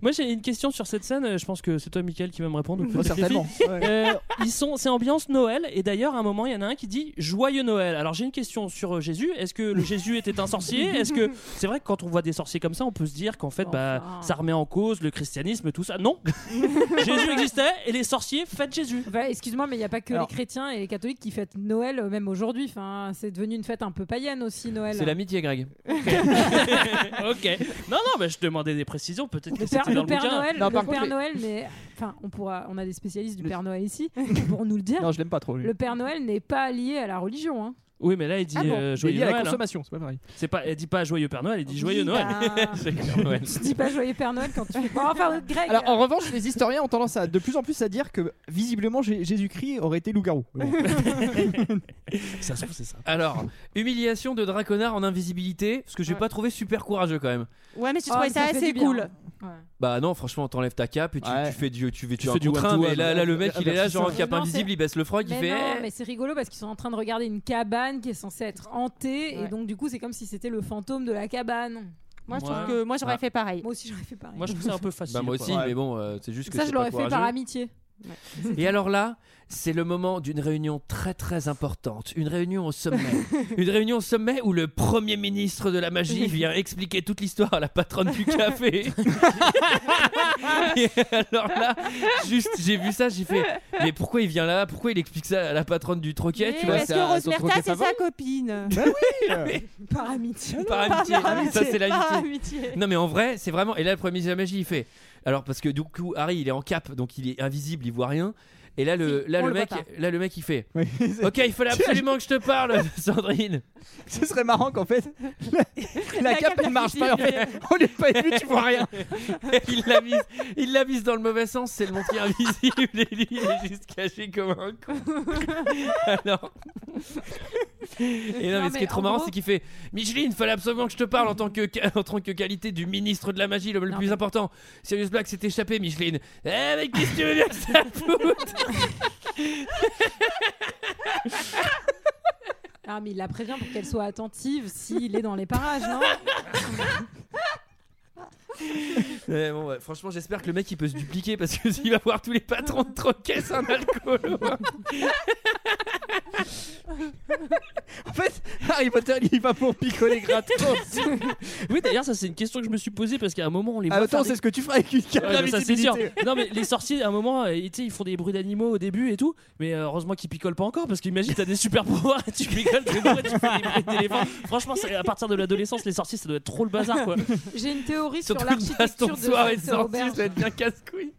[SPEAKER 3] Moi j'ai une question sur cette scène, euh, je pense que c'est toi Mickaël qui va me répondre. ou
[SPEAKER 7] Oh,
[SPEAKER 3] peut-être
[SPEAKER 7] *laughs*
[SPEAKER 3] les
[SPEAKER 7] certainement.
[SPEAKER 3] filles. *laughs* Euh, ils sont, c'est ambiance Noël et d'ailleurs à un moment il y en a un qui dit joyeux Noël. Alors j'ai une question sur euh, Jésus. Est-ce que le Jésus était un sorcier Est-ce
[SPEAKER 6] *laughs*
[SPEAKER 3] que c'est vrai que quand on voit des sorciers comme ça on peut se dire qu'en fait bah,
[SPEAKER 6] Enfin.
[SPEAKER 3] ça remet en cause le christianisme tout ça
[SPEAKER 6] *laughs*
[SPEAKER 3] Non. Jésus existait et les sorciers fêtent Jésus.
[SPEAKER 6] Bah, Excuse-moi, mais il n'y a pas que
[SPEAKER 3] Alors.
[SPEAKER 6] les chrétiens et les catholiques qui fêtent Noël, euh, même aujourd'hui. Enfin, c'est devenu une fête un peu païenne aussi, Noël.
[SPEAKER 1] C'est l'amitié Greg.
[SPEAKER 3] *laughs* ok. Non non mais je demandais des précisions peut-être.
[SPEAKER 6] Le
[SPEAKER 3] que
[SPEAKER 6] Père,
[SPEAKER 3] c'était dans
[SPEAKER 6] le Père
[SPEAKER 3] bouquin.
[SPEAKER 6] Noël,
[SPEAKER 7] Non,
[SPEAKER 6] le
[SPEAKER 7] par
[SPEAKER 6] Père
[SPEAKER 7] contre, les-
[SPEAKER 6] Noël, mais enfin, on pourra, on a des spécialistes du Père Noël ici pour nous le dire.
[SPEAKER 7] Non, je l'aime pas trop. Lui.
[SPEAKER 6] Le Père Noël n'est pas lié à la religion. hein.
[SPEAKER 3] Oui mais là il dit
[SPEAKER 6] Ah bon.
[SPEAKER 3] euh,
[SPEAKER 7] Il est
[SPEAKER 3] joyeux
[SPEAKER 7] lié à
[SPEAKER 3] Noël.
[SPEAKER 7] la
[SPEAKER 3] hein.
[SPEAKER 7] consommation, c'est pas pareil.
[SPEAKER 3] C'est pas, elle dit pas joyeux Père Noël, elle dit joyeux
[SPEAKER 6] Oui,
[SPEAKER 3] Noël.
[SPEAKER 6] bah.
[SPEAKER 3] C'est clair, *laughs* Noël.
[SPEAKER 6] Tu dis pas joyeux Père Noël quand tu fais. Bon, enfin, Greg.
[SPEAKER 7] Alors, en revanche, les historiens ont tendance à de plus en plus à dire que visiblement Jé- Jésus-Christ aurait été loup-garou. Mais *laughs* bon.
[SPEAKER 3] Ça se trouve, c'est ça.
[SPEAKER 1] Alors humiliation de Draconard en invisibilité, ce que j'ai
[SPEAKER 11] Ouais.
[SPEAKER 1] pas trouvé super courageux quand même.
[SPEAKER 11] Ouais, mais tu
[SPEAKER 6] Oh,
[SPEAKER 11] trouvais
[SPEAKER 6] mais
[SPEAKER 11] ça,
[SPEAKER 6] ça fait
[SPEAKER 11] assez
[SPEAKER 6] du bien.
[SPEAKER 11] cool.
[SPEAKER 1] Bah non franchement t'enlèves ta cape et tu,
[SPEAKER 7] Ouais.
[SPEAKER 1] tu fais du tu, fais- tu
[SPEAKER 3] fais
[SPEAKER 1] un
[SPEAKER 3] du
[SPEAKER 1] contre un,
[SPEAKER 3] one-to-one.
[SPEAKER 1] mais là, là, le mec il est là genre en
[SPEAKER 7] Mais
[SPEAKER 1] cape
[SPEAKER 6] non,
[SPEAKER 1] invisible,
[SPEAKER 6] c'est-
[SPEAKER 1] il baisse le froid, il
[SPEAKER 6] Mais
[SPEAKER 1] fait.
[SPEAKER 6] non,
[SPEAKER 1] eh.
[SPEAKER 6] mais c'est rigolo parce qu'ils sont en train de regarder une cabane qui est censée être hantée
[SPEAKER 11] Ouais.
[SPEAKER 6] et donc du coup c'est comme si c'était le fantôme de la cabane.
[SPEAKER 11] Moi, je
[SPEAKER 3] Moi-
[SPEAKER 11] trouve que moi j'aurais
[SPEAKER 1] Ah.
[SPEAKER 11] fait pareil.
[SPEAKER 6] Moi aussi j'aurais fait pareil.
[SPEAKER 3] Moi je trouve que c'est un peu facile.
[SPEAKER 1] Bah moi
[SPEAKER 3] quoi.
[SPEAKER 1] aussi mais bon euh, c'est juste que
[SPEAKER 6] ça
[SPEAKER 1] c'est
[SPEAKER 6] je
[SPEAKER 1] pas
[SPEAKER 6] l'aurais fait
[SPEAKER 1] courageux.
[SPEAKER 6] par amitié.
[SPEAKER 1] Et alors là, c'est le moment d'une réunion très très importante, une réunion au sommet.
[SPEAKER 6] *laughs*
[SPEAKER 1] une réunion au sommet où le premier ministre de la magie vient expliquer toute l'histoire à la patronne du
[SPEAKER 6] *laughs*
[SPEAKER 1] café. Et alors là, juste j'ai vu ça, j'ai fait mais pourquoi il vient là Pourquoi il explique ça à la patronne du troquet,
[SPEAKER 11] Mais
[SPEAKER 1] tu vois
[SPEAKER 11] parce
[SPEAKER 7] c'est
[SPEAKER 11] que
[SPEAKER 7] un- son
[SPEAKER 11] Rosemerta,
[SPEAKER 7] troquet
[SPEAKER 11] c'est sa
[SPEAKER 7] favori.
[SPEAKER 11] copine. *laughs*
[SPEAKER 6] Par amitié.
[SPEAKER 1] Bah Par amitié, Ah
[SPEAKER 11] Par
[SPEAKER 1] ça c'est
[SPEAKER 11] Par
[SPEAKER 1] l'amitié.
[SPEAKER 11] amitié.
[SPEAKER 1] *laughs* Non mais en vrai, c'est vraiment. Et là, le premier ministre de la magie, il fait. Alors parce que du coup, Harry, il est en cap, donc il est invisible, il voit rien. Et là, le,
[SPEAKER 11] Si,
[SPEAKER 1] là,
[SPEAKER 11] on
[SPEAKER 1] le,
[SPEAKER 11] le
[SPEAKER 1] mec,
[SPEAKER 11] voit
[SPEAKER 1] là, le mec, il fait.
[SPEAKER 7] Oui, c'est-
[SPEAKER 1] Ok, il fallait absolument que je te parle, *laughs* Sandrine.
[SPEAKER 7] Ce serait marrant qu'en fait
[SPEAKER 6] *laughs*
[SPEAKER 7] la, la cape elle marche pas. En fait, on l'a pas vu, tu vois rien.
[SPEAKER 1] il la mise, il la mise dans le mauvais sens. C'est le montier invisible. Et lui, il est juste caché comme un con. *laughs* Alors. Et non, mais,
[SPEAKER 6] Non,
[SPEAKER 1] ce qui
[SPEAKER 6] mais
[SPEAKER 1] est trop
[SPEAKER 6] en
[SPEAKER 1] marrant,
[SPEAKER 6] gros-
[SPEAKER 1] c'est qu'il fait Micheline, fallait absolument que je te parle en tant que, en tant que qualité du ministre de la magie, le, le
[SPEAKER 6] Non,
[SPEAKER 1] plus
[SPEAKER 6] mais-
[SPEAKER 1] important. Sirius Black s'est échappé, Micheline. Eh, mais qu'est-ce que tu veux dire, ça fout
[SPEAKER 6] Ah mais il la prévient pour qu'elle soit attentive s'il est dans les parages, non
[SPEAKER 1] Eh, bon, ouais, Franchement, j'espère que le mec il peut se dupliquer parce que *laughs* s'il va voir tous les patrons de troquet, c'est un
[SPEAKER 3] *laughs*
[SPEAKER 1] alcoolo.
[SPEAKER 7] En fait, Harry Potter il y va pour picoler gratos.
[SPEAKER 3] Oui, d'ailleurs, ça c'est une question que je me suis posée parce qu'à un moment on les
[SPEAKER 7] Ah,
[SPEAKER 3] voit.
[SPEAKER 7] Attends,
[SPEAKER 3] faire
[SPEAKER 7] c'est ce que tu feras avec une cape
[SPEAKER 3] des- Ouais, bah, ça, c'est sûr.
[SPEAKER 7] d'invisibilité.
[SPEAKER 3] Non, mais les sorciers, à un moment, euh, tu sais, ils font des bruits d'animaux au début et tout. Mais euh, heureusement qu'ils picolent pas encore parce qu'imagine, t'as des super pouvoirs et tu picoles, t'es bourré, tu fais des bruits d'éléphants. Franchement, c'est- à partir de l'adolescence, les sorciers, ça doit être trop le bazar quoi.
[SPEAKER 6] J'ai une théorie sur
[SPEAKER 1] Surtout que Baston
[SPEAKER 6] l'architecture de
[SPEAKER 1] soir est
[SPEAKER 6] cette
[SPEAKER 1] sorti, ça
[SPEAKER 6] auberge.
[SPEAKER 1] va être bien casse-couille.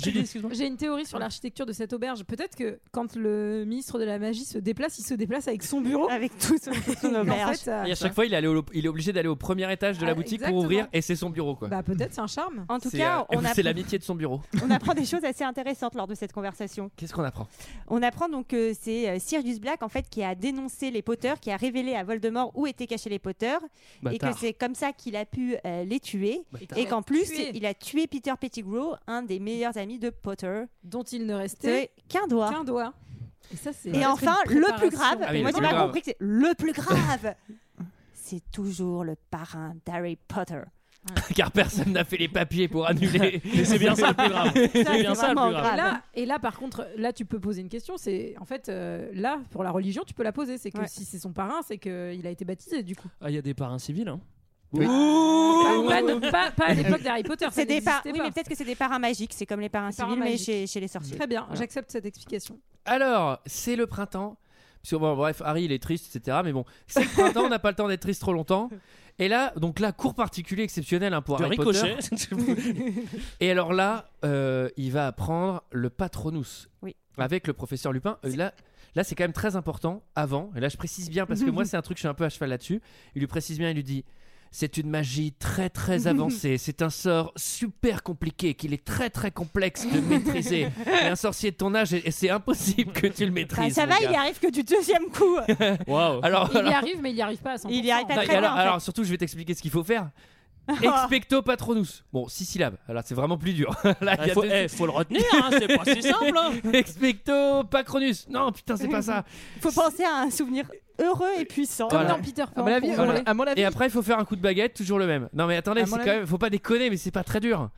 [SPEAKER 3] Julie, excuse-moi.
[SPEAKER 6] J'ai une théorie sur l'architecture de cette auberge. Peut-être que quand le ministre de la magie se déplace, il se déplace avec son
[SPEAKER 1] Oh.
[SPEAKER 6] bureau.
[SPEAKER 11] Avec tout son,
[SPEAKER 1] *laughs*
[SPEAKER 6] auberge.
[SPEAKER 3] Ah,
[SPEAKER 1] Et à chaque fois, il est, allé au- il est obligé d'aller au premier étage de la
[SPEAKER 6] Ah,
[SPEAKER 1] boutique
[SPEAKER 6] exactement.
[SPEAKER 1] pour ouvrir et c'est son bureau quoi.
[SPEAKER 6] Bah peut-être c'est un charme.
[SPEAKER 11] En tout
[SPEAKER 1] C'est, euh,
[SPEAKER 11] cas,
[SPEAKER 1] *laughs*
[SPEAKER 11] on,
[SPEAKER 1] c'est
[SPEAKER 11] apprend,
[SPEAKER 1] l'amitié de son bureau.
[SPEAKER 11] on apprend des choses assez intéressantes lors de cette conversation.
[SPEAKER 1] Qu'est-ce qu'on apprend *laughs*
[SPEAKER 11] On apprend donc que c'est euh, Sirius Black en fait qui a dénoncé les Potter, qui a révélé à Voldemort où étaient cachés les Potter, et
[SPEAKER 3] Bâtard.
[SPEAKER 11] que c'est comme ça qu'il a pu euh, les tuer,
[SPEAKER 3] Bâtard.
[SPEAKER 11] et qu'en plus
[SPEAKER 6] Tuer.
[SPEAKER 11] il a tué Peter Pettigrew, un des meilleurs amis de Potter,
[SPEAKER 6] dont il ne
[SPEAKER 11] C'est
[SPEAKER 6] restait
[SPEAKER 11] qu'un doigt.
[SPEAKER 6] qu'un doigt. Et ça c'est.
[SPEAKER 11] Et enfin, le plus grave,
[SPEAKER 6] Ah oui,
[SPEAKER 11] moi
[SPEAKER 6] le
[SPEAKER 11] j'ai
[SPEAKER 6] plus
[SPEAKER 11] pas
[SPEAKER 6] grave.
[SPEAKER 11] compris que c'est le plus grave, *laughs* c'est toujours le parrain d'Harry Potter.
[SPEAKER 1] Car personne n'a fait les papiers pour annuler.
[SPEAKER 3] *laughs* Mais c'est bien ça le plus grave.
[SPEAKER 11] Ça,
[SPEAKER 3] C'est bien ça le
[SPEAKER 11] vraiment
[SPEAKER 3] plus grave.
[SPEAKER 6] Et là, et là, par contre, là, tu peux poser une question. C'est en fait euh, là pour la religion, tu peux la poser. C'est que
[SPEAKER 3] Ouais.
[SPEAKER 6] si c'est son parrain, c'est qu'il a été baptisé du coup.
[SPEAKER 3] Ah, il y a des parrains civils. Hein.
[SPEAKER 6] Oui.
[SPEAKER 3] Ouh.
[SPEAKER 6] Pas, pas- pas- pas à l'époque d'Harry Potter.
[SPEAKER 11] C'est des
[SPEAKER 6] parrains.
[SPEAKER 11] parrains, oui, mais peut-être que c'est des parrains magiques, c'est comme les parrains
[SPEAKER 6] parrains
[SPEAKER 11] civils, mais
[SPEAKER 6] magiques.
[SPEAKER 11] chez, chez les sorciers.
[SPEAKER 6] Très bien,
[SPEAKER 11] Voilà.
[SPEAKER 6] j'accepte cette explication.
[SPEAKER 1] Alors, c'est le printemps. Parce que, bon, bref, Harry, il est triste, etc. Mais bon, c'est le printemps, on n'a pas le temps d'être triste trop longtemps. Et là, donc là, cours particulier exceptionnel hein, pour
[SPEAKER 3] De
[SPEAKER 1] Harry
[SPEAKER 3] ricochet.
[SPEAKER 1] *laughs* Potter. Et alors là, euh, il va apprendre le patronus
[SPEAKER 11] Oui.
[SPEAKER 1] avec le professeur Lupin. Euh, Là, là c'est quand même très important. Avant, et là, je précise bien parce que
[SPEAKER 11] *laughs*
[SPEAKER 1] moi, c'est un truc, je suis un peu à cheval là-dessus. Il lui précise bien, il lui dit. C'est une magie très
[SPEAKER 11] *laughs*
[SPEAKER 1] très avancée. C'est un sort super compliqué qu'il est très très complexe
[SPEAKER 11] *laughs*
[SPEAKER 1] de maîtriser. Et un sorcier de ton âge, et- et c'est impossible que tu le
[SPEAKER 11] Bah,
[SPEAKER 1] maîtrises.
[SPEAKER 11] ça
[SPEAKER 1] mon
[SPEAKER 11] va,
[SPEAKER 1] gars.
[SPEAKER 11] il y arrive que du deuxième coup.
[SPEAKER 3] Waouh. Ah,
[SPEAKER 1] Alors,
[SPEAKER 6] Il
[SPEAKER 1] alors-
[SPEAKER 6] y arrive, mais il n'y arrive pas à 100%.
[SPEAKER 11] Il y arrive pas
[SPEAKER 1] Non, et
[SPEAKER 11] très
[SPEAKER 1] alors,
[SPEAKER 11] bien, en fait. Oh.
[SPEAKER 1] alors, surtout, je vais t'expliquer ce qu'il faut faire. Expecto patronus. Bon, six syllabes. Alors, c'est vraiment plus dur. *laughs* Là,
[SPEAKER 3] Ah, faut-
[SPEAKER 1] deux-
[SPEAKER 3] eh, faut le retenir, hein, c'est pas si simple,
[SPEAKER 1] *laughs*
[SPEAKER 3] hein.
[SPEAKER 1] Expecto patronus. Non, putain, c'est pas ça.
[SPEAKER 11] Faut penser à un souvenir heureux et puissant.
[SPEAKER 1] Voilà. Comme dans
[SPEAKER 6] Peter
[SPEAKER 1] mon avis,
[SPEAKER 6] pour
[SPEAKER 1] voilà. Ah,
[SPEAKER 6] voler.
[SPEAKER 1] Et après, il faut faire un coup de baguette, toujours le même. Non, mais attendez,
[SPEAKER 7] À
[SPEAKER 1] c'est
[SPEAKER 7] mon
[SPEAKER 1] quand
[SPEAKER 7] avis-
[SPEAKER 1] même. Faut pas déconner, mais c'est pas très dur.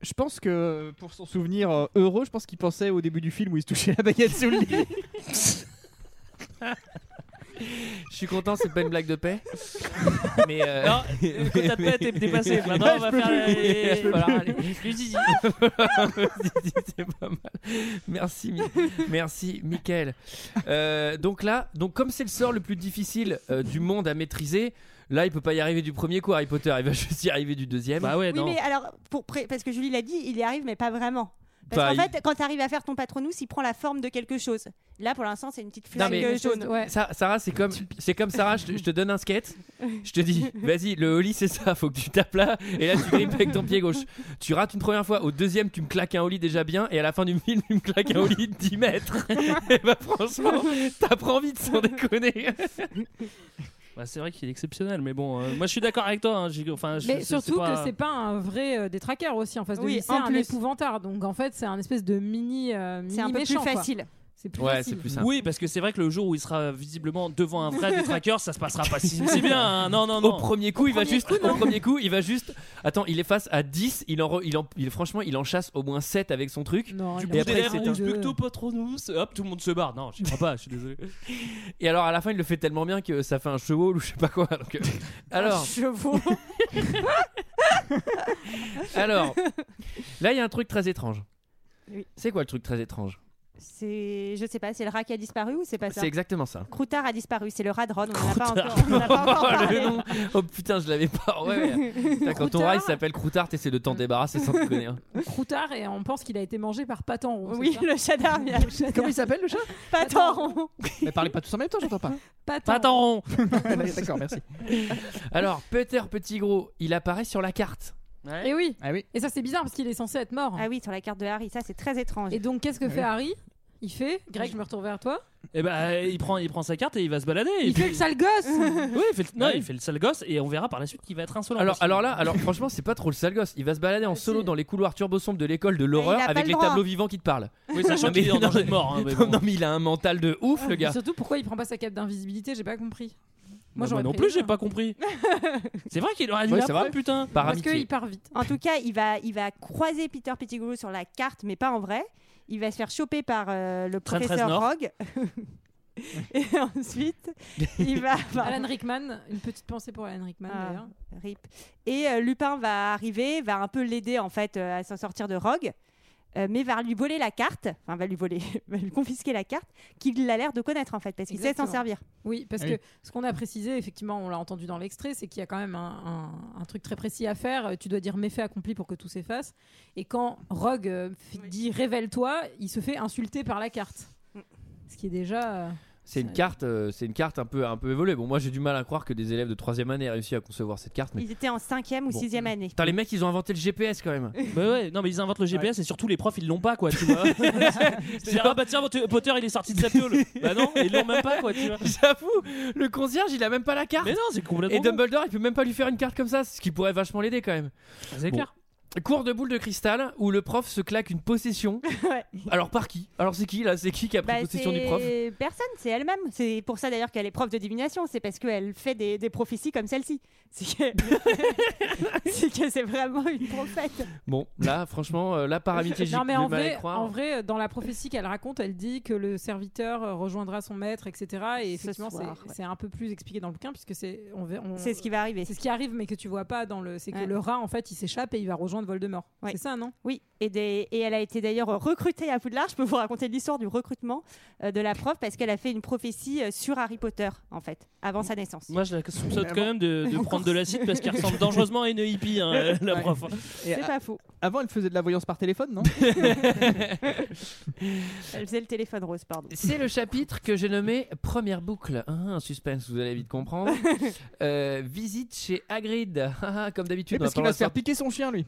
[SPEAKER 7] Je pense que pour son souvenir euh, heureux, je pense qu'il pensait au début du film où il se touchait la baguette sous le lit.
[SPEAKER 1] Je suis content, c'est pas une blague de paix. mais. euh,
[SPEAKER 3] Non, le quota de paix était
[SPEAKER 1] *laughs*
[SPEAKER 3] dépassé.
[SPEAKER 1] mais-
[SPEAKER 3] Maintenant, on va
[SPEAKER 1] je peux
[SPEAKER 3] faire
[SPEAKER 1] plus.
[SPEAKER 3] les-
[SPEAKER 1] Je peux
[SPEAKER 3] voilà,
[SPEAKER 1] plus.
[SPEAKER 3] les-
[SPEAKER 1] *laughs*
[SPEAKER 3] les zizi.
[SPEAKER 1] Zizi, c'est pas mal. Merci, Mi- merci, Michael. Euh, donc là, donc comme c'est le sort le plus difficile euh, du monde à maîtriser, là, il peut pas y arriver du premier coup, Harry Potter. Il va juste y arriver du deuxième.
[SPEAKER 3] Bah ouais,
[SPEAKER 11] Oui, mais alors, pour pré- parce que Julie l'a dit, il y arrive, mais pas vraiment.
[SPEAKER 1] Bah,
[SPEAKER 11] Parce qu'en
[SPEAKER 1] il-
[SPEAKER 11] fait, quand tu arrives à faire ton patronus, il prend la forme de quelque chose. Là, pour l'instant, c'est une petite
[SPEAKER 1] Non
[SPEAKER 11] flamme
[SPEAKER 1] mais
[SPEAKER 11] jaune.
[SPEAKER 1] Sa- Sarah, c'est comme c'est comme Sarah, je te, je te donne un skate, je te dis vas-y le holly c'est ça, faut que tu tapes là et là tu grippes avec ton pied gauche. Tu rates une première fois, au deuxième tu me claques un holly déjà bien et à la fin du film tu me claques un holly de 10 mètres. *laughs* et bah franchement t'apprends vite sans déconner.
[SPEAKER 3] Bah, c'est vrai qu'il est exceptionnel, mais bon, euh, moi je suis d'accord avec toi. hein, j'ai- enfin, je-
[SPEAKER 6] Mais
[SPEAKER 3] c'est- c'est
[SPEAKER 6] surtout
[SPEAKER 3] pas-
[SPEAKER 6] que c'est pas un vrai euh, détraqueur aussi en face de
[SPEAKER 11] Oui,
[SPEAKER 6] lui, c'est
[SPEAKER 11] en
[SPEAKER 6] un
[SPEAKER 11] plus.
[SPEAKER 6] épouvantard. Donc en fait, c'est un espèce de mini, euh, mini
[SPEAKER 11] C'est un peu plus
[SPEAKER 6] méchant, quoi.
[SPEAKER 11] facile.
[SPEAKER 6] C'est plus
[SPEAKER 1] Ouais,
[SPEAKER 6] facile.
[SPEAKER 1] c'est plus simple.
[SPEAKER 3] Oui, parce que c'est vrai que le jour où il sera visiblement devant un vrai détraqueur, ça se passera pas si, si bien. hein. Non, non, non.
[SPEAKER 1] Au premier coup, il va juste au premier coup, il va juste attends, il est face à 10, il en re- il en il franchement, il en chasse au moins 7 avec son truc.
[SPEAKER 6] Non,
[SPEAKER 3] du
[SPEAKER 6] il
[SPEAKER 3] bout
[SPEAKER 6] y a
[SPEAKER 1] après,
[SPEAKER 3] des lèvres,
[SPEAKER 1] c'est
[SPEAKER 3] on
[SPEAKER 1] un-
[SPEAKER 3] se pecto pas trop
[SPEAKER 1] Hum.
[SPEAKER 3] nous. Hop, tout le monde se barre. Non, je crois pas, je suis désolé.
[SPEAKER 1] Et alors à la fin, il le fait tellement bien que ça fait un cheval ou je sais pas quoi.
[SPEAKER 11] *laughs*
[SPEAKER 1] Donc, euh, alors
[SPEAKER 11] Chevaux.
[SPEAKER 1] Alors, là, il y a un truc très étrange.
[SPEAKER 11] Oui.
[SPEAKER 1] C'est quoi le truc très étrange
[SPEAKER 11] C'est, je sais pas, c'est le rat qui a disparu ou c'est pas ça
[SPEAKER 1] C'est exactement ça.
[SPEAKER 11] Croutard a disparu, c'est le rat de Ron. On en a pas
[SPEAKER 3] Croutard.
[SPEAKER 11] encore, on en a pas
[SPEAKER 1] *laughs*
[SPEAKER 11] encore
[SPEAKER 1] Oh, le
[SPEAKER 11] parlé.
[SPEAKER 1] nom. Oh, putain, je l'avais pas. Ouais, ouais.
[SPEAKER 11] *laughs*
[SPEAKER 1] Putain, quand ton
[SPEAKER 6] Croutard.
[SPEAKER 1] rat il s'appelle Croutard, t'essaies de t'en débarrasser sans hein. te connaître.
[SPEAKER 6] croutard et on pense qu'il a été mangé par Patanron.
[SPEAKER 11] Oui, *laughs* le chat d'Armia.
[SPEAKER 7] Comment il s'appelle le chat
[SPEAKER 11] Pataron.
[SPEAKER 7] *laughs* Mais parlez pas tous en même temps, *laughs* j'entends pas.
[SPEAKER 3] Pas
[SPEAKER 6] Patanron.
[SPEAKER 3] tant rond.
[SPEAKER 7] Ah, D'accord, merci.
[SPEAKER 1] Alors, Peter Petit Gros, il apparaît sur la carte.
[SPEAKER 6] Et oui.
[SPEAKER 7] Ah oui.
[SPEAKER 6] Et ça c'est bizarre parce qu'il est censé être mort.
[SPEAKER 11] Ah oui, sur la carte de Harry, ça c'est très étrange.
[SPEAKER 6] Et donc qu'est-ce que
[SPEAKER 7] Ah
[SPEAKER 6] fait
[SPEAKER 7] oui.
[SPEAKER 6] Harry Il fait Greg, je me retourne vers toi.
[SPEAKER 3] Et bah, il prend, il prend sa carte et il va se balader. et
[SPEAKER 6] Il
[SPEAKER 3] puis-
[SPEAKER 6] fait le sale
[SPEAKER 3] Oui,
[SPEAKER 6] gosse.
[SPEAKER 3] *laughs* il fait le... non,
[SPEAKER 7] Ouais.
[SPEAKER 3] il fait le sale gosse et on verra par la suite qu'il va être insolent.
[SPEAKER 1] Alors,
[SPEAKER 3] parce que-
[SPEAKER 1] alors là, alors franchement, c'est pas trop le sale gosse. Il va se balader en
[SPEAKER 6] Ah, si.
[SPEAKER 1] solo dans les couloirs turbo sombres de l'école de
[SPEAKER 11] il
[SPEAKER 1] l'horreur
[SPEAKER 11] a pas
[SPEAKER 1] avec
[SPEAKER 11] le
[SPEAKER 1] les
[SPEAKER 11] droit.
[SPEAKER 1] tableaux vivants qui te parlent.
[SPEAKER 3] Oui, sachant
[SPEAKER 1] Non, mais-
[SPEAKER 3] qu'il est en
[SPEAKER 1] non,
[SPEAKER 3] danger
[SPEAKER 1] mais-
[SPEAKER 3] de mort. hein, mais bon.
[SPEAKER 1] Non, mais il a un mental de ouf,
[SPEAKER 11] Ah,
[SPEAKER 1] le
[SPEAKER 6] Et
[SPEAKER 1] gars.
[SPEAKER 6] surtout pourquoi il prend pas sa cape d'invisibilité J'ai pas compris.
[SPEAKER 3] Bah, Moi,
[SPEAKER 6] j'aurais
[SPEAKER 3] non
[SPEAKER 6] pris
[SPEAKER 3] plus,
[SPEAKER 6] les
[SPEAKER 3] j'ai
[SPEAKER 6] mains.
[SPEAKER 3] pas
[SPEAKER 6] *laughs*
[SPEAKER 3] compris. c'est vrai qu'il aurait dû
[SPEAKER 7] Ouais, c'est vrai.
[SPEAKER 3] l'apprendre, putain.
[SPEAKER 1] Par
[SPEAKER 6] Parce
[SPEAKER 1] amitié.
[SPEAKER 6] qu'il part vite.
[SPEAKER 11] En tout cas, il va, il va croiser Peter Pettigrew sur la carte, mais pas en vrai. Il va se faire choper par euh, le
[SPEAKER 3] Trent
[SPEAKER 11] professeur
[SPEAKER 3] Reznor.
[SPEAKER 11] Rogue. *laughs* Et ensuite, il va.
[SPEAKER 3] Ah.
[SPEAKER 6] Alan Rickman, une petite pensée pour Alan Rickman
[SPEAKER 11] Ah,
[SPEAKER 6] d'ailleurs.
[SPEAKER 11] rip. Et euh, Lupin va arriver, va un peu l'aider en fait euh, à s'en sortir de Rogue. euh, mais va lui voler la carte, enfin va lui voler, *laughs* va lui confisquer la carte qu'il a l'air de connaître en fait, parce qu'il sait s'en
[SPEAKER 6] Exactement.
[SPEAKER 11] servir.
[SPEAKER 6] Oui, parce
[SPEAKER 11] Ah
[SPEAKER 6] que
[SPEAKER 11] oui.
[SPEAKER 6] ce qu'on a précisé, effectivement, on l'a entendu dans l'extrait, c'est qu'il y a quand même un, un- un truc très précis à faire. Euh, Tu dois dire méfait accompli pour que tout s'efface. Et quand Rogue euh, fait- dit révèle-toi, il se fait insulter par la carte.
[SPEAKER 7] Mm.
[SPEAKER 6] Ce qui est déjà. euh,
[SPEAKER 1] C'est une carte, euh, c'est une carte un peu un peu évoluée. Bon, moi j'ai du mal à croire que des élèves de troisième année aient réussi à concevoir cette carte. Mais
[SPEAKER 11] Ils étaient en cinquième ou
[SPEAKER 1] Bon.
[SPEAKER 11] sixième année.
[SPEAKER 1] Putain, les mecs, ils ont inventé le GPS quand même.
[SPEAKER 3] Bah ouais, non mais ils inventent le GPS et surtout les profs ils l'ont pas quoi, tu *laughs* vois. C'est ah bah tiens Potter- Potter il est sorti de sa piole. bah non, ils l'ont même pas quoi, tu vois.
[SPEAKER 1] *laughs* J'avoue, le concierge il a même pas la carte.
[SPEAKER 3] Mais non, c'est complètement
[SPEAKER 1] Et Dumbledore il peut même pas lui faire une carte comme ça, ce qui pourrait vachement l'aider quand même.
[SPEAKER 3] C'est clair.
[SPEAKER 1] Cours de boule de cristal où le prof se claque une possession.
[SPEAKER 6] *laughs*
[SPEAKER 1] Alors par qui Alors c'est qui là C'est qui qui a pris
[SPEAKER 11] Bah,
[SPEAKER 1] possession du prof
[SPEAKER 11] c'est personne, c'est elle-même. C'est pour ça d'ailleurs qu'elle est prof de divination. C'est parce qu'elle fait des, des prophéties comme celle-ci. C'est que *laughs* c'est que c'est vraiment une prophète.
[SPEAKER 1] Bon, là franchement, euh, là par amitié, j'ai
[SPEAKER 6] non, mais
[SPEAKER 1] du
[SPEAKER 6] en
[SPEAKER 1] mal à y
[SPEAKER 6] vrai,
[SPEAKER 1] croire.
[SPEAKER 6] en vrai, dans la prophétie qu'elle raconte, elle dit que le serviteur euh, rejoindra son maître, etc. Et
[SPEAKER 11] Ce
[SPEAKER 6] effectivement, c'est
[SPEAKER 11] soir, ouais.
[SPEAKER 6] c'est un peu plus expliqué dans le bouquin, puisque c'est on, ver- on-
[SPEAKER 11] C'est ce qui va arriver.
[SPEAKER 6] C'est ce qui arrive, mais que tu vois pas dans le. C'est que
[SPEAKER 11] Ouais.
[SPEAKER 6] le rat, en fait, il s'échappe et il va rejoindre Voldemort.
[SPEAKER 11] Ouais.
[SPEAKER 6] C'est ça, non
[SPEAKER 11] Oui, et, des- et elle a été d'ailleurs recrutée à Poudlard. Je peux vous raconter l'histoire du recrutement euh, de la prof parce qu'elle a fait une prophétie euh, sur Harry Potter, en fait, avant sa naissance.
[SPEAKER 3] Moi je la soupçonne
[SPEAKER 11] Mais
[SPEAKER 3] quand même de, de prendre de l'acide parce qu'elle ressemble dangereusement à une hippie, hein, euh, la
[SPEAKER 7] Ouais.
[SPEAKER 3] prof.
[SPEAKER 7] Et
[SPEAKER 11] C'est
[SPEAKER 7] à-
[SPEAKER 11] pas faux.
[SPEAKER 7] Avant, elle faisait de la voyance par téléphone, *laughs* non
[SPEAKER 11] Elle faisait le téléphone rose, pardon.
[SPEAKER 1] C'est le chapitre que j'ai nommé Première boucle. Ah, un suspense, vous allez vite comprendre. Euh, visite chez Hagrid. Ah, ah, Comme d'habitude,
[SPEAKER 7] Oui, parce
[SPEAKER 1] on
[SPEAKER 7] qu'il va se faire
[SPEAKER 1] pas
[SPEAKER 7] piquer son chien, lui.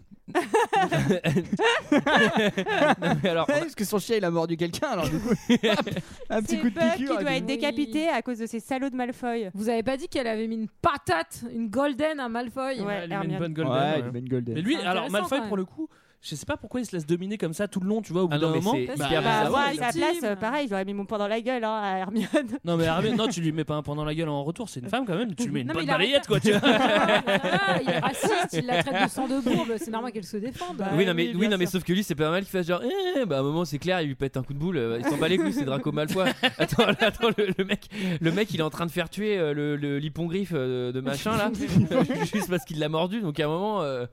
[SPEAKER 1] le droit de- Non, mais
[SPEAKER 7] *laughs*
[SPEAKER 1] alors,
[SPEAKER 7] Ouais, Ah, parce que son chien, il a mordu quelqu'un, alors *laughs* du coup, hop, un petit
[SPEAKER 11] C'est
[SPEAKER 7] coup de
[SPEAKER 11] Buck qui
[SPEAKER 7] piqûre. et
[SPEAKER 11] doit
[SPEAKER 7] puis-
[SPEAKER 11] être décapité à cause de ses salauds de Malfoy.
[SPEAKER 6] Vous avez pas dit qu'elle avait mis une patate, une golden à Malfoy
[SPEAKER 11] Ouais,
[SPEAKER 3] Elle lui met une bonne golden.
[SPEAKER 7] Ouais,
[SPEAKER 3] ouais.
[SPEAKER 7] il met une golden.
[SPEAKER 3] Mais lui,
[SPEAKER 6] C'est
[SPEAKER 3] alors
[SPEAKER 6] intéressant,
[SPEAKER 3] Malfoy
[SPEAKER 6] quand
[SPEAKER 3] pour le coup, je sais pas pourquoi il se laisse dominer comme ça tout le long, tu vois, au bout
[SPEAKER 1] Ah non,
[SPEAKER 3] d'un
[SPEAKER 1] mais
[SPEAKER 3] moment.
[SPEAKER 1] c'est
[SPEAKER 3] bah,
[SPEAKER 1] hyper bizarre.
[SPEAKER 3] bah, ouais.
[SPEAKER 11] Moi, à sa place, euh, pareil, j'aurais mis mon poing dans la gueule hein, à Hermione.
[SPEAKER 3] Non mais Hermione, non, tu lui mets pas un point dans la gueule en retour, c'est une femme quand même, tu lui mets une
[SPEAKER 6] Non, mais
[SPEAKER 3] bonne
[SPEAKER 6] il a-
[SPEAKER 3] balayette quoi, tu vois. *laughs*
[SPEAKER 6] Ah, il est raciste, il la traite de sang de bourbe, c'est normal qu'elle se défende.
[SPEAKER 11] Bah
[SPEAKER 1] oui, non, mais, oui, non, mais sauf que lui, c'est pas mal qu'il fasse genre, eh, bah à un moment, c'est clair, il lui pète un coup de boule, euh, il s'en bat les couilles, c'est Draco Malfoy. Attends, là, attends le, le mec, le mec, il est en train de faire tuer euh, le, le l'hippogriffe, euh, de machin là, euh, juste parce qu'il l'a mordu. Donc à un moment, euh,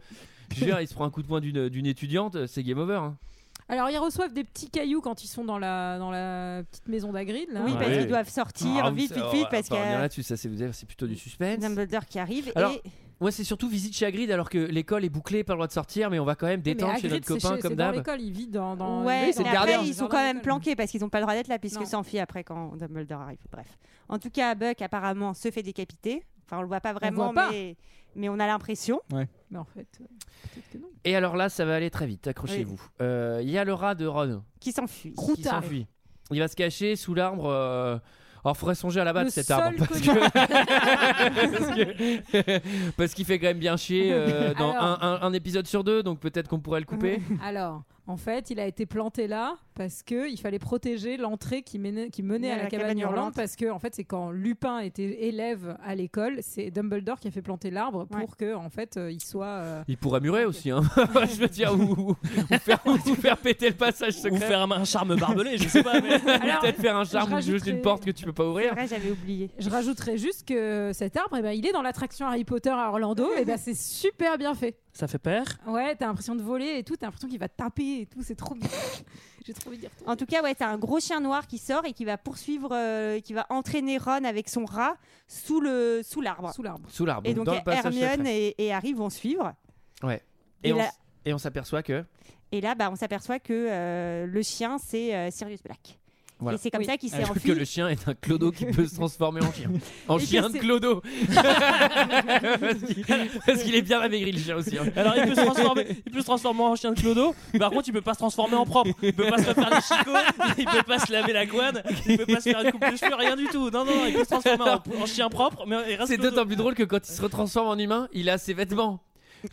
[SPEAKER 1] je veux dire, il se prend un coup de poing d'une d'une étudiante, c'est game over. hein.
[SPEAKER 6] Alors, ils reçoivent des petits cailloux quand ils sont dans la, dans la petite maison d'Agrid. là.
[SPEAKER 11] Oui, parce
[SPEAKER 1] Ouais.
[SPEAKER 11] qu'ils doivent sortir
[SPEAKER 1] Ah, vous-
[SPEAKER 11] vite, vite,
[SPEAKER 1] alors,
[SPEAKER 11] vite,
[SPEAKER 1] on
[SPEAKER 11] parce
[SPEAKER 1] va pas
[SPEAKER 11] qu'il y
[SPEAKER 1] revenir
[SPEAKER 11] a
[SPEAKER 1] là-dessus, ça c'est vous avez- c'est plutôt du suspense.
[SPEAKER 11] Dumbledore qui arrive.
[SPEAKER 1] Alors,
[SPEAKER 11] et...
[SPEAKER 1] moi c'est surtout visite chez Hagrid alors que l'école est bouclée, pas le droit de sortir, mais on va quand même
[SPEAKER 6] Mais
[SPEAKER 1] détendre chez
[SPEAKER 6] Hagrid,
[SPEAKER 1] notre
[SPEAKER 6] c'est
[SPEAKER 1] copain
[SPEAKER 6] chez-
[SPEAKER 1] comme
[SPEAKER 6] c'est dans
[SPEAKER 1] d'hab.
[SPEAKER 6] l'école, il vit dans. dans
[SPEAKER 11] ouais,
[SPEAKER 6] il vit
[SPEAKER 11] mais
[SPEAKER 6] dans-
[SPEAKER 11] après,
[SPEAKER 6] dans
[SPEAKER 11] ils sont
[SPEAKER 6] l'école.
[SPEAKER 11] quand même planqués parce qu'ils n'ont pas le droit d'être là puisque
[SPEAKER 6] Non.
[SPEAKER 11] c'est en fille après quand Dumbledore arrive. Bref. En tout cas, Buck apparemment se fait décapiter. Enfin, on le voit pas vraiment,
[SPEAKER 6] voit pas.
[SPEAKER 11] Mais... mais on a l'impression.
[SPEAKER 6] Mais en fait, euh, peut-être que non.
[SPEAKER 1] Et alors là, ça va aller très vite, accrochez-vous. Euh, Il y a le rat de Ron
[SPEAKER 11] Qui s'enfuit.
[SPEAKER 1] qui s'enfuit. Il va se cacher sous l'arbre. euh, Alors, faudrait songer à l'abattre
[SPEAKER 6] Le
[SPEAKER 1] cet
[SPEAKER 6] seul
[SPEAKER 1] arbre. Parce que- *laughs*
[SPEAKER 11] *laughs*
[SPEAKER 1] parce que- *laughs* parce qu'il fait quand même bien chier
[SPEAKER 6] *laughs*
[SPEAKER 1] euh, dans
[SPEAKER 6] Alors-
[SPEAKER 1] un, un- un épisode sur deux, donc peut-être qu'on pourrait le
[SPEAKER 6] *laughs*
[SPEAKER 1] couper.
[SPEAKER 6] Alors, en fait, il a été planté là parce que il fallait protéger l'entrée qui menait, qui menait à la, cabane, hurlante. Parce que, en fait, c'est quand Lupin était élève à l'école, c'est Dumbledore qui a fait planter l'arbre pour que, en fait, euh, il soit. euh,
[SPEAKER 1] Il pourrait murer aussi, hein. *laughs* je veux dire, ou, ou- ou faire, ou faire péter le passage secret.
[SPEAKER 3] Ou faire un- un charme barbelé, je sais pas. mais-
[SPEAKER 1] peut-être faire un charme
[SPEAKER 6] je
[SPEAKER 1] ou juste
[SPEAKER 6] rajouterais-
[SPEAKER 1] une porte que tu peux pas ouvrir.
[SPEAKER 11] Après, j'avais oublié.
[SPEAKER 6] Je rajouterais juste que cet arbre, eh ben, il est dans l'attraction Harry Potter à Orlando, et ben c'est super bien fait.
[SPEAKER 3] Ça fait peur.
[SPEAKER 6] Ouais, t'as l'impression de voler et tout, t'as l'impression qu'il va te taper et tout, c'est trop bien. *laughs* J'ai trop envie de dire.
[SPEAKER 11] En tout cas, ouais, t'as un gros chien noir qui sort et qui va poursuivre, euh, qui va entraîner Ron avec son rat sous le sous l'arbre.
[SPEAKER 6] Sous l'arbre.
[SPEAKER 1] Sous l'arbre,
[SPEAKER 11] Et donc
[SPEAKER 1] dans le passage
[SPEAKER 11] Hermione
[SPEAKER 1] secret.
[SPEAKER 11] et, et Harry vont suivre.
[SPEAKER 1] Ouais. Et,
[SPEAKER 11] Et
[SPEAKER 1] on,
[SPEAKER 11] la-
[SPEAKER 1] s- et on s'aperçoit que.
[SPEAKER 11] Et là, bah, on s'aperçoit que euh, le chien, c'est euh, Sirius Black.
[SPEAKER 1] Voilà.
[SPEAKER 11] Et c'est comme ça qu'il s'est
[SPEAKER 1] Alors
[SPEAKER 11] enfui.
[SPEAKER 1] *laughs* Que le chien est un clodo qui peut se transformer en chien. En
[SPEAKER 11] Et que
[SPEAKER 1] chien de
[SPEAKER 11] c'est-
[SPEAKER 1] clodo. parce qu'il parce qu'il est bien amaigri le chien aussi. hein.
[SPEAKER 3] Alors il peut se transformer, *laughs* il peut se transformer en chien de clodo. Par contre, il peut pas se transformer en propre. Il peut pas se refaire les chicots. Il peut pas se laver la guane. Il peut pas se faire une coupe de cheveux, rien du tout. Non, non, non, il peut se transformer en, en chien propre, mais il reste
[SPEAKER 1] C'est
[SPEAKER 3] clodo.
[SPEAKER 1] d'autant plus drôle que quand il se retransforme en humain, il a ses vêtements.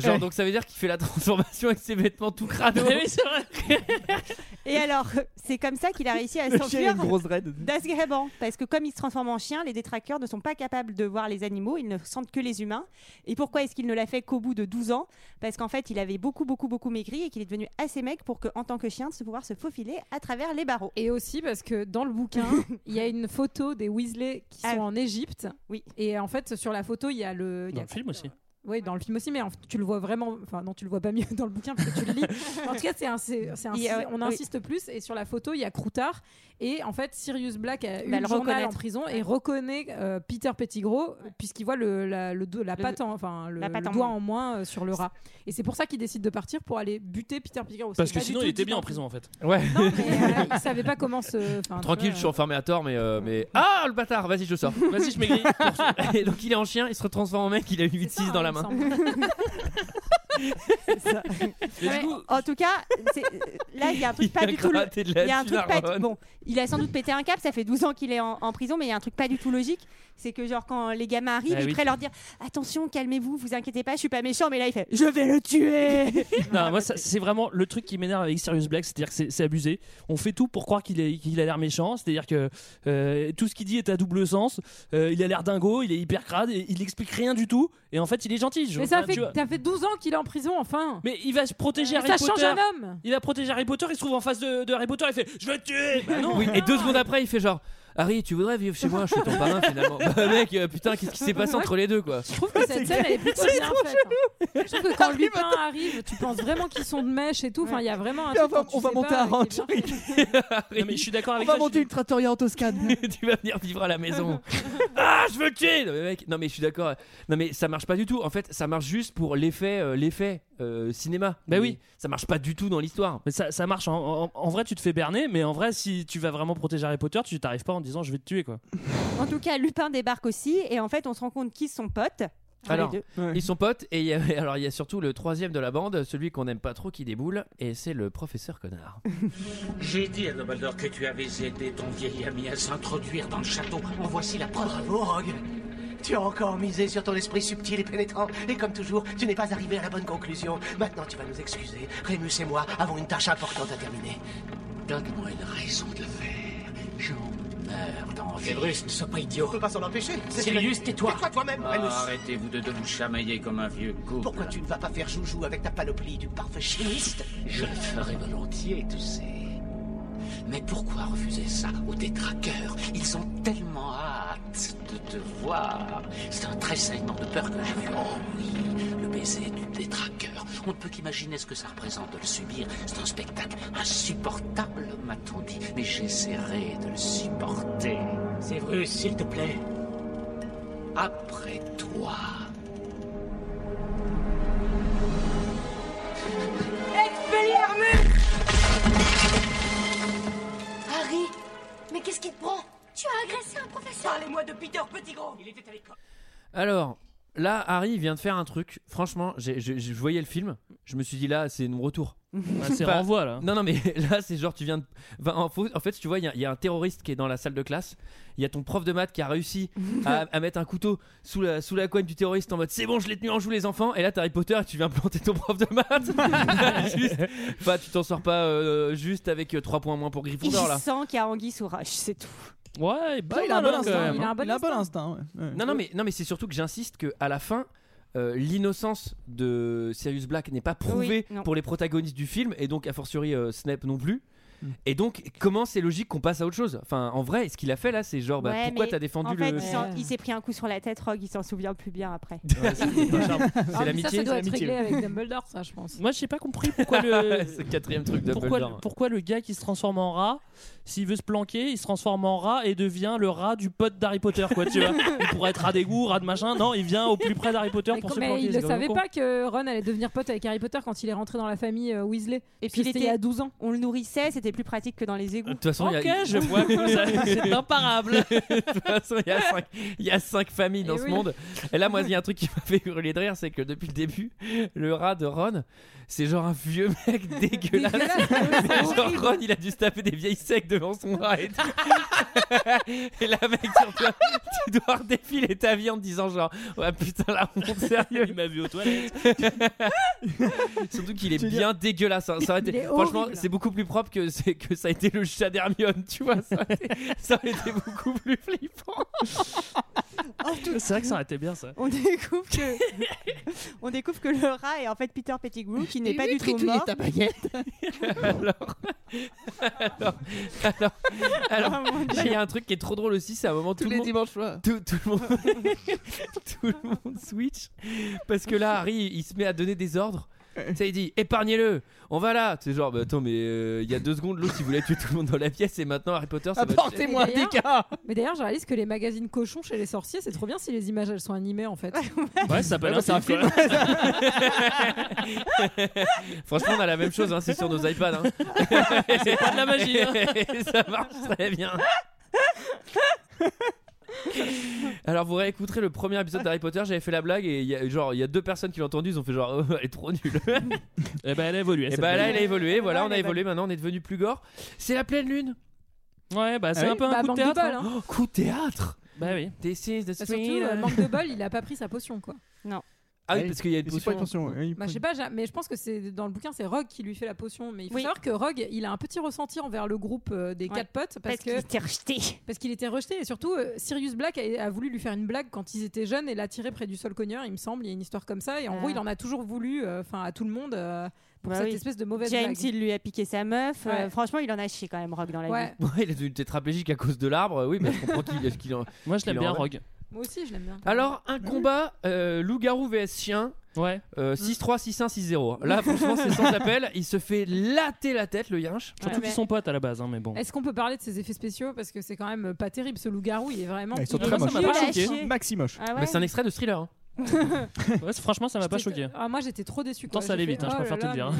[SPEAKER 1] Genre,
[SPEAKER 3] Ouais.
[SPEAKER 1] donc ça veut dire qu'il fait la transformation avec ses vêtements tout crado.
[SPEAKER 3] Mais oui, *laughs* c'est vrai.
[SPEAKER 11] Et alors, *laughs* c'est comme ça qu'il a réussi à
[SPEAKER 7] Le chien, il a
[SPEAKER 11] s'enfuir
[SPEAKER 7] une grosse raide.
[SPEAKER 11] d'Azkaban. Parce que comme il se transforme en chien, les détraqueurs ne sont pas capables de voir les animaux, ils ne sentent que les humains. Et pourquoi est-ce qu'il ne l'a fait qu'au bout de 12 ans Parce qu'en fait, il avait beaucoup, beaucoup, beaucoup maigri et qu'il est devenu assez mec pour qu'en tant que chien, de se pouvoir se faufiler à travers les barreaux.
[SPEAKER 6] Et aussi parce que dans le
[SPEAKER 11] *laughs*
[SPEAKER 6] bouquin, il y a une photo des Weasley qui sont en Égypte.
[SPEAKER 11] Ah Oui.
[SPEAKER 6] Et en fait, sur la photo, il y a le. il y
[SPEAKER 3] Dans
[SPEAKER 6] a-
[SPEAKER 3] le film aussi.
[SPEAKER 6] Oui, dans le film aussi, mais en fait, tu le vois vraiment. Enfin, non, tu le vois pas mieux *laughs* dans le bouquin parce que tu
[SPEAKER 11] *laughs*
[SPEAKER 6] le lis. en tout cas, c'est un, c'est- c'est un-
[SPEAKER 11] Il y a-
[SPEAKER 6] on
[SPEAKER 11] oui.
[SPEAKER 6] insiste plus. Et sur la photo, il y a Croutard. Et en fait, Sirius Black a eu
[SPEAKER 11] va
[SPEAKER 6] le
[SPEAKER 11] Bah, le
[SPEAKER 6] journal en
[SPEAKER 11] reconnaître.
[SPEAKER 6] prison et reconnaît euh, Peter Pettigrew puisqu'il voit le, la, le do- la
[SPEAKER 11] Le-
[SPEAKER 6] patte en- enfin, le,
[SPEAKER 11] la patte
[SPEAKER 6] le
[SPEAKER 11] en
[SPEAKER 6] doigt
[SPEAKER 11] moins.
[SPEAKER 6] en moins euh, sur le rat. Et c'est pour ça qu'il décide de partir pour aller buter Peter Pettigrew.
[SPEAKER 3] Parce
[SPEAKER 6] C'est
[SPEAKER 3] que
[SPEAKER 6] pas du
[SPEAKER 3] sinon,
[SPEAKER 6] tout
[SPEAKER 3] il était
[SPEAKER 6] dit
[SPEAKER 3] bien
[SPEAKER 6] dans
[SPEAKER 3] en
[SPEAKER 6] le-
[SPEAKER 3] prison, en fait.
[SPEAKER 1] Ouais.
[SPEAKER 6] Mais, euh, il savait pas comment se. enfin, tu
[SPEAKER 1] *laughs* Tranquille,
[SPEAKER 6] vois,
[SPEAKER 1] je suis enfermé à tort, mais, euh, mais. Ah, le bâtard, vas-y, je sors. Vas-y, je maigris. *laughs* Et donc, il est en chien, il se transforme en mec, il a une 8-6 dans la main.
[SPEAKER 11] Non, mais En tout cas, c'est- euh, là, il y a un
[SPEAKER 1] *laughs*
[SPEAKER 11] truc
[SPEAKER 1] Il
[SPEAKER 11] pas
[SPEAKER 1] a
[SPEAKER 11] du tout. le-
[SPEAKER 1] gratté de la
[SPEAKER 11] Il y a un truc pas.
[SPEAKER 1] chivaronne.
[SPEAKER 11] Bon, il a sans doute pété un câble. Ça fait 12 ans qu'il est en, en prison, mais il y a un truc pas du tout logique. C'est que genre quand les gamins arrivent,
[SPEAKER 1] Ah
[SPEAKER 11] il
[SPEAKER 1] oui.
[SPEAKER 11] pourrait leur dire attention, calmez-vous, vous inquiétez pas, je suis pas méchant. Mais là, il fait je vais
[SPEAKER 1] *laughs*
[SPEAKER 11] le tuer.
[SPEAKER 3] Non, moi, ça, c'est vraiment le truc qui m'énerve avec Sirius Black, c'est-à-dire que c'est, c'est abusé. On fait tout pour croire qu'il, est- qu'il a l'air méchant, c'est-à-dire que euh, tout ce qu'il dit est à double sens. euh, il a l'air dingo, il est hyper crade, et il explique rien du tout, et en fait, il est gentil. Je-
[SPEAKER 6] Mais ça
[SPEAKER 3] enfin,
[SPEAKER 6] fait,
[SPEAKER 3] tu vois.
[SPEAKER 6] ça fait 12 ans qu'il est en prison, enfin.
[SPEAKER 3] Mais il va se protéger
[SPEAKER 6] Mais
[SPEAKER 3] Harry
[SPEAKER 6] ça
[SPEAKER 3] Potter.
[SPEAKER 6] change un homme.
[SPEAKER 3] Il va protéger Harry Potter, il se trouve en face de, de Harry Potter, il fait Je vais le tuer
[SPEAKER 6] *laughs*
[SPEAKER 3] Bah non
[SPEAKER 1] Oui, et deux secondes après, il fait genre Harry, tu voudrais vivre chez moi, je suis ton parrain *laughs* finalement. Bah, mec, euh, putain, qu'est-ce qui s'est passé entre les deux *laughs* quoi
[SPEAKER 6] Je trouve
[SPEAKER 3] Ah,
[SPEAKER 6] que cette scène elle est plutôt bien faite. hein. Je trouve que quand Lupin arrive, tu penses vraiment qu'ils sont de mèche et tout. Enfin, il y a vraiment un truc. quand tu sais pas, euh, qui est bien fait.
[SPEAKER 3] Non, mais je suis d'accord
[SPEAKER 7] On
[SPEAKER 3] avec
[SPEAKER 7] va
[SPEAKER 3] toi,
[SPEAKER 7] monter une trattoria en Toscane.
[SPEAKER 1] *laughs* tu vas venir vivre à la *laughs* maison. Ah, je veux le tuer Non mais mec, non mais je suis d'accord. Non mais ça marche pas du tout. En fait, ça marche juste pour l'effet, euh, l'effet euh, cinéma. Bah oui, ça marche pas du tout dans l'histoire.
[SPEAKER 3] Mais ça, ça marche. En, en- en vrai, tu te fais berner, mais en vrai, si tu vas vraiment protéger Harry Potter, tu t'arrives pas en disant je vais te tuer quoi.
[SPEAKER 11] En tout cas, Lupin débarque aussi, et en fait, on se rend compte qu'ils sont potes.
[SPEAKER 1] Alors,
[SPEAKER 11] les deux.
[SPEAKER 1] ils sont potes et il y a- *laughs* alors il y a surtout le troisième de la bande, celui qu'on aime pas trop, qui déboule et c'est le professeur connard.
[SPEAKER 15] J'ai dit à Dumbledore que tu avais aidé ton vieil ami à s'introduire dans le château. En voici la preuve.
[SPEAKER 4] Bravo, Rogue. Tu as encore misé sur ton esprit subtil et pénétrant. Et comme toujours, tu n'es pas arrivé à la bonne conclusion. Maintenant, tu vas nous excuser. Rémus et moi avons une tâche importante à terminer.
[SPEAKER 15] Donne-moi une raison de le faire. J'en meurs d'envie.
[SPEAKER 4] Cédrus,
[SPEAKER 15] ne sois pas idiot.
[SPEAKER 4] On peut pas s'en empêcher. C'est
[SPEAKER 15] Sirius,
[SPEAKER 4] vrai.
[SPEAKER 15] tais-toi.
[SPEAKER 4] Tais-toi toi-même,
[SPEAKER 15] Ah,
[SPEAKER 4] Rémus.
[SPEAKER 15] Arrêtez-vous de deux vous chamailler comme un vieux couple.
[SPEAKER 4] Pourquoi tu ne vas pas faire joujou avec ta panoplie du parfum chimiste
[SPEAKER 15] Je le ferai volontiers, tu sais. Mais pourquoi refuser ça aux détraqueurs Ils ont tellement hâte de te voir. C'est un tressaillement de peur que j'ai vu. Oh oui, le baiser du détraqueur. On ne peut qu'imaginer ce que ça représente de le subir. C'est un spectacle insupportable, m'a-t-on dit. Mais j'essaierai de le supporter.
[SPEAKER 3] Ah,
[SPEAKER 4] Cédrus, s'il te plaît.
[SPEAKER 15] Après toi.
[SPEAKER 9] Harry, mais qu'est-ce qui te prend Tu as agressé un professeur
[SPEAKER 14] Parlez-moi de Peter Pettigrew. Il était à l'école.
[SPEAKER 1] Alors, là, Harry vient de faire un truc. Franchement, j'ai- je je voyais le film. Je me suis dit, là, c'est une retour.
[SPEAKER 3] c'est
[SPEAKER 1] Pas-
[SPEAKER 3] renvoi, là.
[SPEAKER 1] Non, non, mais *laughs* là, c'est genre, tu viens de. enfin, en, faux- en fait, tu vois, il y a- il y, a un terroriste qui est dans la salle de classe. Il y a ton prof de maths qui a réussi à, à mettre un couteau sous la, sous la coigne du terroriste en mode c'est bon, je l'ai tenu en joue, les enfants. Et là, t'as Harry Potter et tu viens planter ton prof de maths. *laughs* Juste- Enfin, tu t'en sors pas euh, juste avec 3 points moins pour
[SPEAKER 11] Il
[SPEAKER 1] Gryffondor, là.
[SPEAKER 11] sent qu'il y a Anguille sous roche, c'est tout.
[SPEAKER 3] Ouais, hein,
[SPEAKER 7] Bah, il a un bon instinct. Il a un bon instinct. ouais. Ouais.
[SPEAKER 1] Non, non, mais, non, mais c'est surtout que j'insiste que à la fin. euh, L'innocence de Sirius Black n'est pas prouvée
[SPEAKER 7] Oui, non.
[SPEAKER 1] pour les protagonistes du film et donc a fortiori euh, Snape non plus. Et donc comment c'est logique qu'on passe à autre chose Enfin en vrai, ce qu'il a fait là, c'est genre bah,
[SPEAKER 11] Ouais,
[SPEAKER 1] pourquoi
[SPEAKER 11] mais
[SPEAKER 1] t'as défendu
[SPEAKER 11] en fait,
[SPEAKER 1] le
[SPEAKER 11] il s'en- Il s'est pris un coup sur la tête, Rogue, il s'en souvient plus bien après.
[SPEAKER 1] *laughs* C'est
[SPEAKER 6] Ah, Ça, ça
[SPEAKER 1] l'amitié.
[SPEAKER 6] doit être réglé avec Dumbledore, ça, je pense.
[SPEAKER 3] Moi, j'ai pas compris pourquoi le.
[SPEAKER 1] *laughs* C'est le quatrième truc de
[SPEAKER 3] Pourquoi,
[SPEAKER 1] Dumbledore.
[SPEAKER 3] pourquoi le gars qui se transforme en rat, s'il veut se planquer, il se transforme en rat et devient le rat du pote d'Harry Potter, quoi, tu vois Il pourrait être rat d'égout, rat de machin. Non, il vient au plus près d'Harry Potter pour se
[SPEAKER 6] Mais
[SPEAKER 3] planquer.
[SPEAKER 6] il
[SPEAKER 3] c'est
[SPEAKER 6] ne
[SPEAKER 3] quand
[SPEAKER 6] savait
[SPEAKER 3] même con.
[SPEAKER 6] pas que Ron allait devenir pote avec Harry Potter quand il est rentré dans la famille euh, Weasley.
[SPEAKER 11] Et
[SPEAKER 6] Parce que
[SPEAKER 11] puis il
[SPEAKER 6] c'était
[SPEAKER 11] était
[SPEAKER 6] il y a 12 ans.
[SPEAKER 11] On le nourrissait, c'était plus pratique que dans les égouts.
[SPEAKER 1] De toute façon, il y a- *laughs*
[SPEAKER 3] Ok, je vois que ça- c'est imparable.
[SPEAKER 1] de toute façon, il y a cinq- il y, a cinq familles dans
[SPEAKER 3] Et
[SPEAKER 1] ce
[SPEAKER 3] oui.
[SPEAKER 1] monde. Et là, moi, il y a un truc qui m'a fait hurler de rire, c'est que depuis le début, le rat de Ron, c'est genre un vieux mec *laughs* dégueulasse. genre Ron, il a dû se taper des vieilles secs devant son rat. Et, tout. *laughs* Et là, mec, sur toi, tu dois redéfiler ta vie en te disant genre, ouais, putain, la honte, sérieux.
[SPEAKER 3] Il m'a vu aux toilettes.
[SPEAKER 1] Surtout qu'il est bien dégueulasse. hein. Ça aurait été-
[SPEAKER 3] Il est
[SPEAKER 1] Franchement,
[SPEAKER 3] horrible.
[SPEAKER 1] c'est beaucoup plus propre que, c'est- que ça a été le chat d'Hermione, tu vois. Ça aurait été- ça aurait été beaucoup plus flippant.
[SPEAKER 3] Ah, C'est vrai que ça aurait été bien ça.
[SPEAKER 11] On découvre que *laughs* on découvre que le rat est en fait Peter Pettigrew qui n'est
[SPEAKER 3] Il
[SPEAKER 11] pas
[SPEAKER 3] est
[SPEAKER 11] du tout
[SPEAKER 3] tritouillé,
[SPEAKER 11] mort.
[SPEAKER 3] ta baguette. *laughs*
[SPEAKER 1] alors, alors,
[SPEAKER 3] Ah,
[SPEAKER 1] alors, là, il y a un truc qui est trop drôle aussi, c'est à un moment tout le monde tout, tout le monde, *laughs* tout le monde switch parce que là, Harry, il se met à donner des ordres. Ça, il dit épargnez-le, on va là. C'est genre, bah, attends, mais euh, il y a deux secondes, l'autre il voulait tuer tout le monde dans la pièce et maintenant Harry Potter,
[SPEAKER 3] Ah
[SPEAKER 1] ça va.
[SPEAKER 7] Ah,
[SPEAKER 6] Mais d'ailleurs- Mais d'ailleurs, je réalise que les magazines cochons chez les sorciers, c'est trop bien si les images elles sont animées en fait.
[SPEAKER 3] Ouais, ça s'appelle
[SPEAKER 7] Ouais, bah, c'est un film.
[SPEAKER 1] *laughs* Franchement, on a la même chose, hein, c'est sur nos iPads. hein.
[SPEAKER 3] *laughs* C'est pas de la magie, hein.
[SPEAKER 1] *laughs* ça marche très bien. Alors vous réécouterez le premier épisode d'Harry Potter, j'avais fait la blague et il y a, genre il y a deux personnes qui l'ont entendu, ils ont fait genre Oh, elle est trop nulle.
[SPEAKER 3] et ben elle a évolué.
[SPEAKER 1] et
[SPEAKER 3] cette
[SPEAKER 1] bah là
[SPEAKER 3] blague.
[SPEAKER 1] elle a
[SPEAKER 6] Ah
[SPEAKER 1] évolué, voilà on
[SPEAKER 3] elle
[SPEAKER 1] a
[SPEAKER 3] est
[SPEAKER 1] évolué, maintenant on est devenu plus gore. C'est la pleine lune.
[SPEAKER 3] Ouais bah c'est un peu un coup de théâtre. hein.
[SPEAKER 1] Oh, coup de théâtre.
[SPEAKER 3] Bah oui.
[SPEAKER 1] This is the
[SPEAKER 6] Bah, surtout,
[SPEAKER 1] screen.
[SPEAKER 6] euh, manque de bol, il a pas pris sa potion quoi. Non.
[SPEAKER 1] Ah oui, parce qu'il y a une
[SPEAKER 7] Il s'est pas
[SPEAKER 1] potion.
[SPEAKER 7] attention, ouais, il
[SPEAKER 6] Bah,
[SPEAKER 7] prend-
[SPEAKER 6] je sais pas, j'a- mais je pense que c'est dans le bouquin, c'est Rogue qui lui fait la potion. Mais il faut
[SPEAKER 11] Oui.
[SPEAKER 6] savoir que Rogue, il a un petit ressenti envers le groupe euh, des
[SPEAKER 11] Ouais.
[SPEAKER 6] quatre potes parce,
[SPEAKER 11] Parce qu'il
[SPEAKER 6] que
[SPEAKER 11] était rejeté.
[SPEAKER 6] Parce qu'il était rejeté et surtout euh, Sirius Black a, a voulu lui faire une blague quand ils étaient jeunes et l'a tiré près du sol cogneur. Il me semble, il y a une histoire comme ça et en
[SPEAKER 11] Ah.
[SPEAKER 6] gros, il en a toujours voulu, enfin à tout le monde euh, pour
[SPEAKER 11] Bah
[SPEAKER 6] cette
[SPEAKER 11] oui.
[SPEAKER 6] espèce de mauvaise
[SPEAKER 11] James,
[SPEAKER 6] blague.
[SPEAKER 11] il lui a piqué sa meuf. euh,
[SPEAKER 6] Ouais.
[SPEAKER 11] franchement, il en a chié quand même, Rogue, dans la
[SPEAKER 6] Ouais.
[SPEAKER 11] vie.
[SPEAKER 1] *laughs* Ouais, il est devenu tétraplégique à cause de l'arbre, oui, mais je comprends qu'il qu'il en.
[SPEAKER 3] Moi je
[SPEAKER 1] qu'il
[SPEAKER 3] l'aime
[SPEAKER 1] en
[SPEAKER 3] bien
[SPEAKER 1] rêve.
[SPEAKER 3] Rogue.
[SPEAKER 6] Moi aussi, je l'aime bien.
[SPEAKER 1] Alors,
[SPEAKER 6] Mmh.
[SPEAKER 1] un combat euh, loup-garou vs chien. euh,
[SPEAKER 3] Ouais.
[SPEAKER 1] 6-3, 6-1, 6-0. Là, franchement, c'est
[SPEAKER 6] *laughs*
[SPEAKER 1] sans appel. Il se fait latter la tête, le yinche.
[SPEAKER 3] Surtout
[SPEAKER 6] Ouais, mais-
[SPEAKER 3] qu'ils sont potes à la base hein, mais bon.
[SPEAKER 6] Est-ce qu'on peut parler de ses effets spéciaux parce que c'est quand même pas terrible ce loup-garou, il est vraiment
[SPEAKER 3] Ah, ils sont
[SPEAKER 6] il est
[SPEAKER 3] très moches.
[SPEAKER 6] nul
[SPEAKER 3] Ça m'a
[SPEAKER 11] Bah,
[SPEAKER 3] pas
[SPEAKER 6] à
[SPEAKER 3] choqué.
[SPEAKER 6] chier.
[SPEAKER 7] Maximoche.
[SPEAKER 6] Ah ouais
[SPEAKER 1] Mais c'est un extrait de thriller.
[SPEAKER 6] *laughs*
[SPEAKER 1] hein.
[SPEAKER 3] Ouais, c'est- franchement ça m'a pas choqué.
[SPEAKER 6] Ah, moi j'étais trop déçu.
[SPEAKER 3] Pourtant ça allait
[SPEAKER 6] oh
[SPEAKER 3] vite, hein, je préfère te le dire.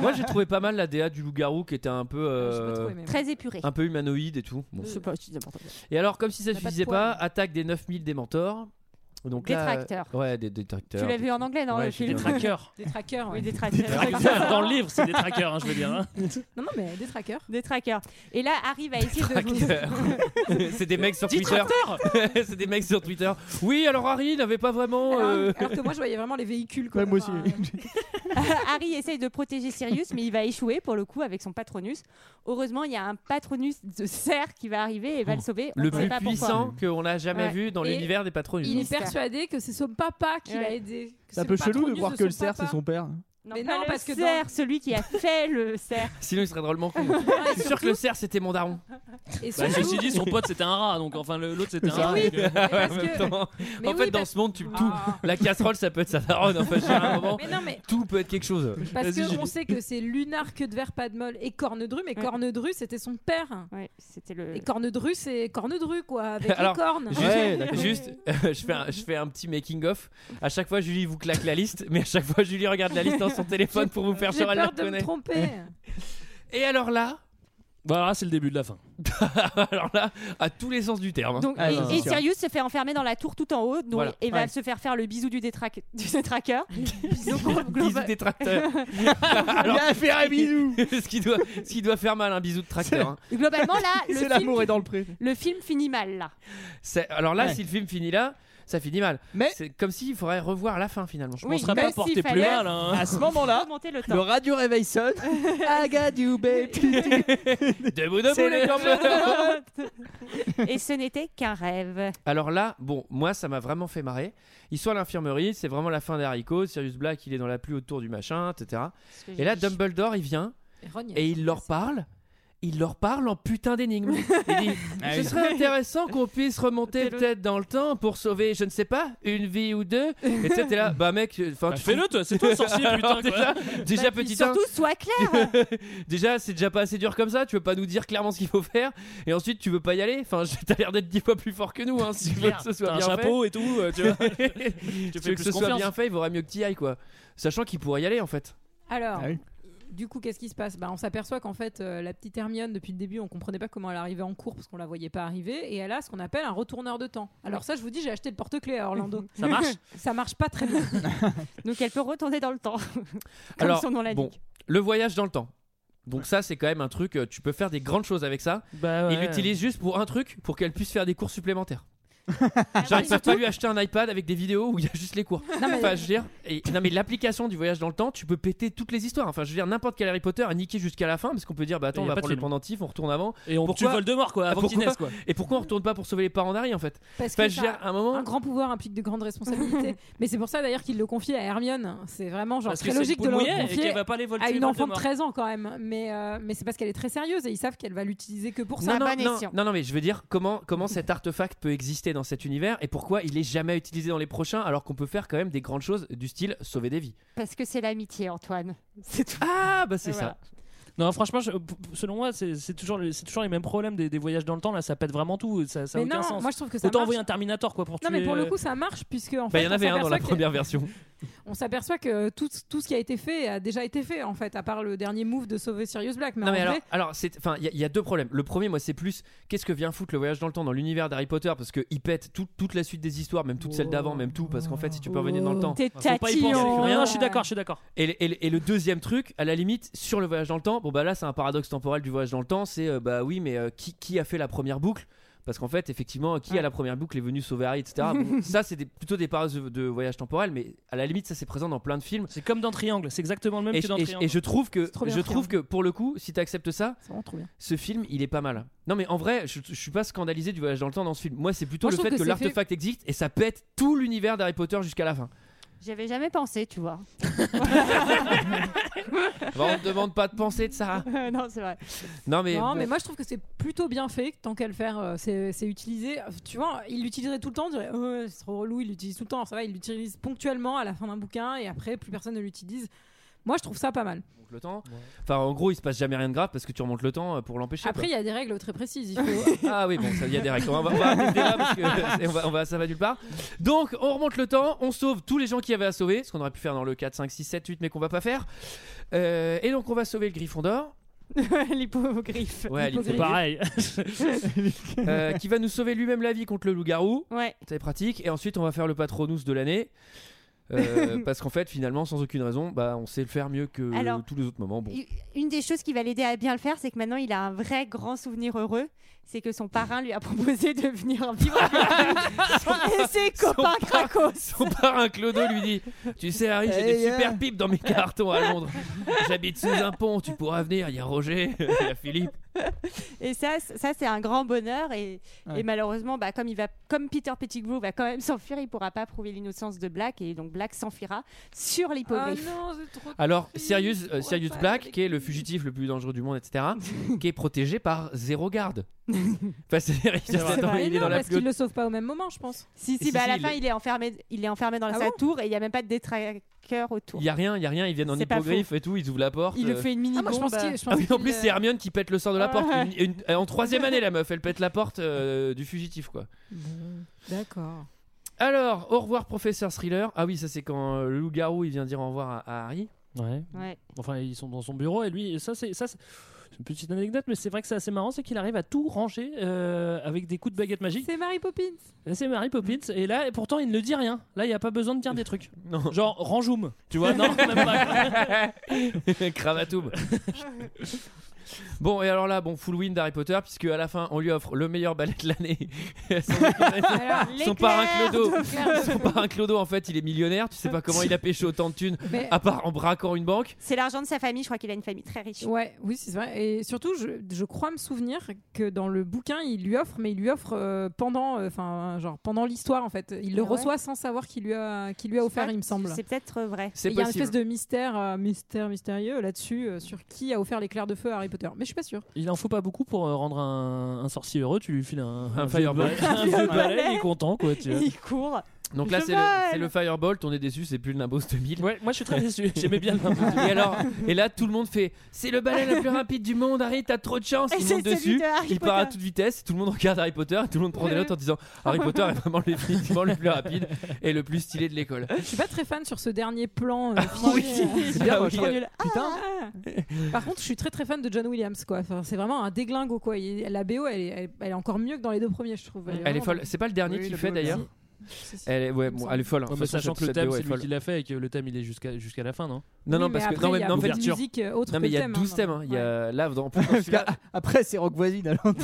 [SPEAKER 1] Moi, j'ai trouvé pas mal la DA du loup-garou qui était un peu.
[SPEAKER 6] Ah,
[SPEAKER 1] euh,
[SPEAKER 11] Très épuré.
[SPEAKER 1] Un peu humanoïde et tout. Bon.
[SPEAKER 6] Euh,
[SPEAKER 11] Je sais pas, je dis n'importe quoi.
[SPEAKER 1] Et alors, comme si ça
[SPEAKER 11] On a pas de
[SPEAKER 1] suffisait pas, attaque des 9000 des mentors. Donc
[SPEAKER 11] Des
[SPEAKER 1] là,
[SPEAKER 11] tracteurs.
[SPEAKER 1] Ouais, des détracteurs.
[SPEAKER 11] Tu l'as vu en anglais dans
[SPEAKER 1] Ouais,
[SPEAKER 11] le
[SPEAKER 1] j'ai
[SPEAKER 11] film
[SPEAKER 1] des trackers.
[SPEAKER 6] Des trackers, ouais.
[SPEAKER 11] Oui, des trackers.
[SPEAKER 3] Dans le livre c'est des trackers hein, je veux dire. hein.
[SPEAKER 6] Non, non, mais des trackers.
[SPEAKER 11] Des trackers. Et là, Harry va essayer de vous.
[SPEAKER 1] c'est des mecs sur
[SPEAKER 3] Petit
[SPEAKER 1] Twitter. *laughs* c'est des mecs sur Twitter. Oui, alors Harry n'avait pas
[SPEAKER 11] Ah
[SPEAKER 1] vraiment. euh,
[SPEAKER 6] Alors que moi je voyais vraiment les véhicules. Quoi.
[SPEAKER 7] moi aussi.
[SPEAKER 11] *laughs* Harry essaye de protéger Sirius, mais il va échouer pour le coup avec son patronus. Heureusement, il y a un patronus de cerf qui va arriver et va le sauver. On
[SPEAKER 1] le
[SPEAKER 11] sait
[SPEAKER 1] plus
[SPEAKER 11] pas pourquoi.
[SPEAKER 1] puissant qu'on a jamais
[SPEAKER 11] Ouais.
[SPEAKER 1] vu dans
[SPEAKER 11] Et
[SPEAKER 1] l'univers des patrouilles.
[SPEAKER 6] Il est persuadé que c'est son papa qui
[SPEAKER 11] Ouais.
[SPEAKER 6] l'a aidé.
[SPEAKER 7] *laughs*
[SPEAKER 6] que
[SPEAKER 7] C'est un
[SPEAKER 6] le
[SPEAKER 7] peu chelou de
[SPEAKER 6] patronus
[SPEAKER 7] voir que
[SPEAKER 6] son
[SPEAKER 7] le cerf
[SPEAKER 6] papa.
[SPEAKER 7] c'est son père.
[SPEAKER 6] Mais
[SPEAKER 11] Mais
[SPEAKER 6] non,
[SPEAKER 11] non,
[SPEAKER 6] parce que
[SPEAKER 11] le
[SPEAKER 6] dans-
[SPEAKER 11] cerf, celui qui a fait le cerf.
[SPEAKER 1] Sinon, il serait drôlement
[SPEAKER 11] *laughs*
[SPEAKER 1] con. C'est sûr que le cerf, c'était mon daron.
[SPEAKER 6] Et
[SPEAKER 3] Bah,
[SPEAKER 1] surtout-
[SPEAKER 3] ceci dit, son pote c'était un rat, donc enfin le- l'autre c'était un
[SPEAKER 1] C'est
[SPEAKER 3] rat.
[SPEAKER 1] vrai.
[SPEAKER 3] donc, euh,
[SPEAKER 1] Ouais, *laughs* en même temps.
[SPEAKER 6] Mais
[SPEAKER 1] En
[SPEAKER 6] oui,
[SPEAKER 1] fait, dans
[SPEAKER 6] parce- Ah.
[SPEAKER 1] ce monde, tu tout. La casserole, ça peut être sa daronne. Enfin, je veux dire, à un moment,
[SPEAKER 6] Mais non, mais-
[SPEAKER 1] tout peut être quelque chose.
[SPEAKER 6] Parce
[SPEAKER 1] Vas-y,
[SPEAKER 6] qu'on
[SPEAKER 1] Julie.
[SPEAKER 6] sait que c'est Lunar, Queue de Verre, Padmol et Cornedru, mais Cornedru c'était son père.
[SPEAKER 11] c'était le...
[SPEAKER 6] Et Cornedru c'est Cornedru
[SPEAKER 1] *laughs*
[SPEAKER 6] quoi, avec
[SPEAKER 1] Alors,
[SPEAKER 6] les cornes.
[SPEAKER 1] juste, juste, *laughs* je, fais un, je fais un petit making-of. À chaque fois, Julie vous claque la liste, mais à chaque fois, Julie regarde la liste dans son téléphone pour vous faire
[SPEAKER 6] J'ai
[SPEAKER 1] genre elle la
[SPEAKER 6] peur de me
[SPEAKER 1] reconnaît.
[SPEAKER 6] tromper.
[SPEAKER 1] *laughs* Et alors là, *laughs*
[SPEAKER 3] Voilà, c'est le début de la fin.
[SPEAKER 1] alors là, à tous les sens du terme. hein.
[SPEAKER 11] Donc, et, et Sirius se fait enfermer dans la tour tout en haut donc,
[SPEAKER 1] Voilà.
[SPEAKER 11] et va
[SPEAKER 1] Ouais.
[SPEAKER 11] se faire faire le bisou du, détra... *laughs* du détraqueur. Donc, on-
[SPEAKER 1] Bisous
[SPEAKER 11] global-
[SPEAKER 1] des tracteurs.
[SPEAKER 7] Viens faire un bisou.
[SPEAKER 1] ce, qui doit, ce qui doit faire mal, un bisou de tracteur. hein. *laughs*
[SPEAKER 11] Globalement, là,
[SPEAKER 7] *laughs*
[SPEAKER 11] le
[SPEAKER 7] C'est
[SPEAKER 11] film,
[SPEAKER 7] l'amour est dans le pré.
[SPEAKER 11] le film finit mal. Là.
[SPEAKER 1] C'est- Alors là,
[SPEAKER 7] Ouais.
[SPEAKER 1] si le film finit là, ça finit mal. C'est comme s'il faudrait revoir la fin finalement. Je
[SPEAKER 11] Oui,
[SPEAKER 1] pense.
[SPEAKER 3] serait pas
[SPEAKER 11] mais
[SPEAKER 3] porté
[SPEAKER 11] s'il
[SPEAKER 3] plus
[SPEAKER 11] fallait
[SPEAKER 3] mal, hein.
[SPEAKER 7] À ce moment-là,
[SPEAKER 11] remonter le
[SPEAKER 7] le
[SPEAKER 11] temps.
[SPEAKER 7] radio réveil sonne. I got you, baby.
[SPEAKER 1] Debout, debout,
[SPEAKER 7] C'est
[SPEAKER 1] les
[SPEAKER 7] le-
[SPEAKER 1] gamins.
[SPEAKER 11] *laughs* Et ce n'était qu'un rêve.
[SPEAKER 1] Alors là, bon, moi ça m'a vraiment fait marrer. Ils sont à l'infirmerie, c'est vraiment la fin des haricots. Sirius Black, il est dans la pluie autour du machin, etc.
[SPEAKER 11] que j'ai
[SPEAKER 1] Et là, Dumbledore, il vient et il leur parle. Il leur parle en putain d'énigme. Il dit
[SPEAKER 7] Ah
[SPEAKER 1] Ce
[SPEAKER 7] oui.
[SPEAKER 1] serait intéressant qu'on puisse remonter peut-être dans le temps pour sauver, je ne sais pas, une vie ou deux. Et tu sais, t'es là, bah mec, enfin,
[SPEAKER 3] Bah,
[SPEAKER 1] tu
[SPEAKER 3] Fais-le toi, c'est toi
[SPEAKER 1] *laughs*
[SPEAKER 3] le sorcier
[SPEAKER 1] Alors,
[SPEAKER 3] putain.
[SPEAKER 1] déjà,
[SPEAKER 3] quoi.
[SPEAKER 1] déjà petit un,
[SPEAKER 11] Bah, Surtout, sois clair.
[SPEAKER 1] déjà c'est déjà pas assez dur comme ça. Tu veux pas nous dire clairement ce qu'il faut faire et ensuite tu veux pas y aller. Enfin, *laughs* je- t'as l'air d'être dix fois plus fort que nous. Hein, si tu veux que ce soit
[SPEAKER 3] T'as un
[SPEAKER 1] bien
[SPEAKER 3] chapeau
[SPEAKER 1] fait.
[SPEAKER 3] et tout, euh,
[SPEAKER 1] *laughs*
[SPEAKER 3] tu vois.
[SPEAKER 1] Si
[SPEAKER 3] Tu
[SPEAKER 1] tu veux que ce soit bien fait, il vaudrait mieux que t'y ailles quoi. Sachant qu'il pourrait y aller en fait.
[SPEAKER 6] Alors,
[SPEAKER 1] Ah oui.
[SPEAKER 6] du coup, qu'est-ce qui se passe bah, On s'aperçoit qu'en fait, euh, la petite Hermione, depuis le début, on comprenait pas comment elle arrivait en cours parce qu'on la voyait pas arriver. Et elle a ce qu'on appelle un retourneur de temps. Alors, ça, je vous dis, j'ai acheté le porte-clés à Orlando.
[SPEAKER 3] *laughs* Ça marche
[SPEAKER 6] Ça marche pas
[SPEAKER 3] *laughs*
[SPEAKER 6] très bien.
[SPEAKER 11] Donc elle peut retourner dans le temps. *laughs* Comme
[SPEAKER 1] Alors
[SPEAKER 11] son nom l'indique.
[SPEAKER 1] bon, le voyage dans le temps. Donc ça c'est quand même un truc. euh, Tu peux faire des grandes choses avec ça.
[SPEAKER 3] Bah ouais.
[SPEAKER 6] Ah,
[SPEAKER 1] Il l'utilise juste pour un truc pour qu'elle puisse faire des cours supplémentaires. Genre, ils peuvent pas lui acheter un iPad avec des vidéos où il y a juste les cours.
[SPEAKER 6] Non, mais-
[SPEAKER 1] Enfin, je veux dire, et- non, mais l'application du voyage dans le temps, tu peux péter toutes les histoires. Enfin, je veux dire, n'importe quel Harry Potter est niqué jusqu'à la fin parce qu'on peut dire, bah attends,
[SPEAKER 3] Et
[SPEAKER 1] on
[SPEAKER 3] y
[SPEAKER 1] va
[SPEAKER 3] a pas de
[SPEAKER 1] prendre le
[SPEAKER 3] film.
[SPEAKER 1] pendentif, on retourne avant.
[SPEAKER 3] Et on tue Voldemort, quoi, avant qu'il
[SPEAKER 1] Pourquoi-
[SPEAKER 3] naisse, quoi.
[SPEAKER 1] Et pourquoi on retourne pas pour sauver les parents d'Harry en fait
[SPEAKER 6] Parce
[SPEAKER 1] Enfin,
[SPEAKER 6] que
[SPEAKER 1] je veux
[SPEAKER 6] ça-
[SPEAKER 1] dire, à un moment.
[SPEAKER 6] un grand pouvoir implique de
[SPEAKER 3] *laughs*
[SPEAKER 6] grandes responsabilités. Mais c'est pour ça d'ailleurs qu'il le confie à Hermione. C'est vraiment genre
[SPEAKER 3] Parce que
[SPEAKER 6] très
[SPEAKER 3] c'est
[SPEAKER 6] logique de
[SPEAKER 3] une
[SPEAKER 6] le
[SPEAKER 3] poule mouillée et
[SPEAKER 6] confier
[SPEAKER 3] qu'elle va pas aller voler
[SPEAKER 6] à une enfant de
[SPEAKER 3] Voldemort.
[SPEAKER 6] 13 ans quand même. Mais, euh, mais c'est parce qu'elle est très sérieuse et ils savent qu'elle va l'utiliser que pour ça.
[SPEAKER 1] non, non, non, non, non, mais je veux dire, comment, comment cet artefact peut exister dans cet univers et pourquoi il est jamais utilisé dans les prochains alors qu'on peut faire quand même des grandes choses du style sauver des vies.
[SPEAKER 16] Parce que c'est l'amitié, Antoine. C'est tout.
[SPEAKER 1] Ah, bah c'est
[SPEAKER 16] Voilà.
[SPEAKER 1] ça.
[SPEAKER 3] Non, franchement, je- p- p- selon moi, c'est c'est toujours, les- c'est toujours les mêmes problèmes des, des voyages dans le temps. Là, ça pète vraiment tout. Ça, ça a
[SPEAKER 6] Mais
[SPEAKER 3] aucun
[SPEAKER 6] non,
[SPEAKER 3] sens.
[SPEAKER 6] moi, je trouve que ça
[SPEAKER 3] Autant
[SPEAKER 6] marche.
[SPEAKER 3] envoyer un Terminator quoi pour
[SPEAKER 6] Non, mais
[SPEAKER 3] tuer,
[SPEAKER 6] pour le
[SPEAKER 3] euh,
[SPEAKER 6] coup ça marche puisque en
[SPEAKER 1] Bah,
[SPEAKER 6] fait
[SPEAKER 1] il y en
[SPEAKER 6] on
[SPEAKER 1] avait un dans la
[SPEAKER 6] s'aperçoit que-
[SPEAKER 1] première version.
[SPEAKER 6] on s'aperçoit que tout, tout ce qui a été fait a déjà été fait en fait à part le dernier move de sauver Sirius Black *laughs* mais,
[SPEAKER 1] non,
[SPEAKER 6] en
[SPEAKER 1] mais alors,
[SPEAKER 6] vrai,
[SPEAKER 1] alors c'est, enfin, il y, a- il y a deux problèmes. Le premier, moi, c'est plus qu'est-ce que vient foutre le voyage dans le temps dans l'univers d'Harry Potter parce que il pète tout- toute la suite des histoires, même toutes celles d'avant, même tout, parce qu'en fait, si tu peux revenir dans le temps,
[SPEAKER 3] T'es
[SPEAKER 1] faut pas y penser,
[SPEAKER 3] tatillon.
[SPEAKER 1] tu fais
[SPEAKER 3] Non, je suis d'accord, je suis d'accord.
[SPEAKER 1] Et, le- et le- et le deuxième truc, à la limite, sur le voyage dans le temps, bon bah là, c'est un paradoxe temporel du voyage dans le temps, c'est euh, bah oui, mais euh, qui, qui a fait la première boucle parce qu'en fait, effectivement, qui à la première boucle est venu sauver Harry, etc. Bon, ça, c'est des- plutôt des paradoxes de, de voyage temporel, mais à la limite, ça c'est présent dans plein de films.
[SPEAKER 3] C'est comme dans Triangle, c'est exactement le même
[SPEAKER 1] et,
[SPEAKER 3] que dans
[SPEAKER 1] et-
[SPEAKER 3] Triangle.
[SPEAKER 1] et je trouve que,
[SPEAKER 3] C'est trop bien,
[SPEAKER 1] je trouve
[SPEAKER 3] Triangle.
[SPEAKER 1] que pour le coup, si tu acceptes ça,
[SPEAKER 6] vraiment trop bien.
[SPEAKER 1] ce film, il est pas mal. Non, mais en vrai, je, je suis pas scandalisé du voyage dans le temps dans ce film. Moi, c'est plutôt
[SPEAKER 16] Moi, je
[SPEAKER 1] le
[SPEAKER 16] trouve
[SPEAKER 1] fait
[SPEAKER 16] que
[SPEAKER 1] que,
[SPEAKER 16] c'est
[SPEAKER 1] l'artefact existe et ça pète tout l'univers d'Harry Potter jusqu'à la fin.
[SPEAKER 16] J'avais jamais pensé, tu vois.
[SPEAKER 1] Bah, on te demande pas de penser de ça.
[SPEAKER 16] non, c'est vrai.
[SPEAKER 1] Non, mais,
[SPEAKER 6] non, mais moi je trouve que c'est plutôt bien fait tant qu'à le faire euh, c'est c'est utilisé tu vois il l'utiliserait tout le temps on dirait Euh, c'est trop relou il l'utilise tout le temps Alors, ça va il l'utilise ponctuellement à la fin d'un bouquin et après plus personne ne l'utilise moi je trouve ça pas mal
[SPEAKER 1] remonte le temps. Enfin, en gros, il se passe jamais rien de grave parce que tu remontes le temps euh, pour l'empêcher.
[SPEAKER 6] après il
[SPEAKER 1] quoi.
[SPEAKER 6] y a des règles très
[SPEAKER 1] *laughs*
[SPEAKER 6] précises il faut
[SPEAKER 1] Ah oui, bon, ça, il y a des règles. On va, on va arrêter là parce que c'est- on va- on va- ça va nulle part. Donc, on remonte le temps, on sauve tous les gens qui avaient à sauver, ce qu'on aurait pu faire dans le 4, 5, 6, 7, 8, mais qu'on va pas faire. Euh, et donc, on va sauver le Griffon d'or.
[SPEAKER 16] L'hippogriffe.
[SPEAKER 1] Ouais, l'hypo- *laughs*
[SPEAKER 3] C'est pareil. *laughs*
[SPEAKER 1] Euh, qui va nous sauver lui-même la vie contre le loup-garou.
[SPEAKER 16] Ouais.
[SPEAKER 1] C'est pratique. Et ensuite, on va faire le patronus de l'année. Euh, parce qu'en fait, finalement, sans aucune raison, bah, on sait le faire mieux que
[SPEAKER 16] Alors,
[SPEAKER 1] tous les autres moments. Bon.
[SPEAKER 16] Une des choses qui va l'aider à bien le faire, c'est que maintenant il a un vrai grand souvenir heureux. C'est que son parrain lui a proposé de venir vivre avec lui. et ses copains cracos.
[SPEAKER 1] Son parrain Clodo lui dit Tu sais, Harry, j'ai des
[SPEAKER 16] Hey,
[SPEAKER 1] super
[SPEAKER 16] yeah.
[SPEAKER 1] pipes dans mes cartons à Londres. J'habite sous un pont, tu pourras venir. Il y a Roger, *laughs* il y a Philippe.
[SPEAKER 16] Et ça, c- ça c'est un grand bonheur. Et,
[SPEAKER 1] Ouais.
[SPEAKER 16] et malheureusement, bah, comme, il va, comme Peter Pettigrew va quand même s'enfuir, il pourra pas prouver l'innocence de Black. Et donc Black s'enfuira sur
[SPEAKER 6] Ah Oh
[SPEAKER 16] l'hippogriffe.
[SPEAKER 1] Alors, Sirius, euh, Sirius Black, qui est le fugitif le plus dangereux du monde, etc., qui est protégé par zéro garde. Enfin, c'est-à-dire, il est dans-
[SPEAKER 6] Mais
[SPEAKER 1] il est
[SPEAKER 6] non,
[SPEAKER 1] dans la
[SPEAKER 6] parce
[SPEAKER 1] plus
[SPEAKER 6] qu'il
[SPEAKER 1] haute
[SPEAKER 6] le sauve pas au même moment je pense
[SPEAKER 16] si si,
[SPEAKER 1] si,
[SPEAKER 16] bah, à la
[SPEAKER 1] si,
[SPEAKER 16] fin,
[SPEAKER 1] il
[SPEAKER 16] il est enfermé, il est enfermé dans
[SPEAKER 6] Ah
[SPEAKER 16] sa
[SPEAKER 6] bon
[SPEAKER 16] tour et il n'y a même pas de détraqueur autour.
[SPEAKER 1] Il y a rien, il y a rien, ils viennent en
[SPEAKER 16] C'est pas
[SPEAKER 1] hippogriffe et tout, ils ouvrent la porte.
[SPEAKER 16] Il le
[SPEAKER 1] euh.
[SPEAKER 16] fait une mini
[SPEAKER 6] Ah, moi, je pense
[SPEAKER 16] bombe.
[SPEAKER 6] qu'il- je
[SPEAKER 1] Ah oui, en
[SPEAKER 6] qu'il,
[SPEAKER 1] plus
[SPEAKER 6] euh,
[SPEAKER 1] c'est Hermione qui pète le sort de la
[SPEAKER 16] Ah
[SPEAKER 1] porte.
[SPEAKER 16] ouais.
[SPEAKER 1] Une- une- euh, en troisième année la meuf, elle pète la porte euh, du fugitif quoi.
[SPEAKER 6] D'accord.
[SPEAKER 1] Alors au revoir professeur Thriller. Ah oui ça c'est quand euh, le loup-garou il vient dire au revoir à, à Harry.
[SPEAKER 3] Ouais.
[SPEAKER 16] Ouais.
[SPEAKER 3] Enfin, ils sont dans son bureau et lui, et ça c'est ça c'est c'est une petite anecdote, mais c'est vrai que c'est assez marrant, c'est qu'il arrive à tout ranger euh, avec des coups de baguette magique.
[SPEAKER 6] C'est Mary
[SPEAKER 1] *laughs*
[SPEAKER 6] Poppins.
[SPEAKER 3] C'est Mary Poppins et là, et pourtant il ne dit rien. Là, il n'y a pas besoin de dire des trucs.
[SPEAKER 1] Non.
[SPEAKER 3] Genre rangeoum,
[SPEAKER 1] *laughs*
[SPEAKER 3] tu vois Non, même pas.
[SPEAKER 1] Cravatoum. Bon et alors là bon full win d'Harry Potter puisque à la fin on lui offre le meilleur ballet de l'année. Sans aucune raison. son parrain
[SPEAKER 16] l'éclair
[SPEAKER 1] Clodo.
[SPEAKER 16] de flamme.
[SPEAKER 1] Son parrain Clodo en fait il est millionnaire. Tu sais pas comment il a pêché autant de thunes
[SPEAKER 6] *laughs* Mais-
[SPEAKER 1] à part en braquant une banque.
[SPEAKER 16] C'est l'argent de sa famille, je crois qu'il a une famille très riche.
[SPEAKER 6] Ouais, oui, c'est vrai. Et surtout, je, je crois me souvenir que dans le bouquin, il lui offre, mais il lui offre euh, pendant, euh, enfin, genre pendant l'histoire en fait. Il le
[SPEAKER 16] Ah ouais.
[SPEAKER 6] reçoit sans savoir qu'il lui a, qu'il lui a offert,
[SPEAKER 16] pas,
[SPEAKER 6] il me semble.
[SPEAKER 16] c'est peut-être
[SPEAKER 11] euh,
[SPEAKER 16] vrai.
[SPEAKER 6] Et Il y a une espèce de mystère, euh, mystère mystérieux là-dessus euh, sur qui a offert l'éclair de feu à Harry Potter. Mais je suis pas sûre.
[SPEAKER 3] Il en faut pas beaucoup pour euh, rendre un, un sorcier heureux. Tu lui files un,
[SPEAKER 1] Un
[SPEAKER 3] vieux
[SPEAKER 1] fireball.
[SPEAKER 3] balai- *laughs* un vieux balai, il est content quoi.
[SPEAKER 11] *laughs*
[SPEAKER 3] Tu vois.
[SPEAKER 16] Il court.
[SPEAKER 1] Donc là,
[SPEAKER 3] Je
[SPEAKER 1] c'est le,
[SPEAKER 3] vole.
[SPEAKER 1] c'est le Firebolt, on est déçu, c'est plus le Nimbus 2000.
[SPEAKER 3] *laughs* Ouais, moi je suis très *laughs* déçu. J'aimais bien le Nimbus
[SPEAKER 1] Et, alors, et là, tout le monde fait C'est le balai le plus rapide du monde, Harry, t'as trop de chance.
[SPEAKER 3] Et
[SPEAKER 1] Tout le
[SPEAKER 3] c'est
[SPEAKER 1] monde
[SPEAKER 3] celui
[SPEAKER 1] dessus,
[SPEAKER 3] de Harry
[SPEAKER 1] il part à
[SPEAKER 3] Potter.
[SPEAKER 1] toute vitesse, tout le monde regarde Harry Potter, et tout le monde prend des notes en disant Harry Potter est vraiment le- *laughs* définitivement le plus rapide et le plus stylé de l'école.
[SPEAKER 6] Je suis pas très fan sur ce dernier plan. *laughs* euh,
[SPEAKER 1] Ah oui,
[SPEAKER 6] filmé, euh,
[SPEAKER 1] c'est bien, moi, je trouve nul.
[SPEAKER 6] Ah Par contre, je suis très très fan de John Williams quoi. Enfin, c'est vraiment un déglingo quoi. Il- la BO, elle est, elle, elle est encore mieux que dans les deux premiers, je trouve.
[SPEAKER 1] Elle est folle. C'est pas le dernier
[SPEAKER 6] Oui,
[SPEAKER 1] qu'il
[SPEAKER 6] le
[SPEAKER 1] fait
[SPEAKER 6] beau
[SPEAKER 1] d'ailleurs
[SPEAKER 6] aussi.
[SPEAKER 1] Elle est, ouais, bon, elle est folle. hein. De
[SPEAKER 3] Ouais, mais
[SPEAKER 1] toute façon,
[SPEAKER 3] sachant
[SPEAKER 1] cette-
[SPEAKER 3] que le
[SPEAKER 1] cette
[SPEAKER 3] thème,
[SPEAKER 1] BO est
[SPEAKER 3] c'est lui
[SPEAKER 1] folle.
[SPEAKER 3] qui l'a fait et que le thème il est jusqu'à jusqu'à la fin, non
[SPEAKER 1] Non, non, parce que. non, mais, non, mais-
[SPEAKER 6] euh,
[SPEAKER 1] Non, mais il y a 12 thèmes. hein. Il y a là, dans, *laughs* pour- dans celui-là-
[SPEAKER 7] Après, c'est Rock Voisine. alors.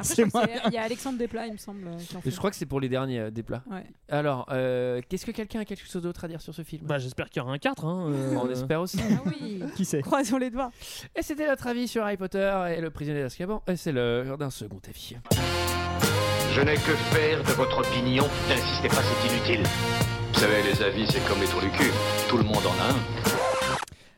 [SPEAKER 7] c'est moi.
[SPEAKER 6] Il y a Alexandre Desplat, il me semble. euh, qui en
[SPEAKER 1] Et
[SPEAKER 6] fait.
[SPEAKER 1] je crois que c'est pour les derniers euh, des plats.
[SPEAKER 6] Ouais.
[SPEAKER 1] Alors, euh, qu'est-ce que quelqu'un a quelque chose d'autre à dire sur ce film
[SPEAKER 3] Bah, j'espère qu'il y aura un 4. *laughs* Hein, euh.
[SPEAKER 1] On espère aussi.
[SPEAKER 6] Ah
[SPEAKER 1] *laughs*
[SPEAKER 7] Qui sait
[SPEAKER 1] Croisons les doigts. Et c'était notre avis sur Harry Potter et le prisonnier d'Azkaban. Et c'est l'heure d'un second avis.
[SPEAKER 17] Je n'ai que faire de votre opinion. N'insistez pas, c'est inutile. Vous savez, les avis, c'est comme les trous du cul. Tout le monde en a un.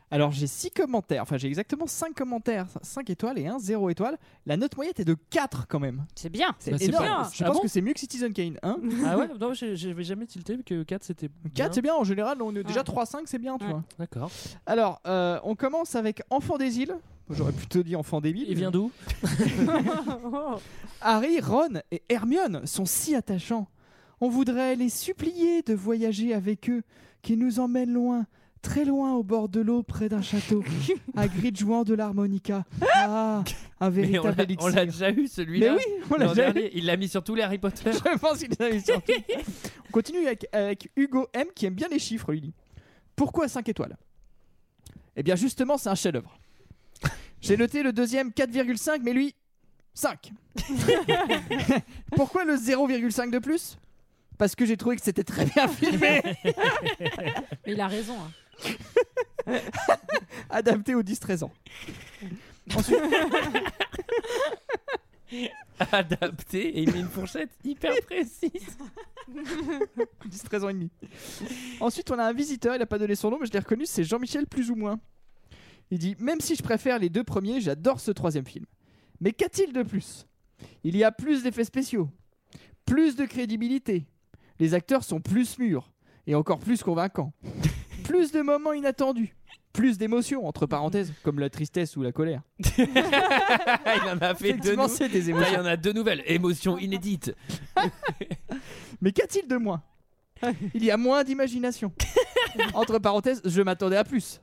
[SPEAKER 7] Alors j'ai 6 commentaires, enfin j'ai exactement 5 commentaires, 5 étoiles et 1 0 étoile. La note moyenne est de 4 quand même.
[SPEAKER 3] C'est bien.
[SPEAKER 7] C'est
[SPEAKER 3] Bah, c'est
[SPEAKER 7] énorme.
[SPEAKER 3] bien.
[SPEAKER 7] Je
[SPEAKER 3] Ah
[SPEAKER 7] pense
[SPEAKER 3] bon
[SPEAKER 7] que c'est mieux que Citizen Kane. Hein
[SPEAKER 3] Ah ouais, *laughs* non, j'ai- j'avais jamais tilté que 4 c'était.
[SPEAKER 7] 4 c'est bien en général, on est déjà 3-5 c'est bien tu vois.
[SPEAKER 3] D'accord.
[SPEAKER 7] Alors euh, on commence avec Enfant des îles. J'aurais plutôt dit Enfant des villes.
[SPEAKER 3] Il vient d'où
[SPEAKER 7] Harry, Ron et Hermione sont si attachants. On voudrait les supplier de voyager avec eux, qu'ils nous emmènent loin, très loin au bord de l'eau, près
[SPEAKER 1] *laughs*
[SPEAKER 7] d'un château, Hagrid jouant de l'harmonica. Ah, un
[SPEAKER 1] Mais on l'a-
[SPEAKER 7] véritable
[SPEAKER 1] on
[SPEAKER 7] élixir.
[SPEAKER 1] l'a déjà eu celui-là.
[SPEAKER 7] Mais oui, on l'a
[SPEAKER 1] L'an
[SPEAKER 7] déjà eu.
[SPEAKER 1] dernier. Il l'a mis sur tous les Harry Potter.
[SPEAKER 7] *laughs* Je pense qu'il les a mis sur tout. *laughs* On continue avec, avec Hugo M qui aime bien les chiffres, lui. Pourquoi 5 étoiles Eh bien justement, c'est un chef-d'œuvre. J'ai noté le deuxième 4,5, mais lui 5. Pourquoi le 0,5 de plus Parce que j'ai trouvé que c'était très bien filmé.
[SPEAKER 6] Mais il a raison. hein.
[SPEAKER 7] Adapté aux 10-13 ans.
[SPEAKER 1] Adapté et il met une fourchette hyper précise.
[SPEAKER 7] *laughs* 10, 13 ans et demi. Ensuite, on a un visiteur, il n'a pas donné son nom, mais je l'ai reconnu, c'est Jean-Michel plus ou moins. Il dit Même si je préfère les deux premiers, j'adore ce troisième film. Mais qu'a-t-il de plus Il y a plus d'effets spéciaux, plus de crédibilité, les acteurs sont plus mûrs et encore plus convaincants, plus de moments inattendus, plus d'émotions, entre parenthèses, comme la tristesse ou la colère.
[SPEAKER 1] il en a fait deux.
[SPEAKER 7] Effectivement,
[SPEAKER 1] nou-
[SPEAKER 7] c'est des émotions.
[SPEAKER 1] Là, il y en a deux nouvelles. Émotions inédites.
[SPEAKER 7] Mais qu'a-t-il de moins Il y a moins d'imagination. Entre parenthèses, je m'attendais à plus.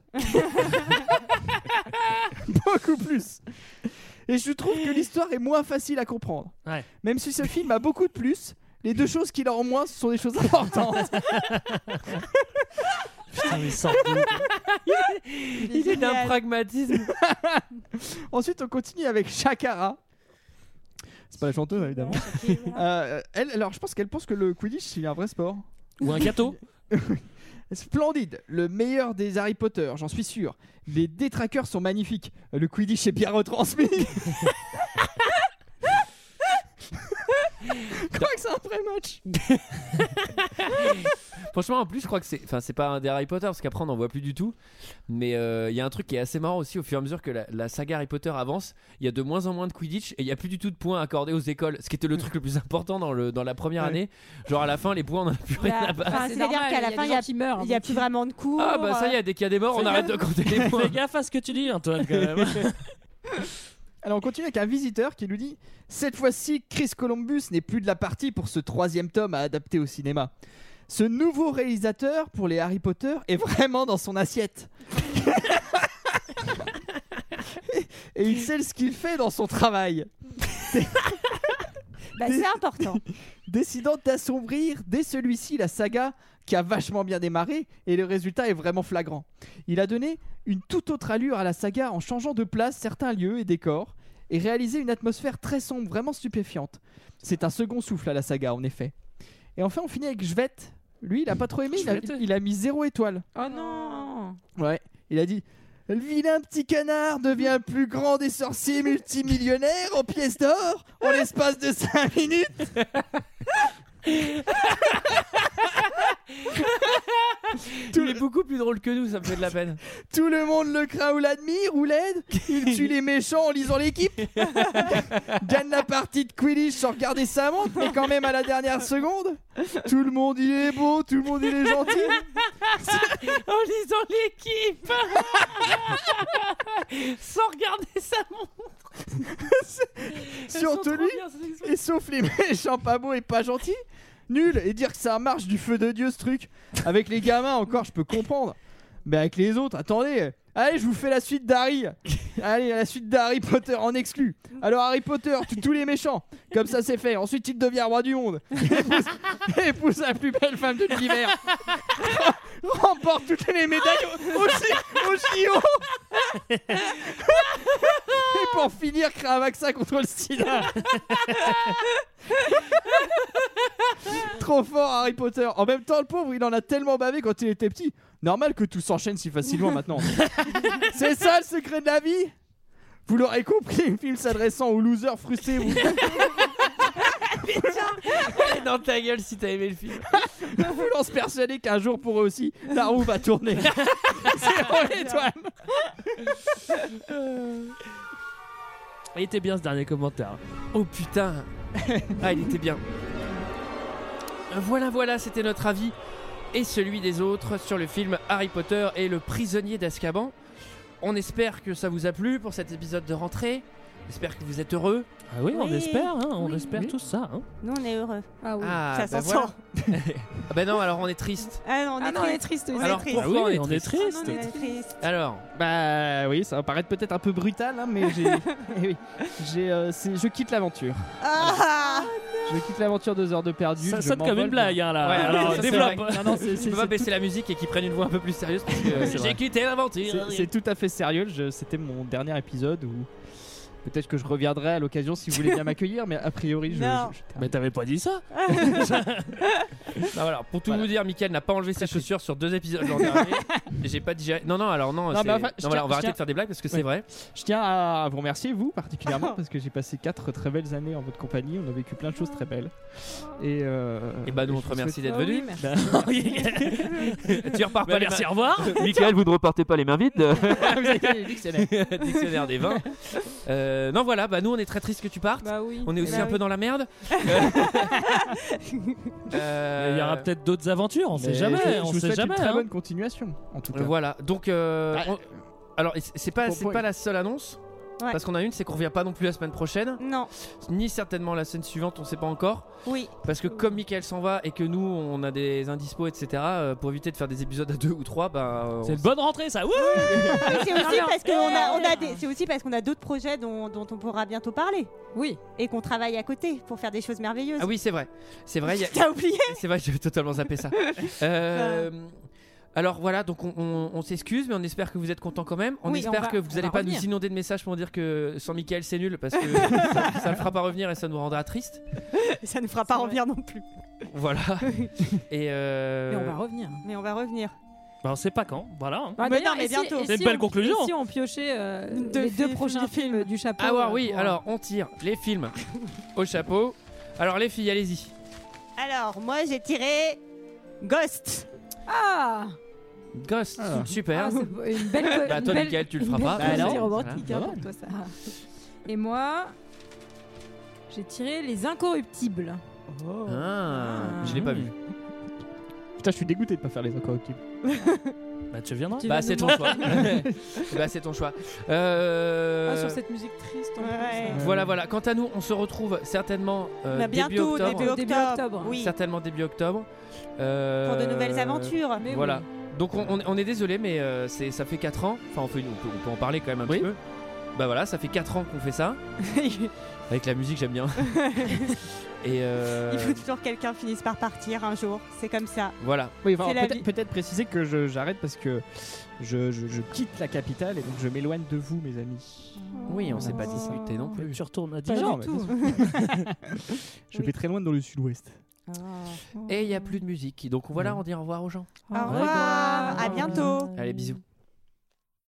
[SPEAKER 7] Beaucoup plus. Et je trouve que l'histoire est moins facile à comprendre.
[SPEAKER 3] Ouais.
[SPEAKER 7] Même si ce film a beaucoup de plus, les deux choses qu'il a en moins ce sont des choses importantes.
[SPEAKER 3] Putain, Ah, mais sans
[SPEAKER 1] Il est d'un pragmatisme.
[SPEAKER 7] Ensuite, on continue avec Shakara. C'est pas la chanteuse, évidemment. Euh, elle, alors, je pense qu'elle pense que le Quidditch, c'est un vrai sport.
[SPEAKER 3] Ou un *laughs* gâteau
[SPEAKER 7] Splendide, le meilleur des Harry Potter, j'en suis sûr. Les détraqueurs sont magnifiques. Le Quidditch est bien retransmis. *laughs* Je crois que c'est un vrai match.
[SPEAKER 1] Franchement, en plus, je crois que c'est. Enfin, c'est pas un des Harry Potter, parce qu'après, on n'en voit plus du tout. Mais euh, il y a un truc qui est assez marrant aussi, au fur et à mesure que la, la saga Harry Potter avance, il y a de moins en moins de Quidditch et il y a plus du tout de points accordés aux écoles, ce qui était le truc le plus important dans, le, dans la première année. Genre, à la fin, les points, on en a plus rien à
[SPEAKER 11] Enfin,
[SPEAKER 1] battre.
[SPEAKER 11] C'est-à-dire qu'à la fin, il y a, il y a plus vraiment de cours.
[SPEAKER 1] Ah, bah ça y est, dès qu'il y a des morts, on arrête de compter
[SPEAKER 3] *laughs*
[SPEAKER 1] les points.
[SPEAKER 3] Fais gaffe à ce que tu dis, Antoine, quand même.
[SPEAKER 7] Alors on continue avec un visiteur qui nous dit Cette fois-ci, Chris Columbus n'est plus de la partie pour ce troisième tome à adapter au cinéma. Ce nouveau réalisateur pour les Harry Potter est vraiment dans son assiette. Et il sait ce qu'il fait dans son travail.
[SPEAKER 1] *laughs*
[SPEAKER 7] c'est
[SPEAKER 11] euh, bah, important.
[SPEAKER 7] Décidant d'assombrir dès celui-ci la saga qui a vachement bien démarré et le résultat est vraiment flagrant. Il a donné une toute autre allure à la saga en changeant de place certains lieux et décors et réalisé une atmosphère très sombre, vraiment stupéfiante. C'est un second souffle à la saga en effet. Et enfin on finit avec Jvette. Lui il a pas trop aimé, il a, il a mis zéro étoile.
[SPEAKER 6] Oh non
[SPEAKER 7] Ouais, il a dit Le vilain petit canard devient le plus grand des sorciers multimillionnaires en pièces d'or en l'espace de 5 minutes.
[SPEAKER 1] Il est beaucoup plus drôle que nous, ça me fait de la peine.
[SPEAKER 7] Tout le monde le craint ou l'admire ou l'aide. Il tue les méchants en lisant l'équipe. Gagne la partie de Quidditch sans regarder sa montre, mais quand même à la dernière seconde. Tout le monde il est beau, tout le monde il est gentil.
[SPEAKER 1] en lisant l'équipe Sans regarder sa montre
[SPEAKER 7] Surtout lui. Et sauf les méchants pas beaux et pas gentils. Nul. Et dire que ça marche du feu de Dieu ce truc. Avec les gamins encore, je peux comprendre. Mais avec les autres, attendez. Allez, je vous fais la suite d'Harry. Allez, la suite d'Harry Potter en exclu. Alors, Harry Potter tue tous les méchants. Comme ça, c'est fait. Ensuite, il devient roi du monde. Épouse, épouse la plus belle femme de l'univers. *laughs* Remporte toutes les médailles au, au J- au JO. *laughs* Et pour finir, crée un vaccin contre le sida. Trop fort Harry Potter. En même temps, le pauvre, il en a tellement bavé quand il était petit. Normal que tout s'enchaîne si
[SPEAKER 1] *laughs*
[SPEAKER 7] facilement maintenant. C'est ça le secret de la vie Vous l'aurez compris, le film s'adressant aux losers
[SPEAKER 1] *laughs*
[SPEAKER 7] frustrés. Vous...
[SPEAKER 1] Dans ta gueule si t'as aimé le
[SPEAKER 7] *laughs*
[SPEAKER 1] film.
[SPEAKER 7] Voulance persuadée qu'un jour pour eux aussi, la roue
[SPEAKER 1] *laughs*
[SPEAKER 7] va tourner. C'est étoile.
[SPEAKER 3] Il était bien ce dernier commentaire.
[SPEAKER 1] Oh putain Ah, il était bien. Voilà, voilà, c'était notre avis et celui des autres sur le film Harry Potter et le prisonnier d'Azkaban. On espère que ça vous a plu pour cet épisode de rentrée. J'espère que vous êtes heureux.
[SPEAKER 3] Ah oui, on espère, hein, on espère tous ça. hein.
[SPEAKER 11] Nous, on est heureux. Ah oui,
[SPEAKER 1] Ah,
[SPEAKER 11] ça
[SPEAKER 1] bah
[SPEAKER 11] s'en
[SPEAKER 1] voilà.
[SPEAKER 11] sent.
[SPEAKER 1] ah bah non, alors on est triste.
[SPEAKER 11] Ah non, on est,
[SPEAKER 6] Ah non, on est triste, oui.
[SPEAKER 1] Alors
[SPEAKER 6] On est triste.
[SPEAKER 1] pourquoi
[SPEAKER 3] Ah oui,
[SPEAKER 1] on
[SPEAKER 3] on
[SPEAKER 1] est
[SPEAKER 3] est
[SPEAKER 1] triste
[SPEAKER 11] On est triste.
[SPEAKER 1] Alors,
[SPEAKER 7] Bah oui, ça va paraître peut-être un peu brutal, hein, mais
[SPEAKER 1] *laughs*
[SPEAKER 7] j'ai, eh oui, j'ai, euh, c'est- je quitte l'aventure.
[SPEAKER 1] bah
[SPEAKER 11] Ah
[SPEAKER 7] Je quitte l'aventure deux heures de perdu.
[SPEAKER 3] Ça
[SPEAKER 7] je
[SPEAKER 3] sonne comme
[SPEAKER 7] m'envole
[SPEAKER 3] une blague, hein, là.
[SPEAKER 1] Ouais,
[SPEAKER 3] Alors,
[SPEAKER 1] ça, c'est
[SPEAKER 3] développe.
[SPEAKER 1] vrai.
[SPEAKER 7] Non, non, c'est-
[SPEAKER 1] tu
[SPEAKER 7] c'est-
[SPEAKER 1] peux pas
[SPEAKER 7] c'est
[SPEAKER 1] baisser la musique et qu'ils prennent une voix un peu plus sérieuse parce que
[SPEAKER 7] Ouais, c'est
[SPEAKER 1] j'ai
[SPEAKER 7] vrai.
[SPEAKER 1] quitté l'aventure.
[SPEAKER 7] C'est c'est tout à fait sérieux. je- C'était mon dernier épisode où peut-être que je reviendrai à l'occasion si vous
[SPEAKER 1] *laughs*
[SPEAKER 7] voulez bien m'accueillir, mais a priori, je.
[SPEAKER 11] Non.
[SPEAKER 7] je- je-
[SPEAKER 3] Mais t'avais pas dit ça
[SPEAKER 1] Non, voilà, pour tout vous dire, Mickaël n'a pas enlevé ses chaussures sur deux épisodes l'an
[SPEAKER 7] *laughs*
[SPEAKER 1] dernier. Et J'ai pas digéré. Non, non, alors non.
[SPEAKER 7] Non,
[SPEAKER 1] c'est-
[SPEAKER 7] mais enfin, je
[SPEAKER 1] non, voilà, on
[SPEAKER 7] tiens-
[SPEAKER 1] va
[SPEAKER 7] je
[SPEAKER 1] arrêter
[SPEAKER 7] tiens-
[SPEAKER 1] de faire des blagues parce que c'est
[SPEAKER 7] Oui. *laughs*
[SPEAKER 1] vrai.
[SPEAKER 7] Je tiens à vous remercier, vous particulièrement, parce que j'ai passé quatre très belles années en votre compagnie. On a vécu plein de choses très belles. Et, euh,
[SPEAKER 1] Et bah nous, on
[SPEAKER 7] je
[SPEAKER 1] te
[SPEAKER 7] vous
[SPEAKER 1] remercie
[SPEAKER 7] *laughs* souhaite-
[SPEAKER 1] d'être venu.
[SPEAKER 7] Bah,
[SPEAKER 1] tu repars pas
[SPEAKER 3] Bah,
[SPEAKER 1] les
[SPEAKER 3] Merci,
[SPEAKER 1] mains-
[SPEAKER 3] au revoir.
[SPEAKER 1] *laughs*
[SPEAKER 7] Michael, vous ne repartez pas les mains vides Ah, Vous
[SPEAKER 1] Dictionnaire des vins. Euh, non, voilà, bah nous, on est très triste que tu partes.
[SPEAKER 6] Bah oui.
[SPEAKER 1] On est aussi
[SPEAKER 6] Bah
[SPEAKER 1] un peu
[SPEAKER 6] oui.
[SPEAKER 1] dans la merde. Euh,
[SPEAKER 3] Il y aura peut-être d'autres aventures, on sait
[SPEAKER 7] Mais
[SPEAKER 3] jamais.
[SPEAKER 7] je- je
[SPEAKER 3] on
[SPEAKER 7] vous
[SPEAKER 3] sait
[SPEAKER 7] souhaite
[SPEAKER 3] jamais.
[SPEAKER 7] Une très
[SPEAKER 3] hein.
[SPEAKER 7] bonne continuation, en tout cas.
[SPEAKER 1] Voilà, donc. euh,
[SPEAKER 7] Ouais.
[SPEAKER 1] on- Alors, et c'est- c'est pas,
[SPEAKER 7] Bon
[SPEAKER 1] c'est
[SPEAKER 7] point.
[SPEAKER 1] pas la seule annonce.
[SPEAKER 11] Ouais.
[SPEAKER 1] Parce qu'on a une, c'est qu'on revient pas non plus la semaine prochaine,
[SPEAKER 11] Non,
[SPEAKER 1] ni certainement la semaine suivante, on sait pas encore.
[SPEAKER 11] *laughs* oui.
[SPEAKER 1] Parce que comme Michael s'en va et que nous on a des indispos, etc., euh, pour éviter de faire des épisodes à deux ou trois, bah. euh,
[SPEAKER 3] C'est
[SPEAKER 1] on-
[SPEAKER 3] une bonne rentrée, ça. Wouh
[SPEAKER 11] Mais c'est aussi parce qu'on a, on a des- c'est aussi parce qu'on a d'autres projets dont, dont on pourra bientôt parler
[SPEAKER 6] Oui.
[SPEAKER 11] et qu'on travaille à côté pour faire des choses merveilleuses.
[SPEAKER 1] Ah oui, c'est vrai. C'est vrai, il y a-
[SPEAKER 11] *laughs* T'as oublié
[SPEAKER 1] c'est vrai, j'avais totalement zappé
[SPEAKER 6] *laughs*
[SPEAKER 1] ça. Euh, Alors voilà, donc on, on- on s'excuse, mais on espère que vous êtes contents quand même. On
[SPEAKER 6] Oui,
[SPEAKER 1] espère
[SPEAKER 6] on va-
[SPEAKER 1] que vous
[SPEAKER 6] on
[SPEAKER 1] n'allez
[SPEAKER 6] va
[SPEAKER 1] pas
[SPEAKER 6] revenir.
[SPEAKER 1] nous inonder de messages pour dire que sans Michael c'est nul, parce
[SPEAKER 6] *laughs*
[SPEAKER 1] que ça- ça ne fera pas revenir et ça nous rendra triste.
[SPEAKER 11] Ça ne fera pas revenir non plus.
[SPEAKER 6] *laughs*
[SPEAKER 1] Voilà. Et euh,
[SPEAKER 6] Mais on va revenir.
[SPEAKER 11] Mais on va revenir.
[SPEAKER 3] Bah, on sait pas quand, voilà. hein.
[SPEAKER 6] Bah,
[SPEAKER 11] Mais
[SPEAKER 6] d'ailleurs,
[SPEAKER 11] non, mais
[SPEAKER 6] et si-
[SPEAKER 11] bientôt.
[SPEAKER 6] et
[SPEAKER 3] C'est une
[SPEAKER 6] si
[SPEAKER 3] belle
[SPEAKER 6] on-
[SPEAKER 3] conclusion.
[SPEAKER 6] et Si on piochait euh,
[SPEAKER 11] Deux
[SPEAKER 6] les deux
[SPEAKER 11] films,
[SPEAKER 6] prochains
[SPEAKER 11] des
[SPEAKER 6] films du chapeau.
[SPEAKER 1] Ah ouais,
[SPEAKER 6] euh,
[SPEAKER 1] oui,
[SPEAKER 6] pour-
[SPEAKER 1] alors on tire les films au chapeau. Alors les filles, allez-y.
[SPEAKER 11] Alors moi j'ai tiré Ghost.
[SPEAKER 6] Ah,
[SPEAKER 1] Ghost,
[SPEAKER 7] Ah.
[SPEAKER 1] super.
[SPEAKER 6] Ah, c'est une belle. co-
[SPEAKER 1] *laughs* Bah, toi,
[SPEAKER 6] une belle-
[SPEAKER 1] Mickaël, tu le
[SPEAKER 6] une
[SPEAKER 1] feras
[SPEAKER 6] belle
[SPEAKER 1] pas.
[SPEAKER 7] Bah,
[SPEAKER 6] comédie
[SPEAKER 7] alors,
[SPEAKER 6] romantique,
[SPEAKER 7] voilà.
[SPEAKER 6] hein, pour toi, ça. Et moi, j'ai tiré Les Incorruptibles.
[SPEAKER 1] Oh.
[SPEAKER 11] Oh.
[SPEAKER 1] Ah, je l'ai pas vu.
[SPEAKER 7] Putain, je suis dégoûté de pas faire les incorruptibles.
[SPEAKER 3] Bah, tu viendras.
[SPEAKER 6] Tu vas
[SPEAKER 1] Bah
[SPEAKER 6] nous
[SPEAKER 1] c'est ton
[SPEAKER 6] manquer.
[SPEAKER 1] choix.
[SPEAKER 11] *laughs*
[SPEAKER 1] bah c'est ton choix. Euh,
[SPEAKER 6] Ah, sur cette musique triste. en plus,
[SPEAKER 11] Ouais.
[SPEAKER 6] hein.
[SPEAKER 1] Voilà voilà. Quant à nous, on se retrouve certainement euh,
[SPEAKER 11] Bah,
[SPEAKER 1] début
[SPEAKER 11] bientôt
[SPEAKER 1] octobre.
[SPEAKER 11] début octobre.
[SPEAKER 6] Début octobre.
[SPEAKER 11] Oui.
[SPEAKER 1] Certainement début octobre. Euh,
[SPEAKER 11] Pour de nouvelles aventures.
[SPEAKER 6] Mais oui.
[SPEAKER 11] *laughs*
[SPEAKER 1] Voilà. Donc on, on- on est désolé, mais euh, c'est ça fait 4 ans. Enfin on peut, on peut, on peut en parler quand même un
[SPEAKER 7] Oui.
[SPEAKER 1] petit peu. Bah voilà, ça fait 4 ans qu'on fait ça. Avec la musique, j'aime bien. *laughs* Et euh,
[SPEAKER 11] *laughs* Il faut toujours que quelqu'un finisse par partir un jour. C'est comme ça.
[SPEAKER 1] voilà.
[SPEAKER 7] Oui,
[SPEAKER 11] C'est
[SPEAKER 7] enfin,
[SPEAKER 11] la vie.
[SPEAKER 7] peut-être peut-être préciser que je- j'arrête parce que je, je- je quitte la capitale et donc je m'éloigne de vous, mes amis.
[SPEAKER 1] Oui, on s'est pas discuté
[SPEAKER 11] Oh.
[SPEAKER 1] non plus.
[SPEAKER 3] Tu retournes à
[SPEAKER 6] Pas
[SPEAKER 3] Dijon.
[SPEAKER 6] du
[SPEAKER 7] mais
[SPEAKER 6] tout. *laughs*
[SPEAKER 7] Je vais très loin dans le sud-ouest.
[SPEAKER 11] Ah.
[SPEAKER 1] Et il y a plus de musique. Donc voilà, on dit au revoir aux gens.
[SPEAKER 11] Au revoir. À bientôt.
[SPEAKER 1] Allez bisous.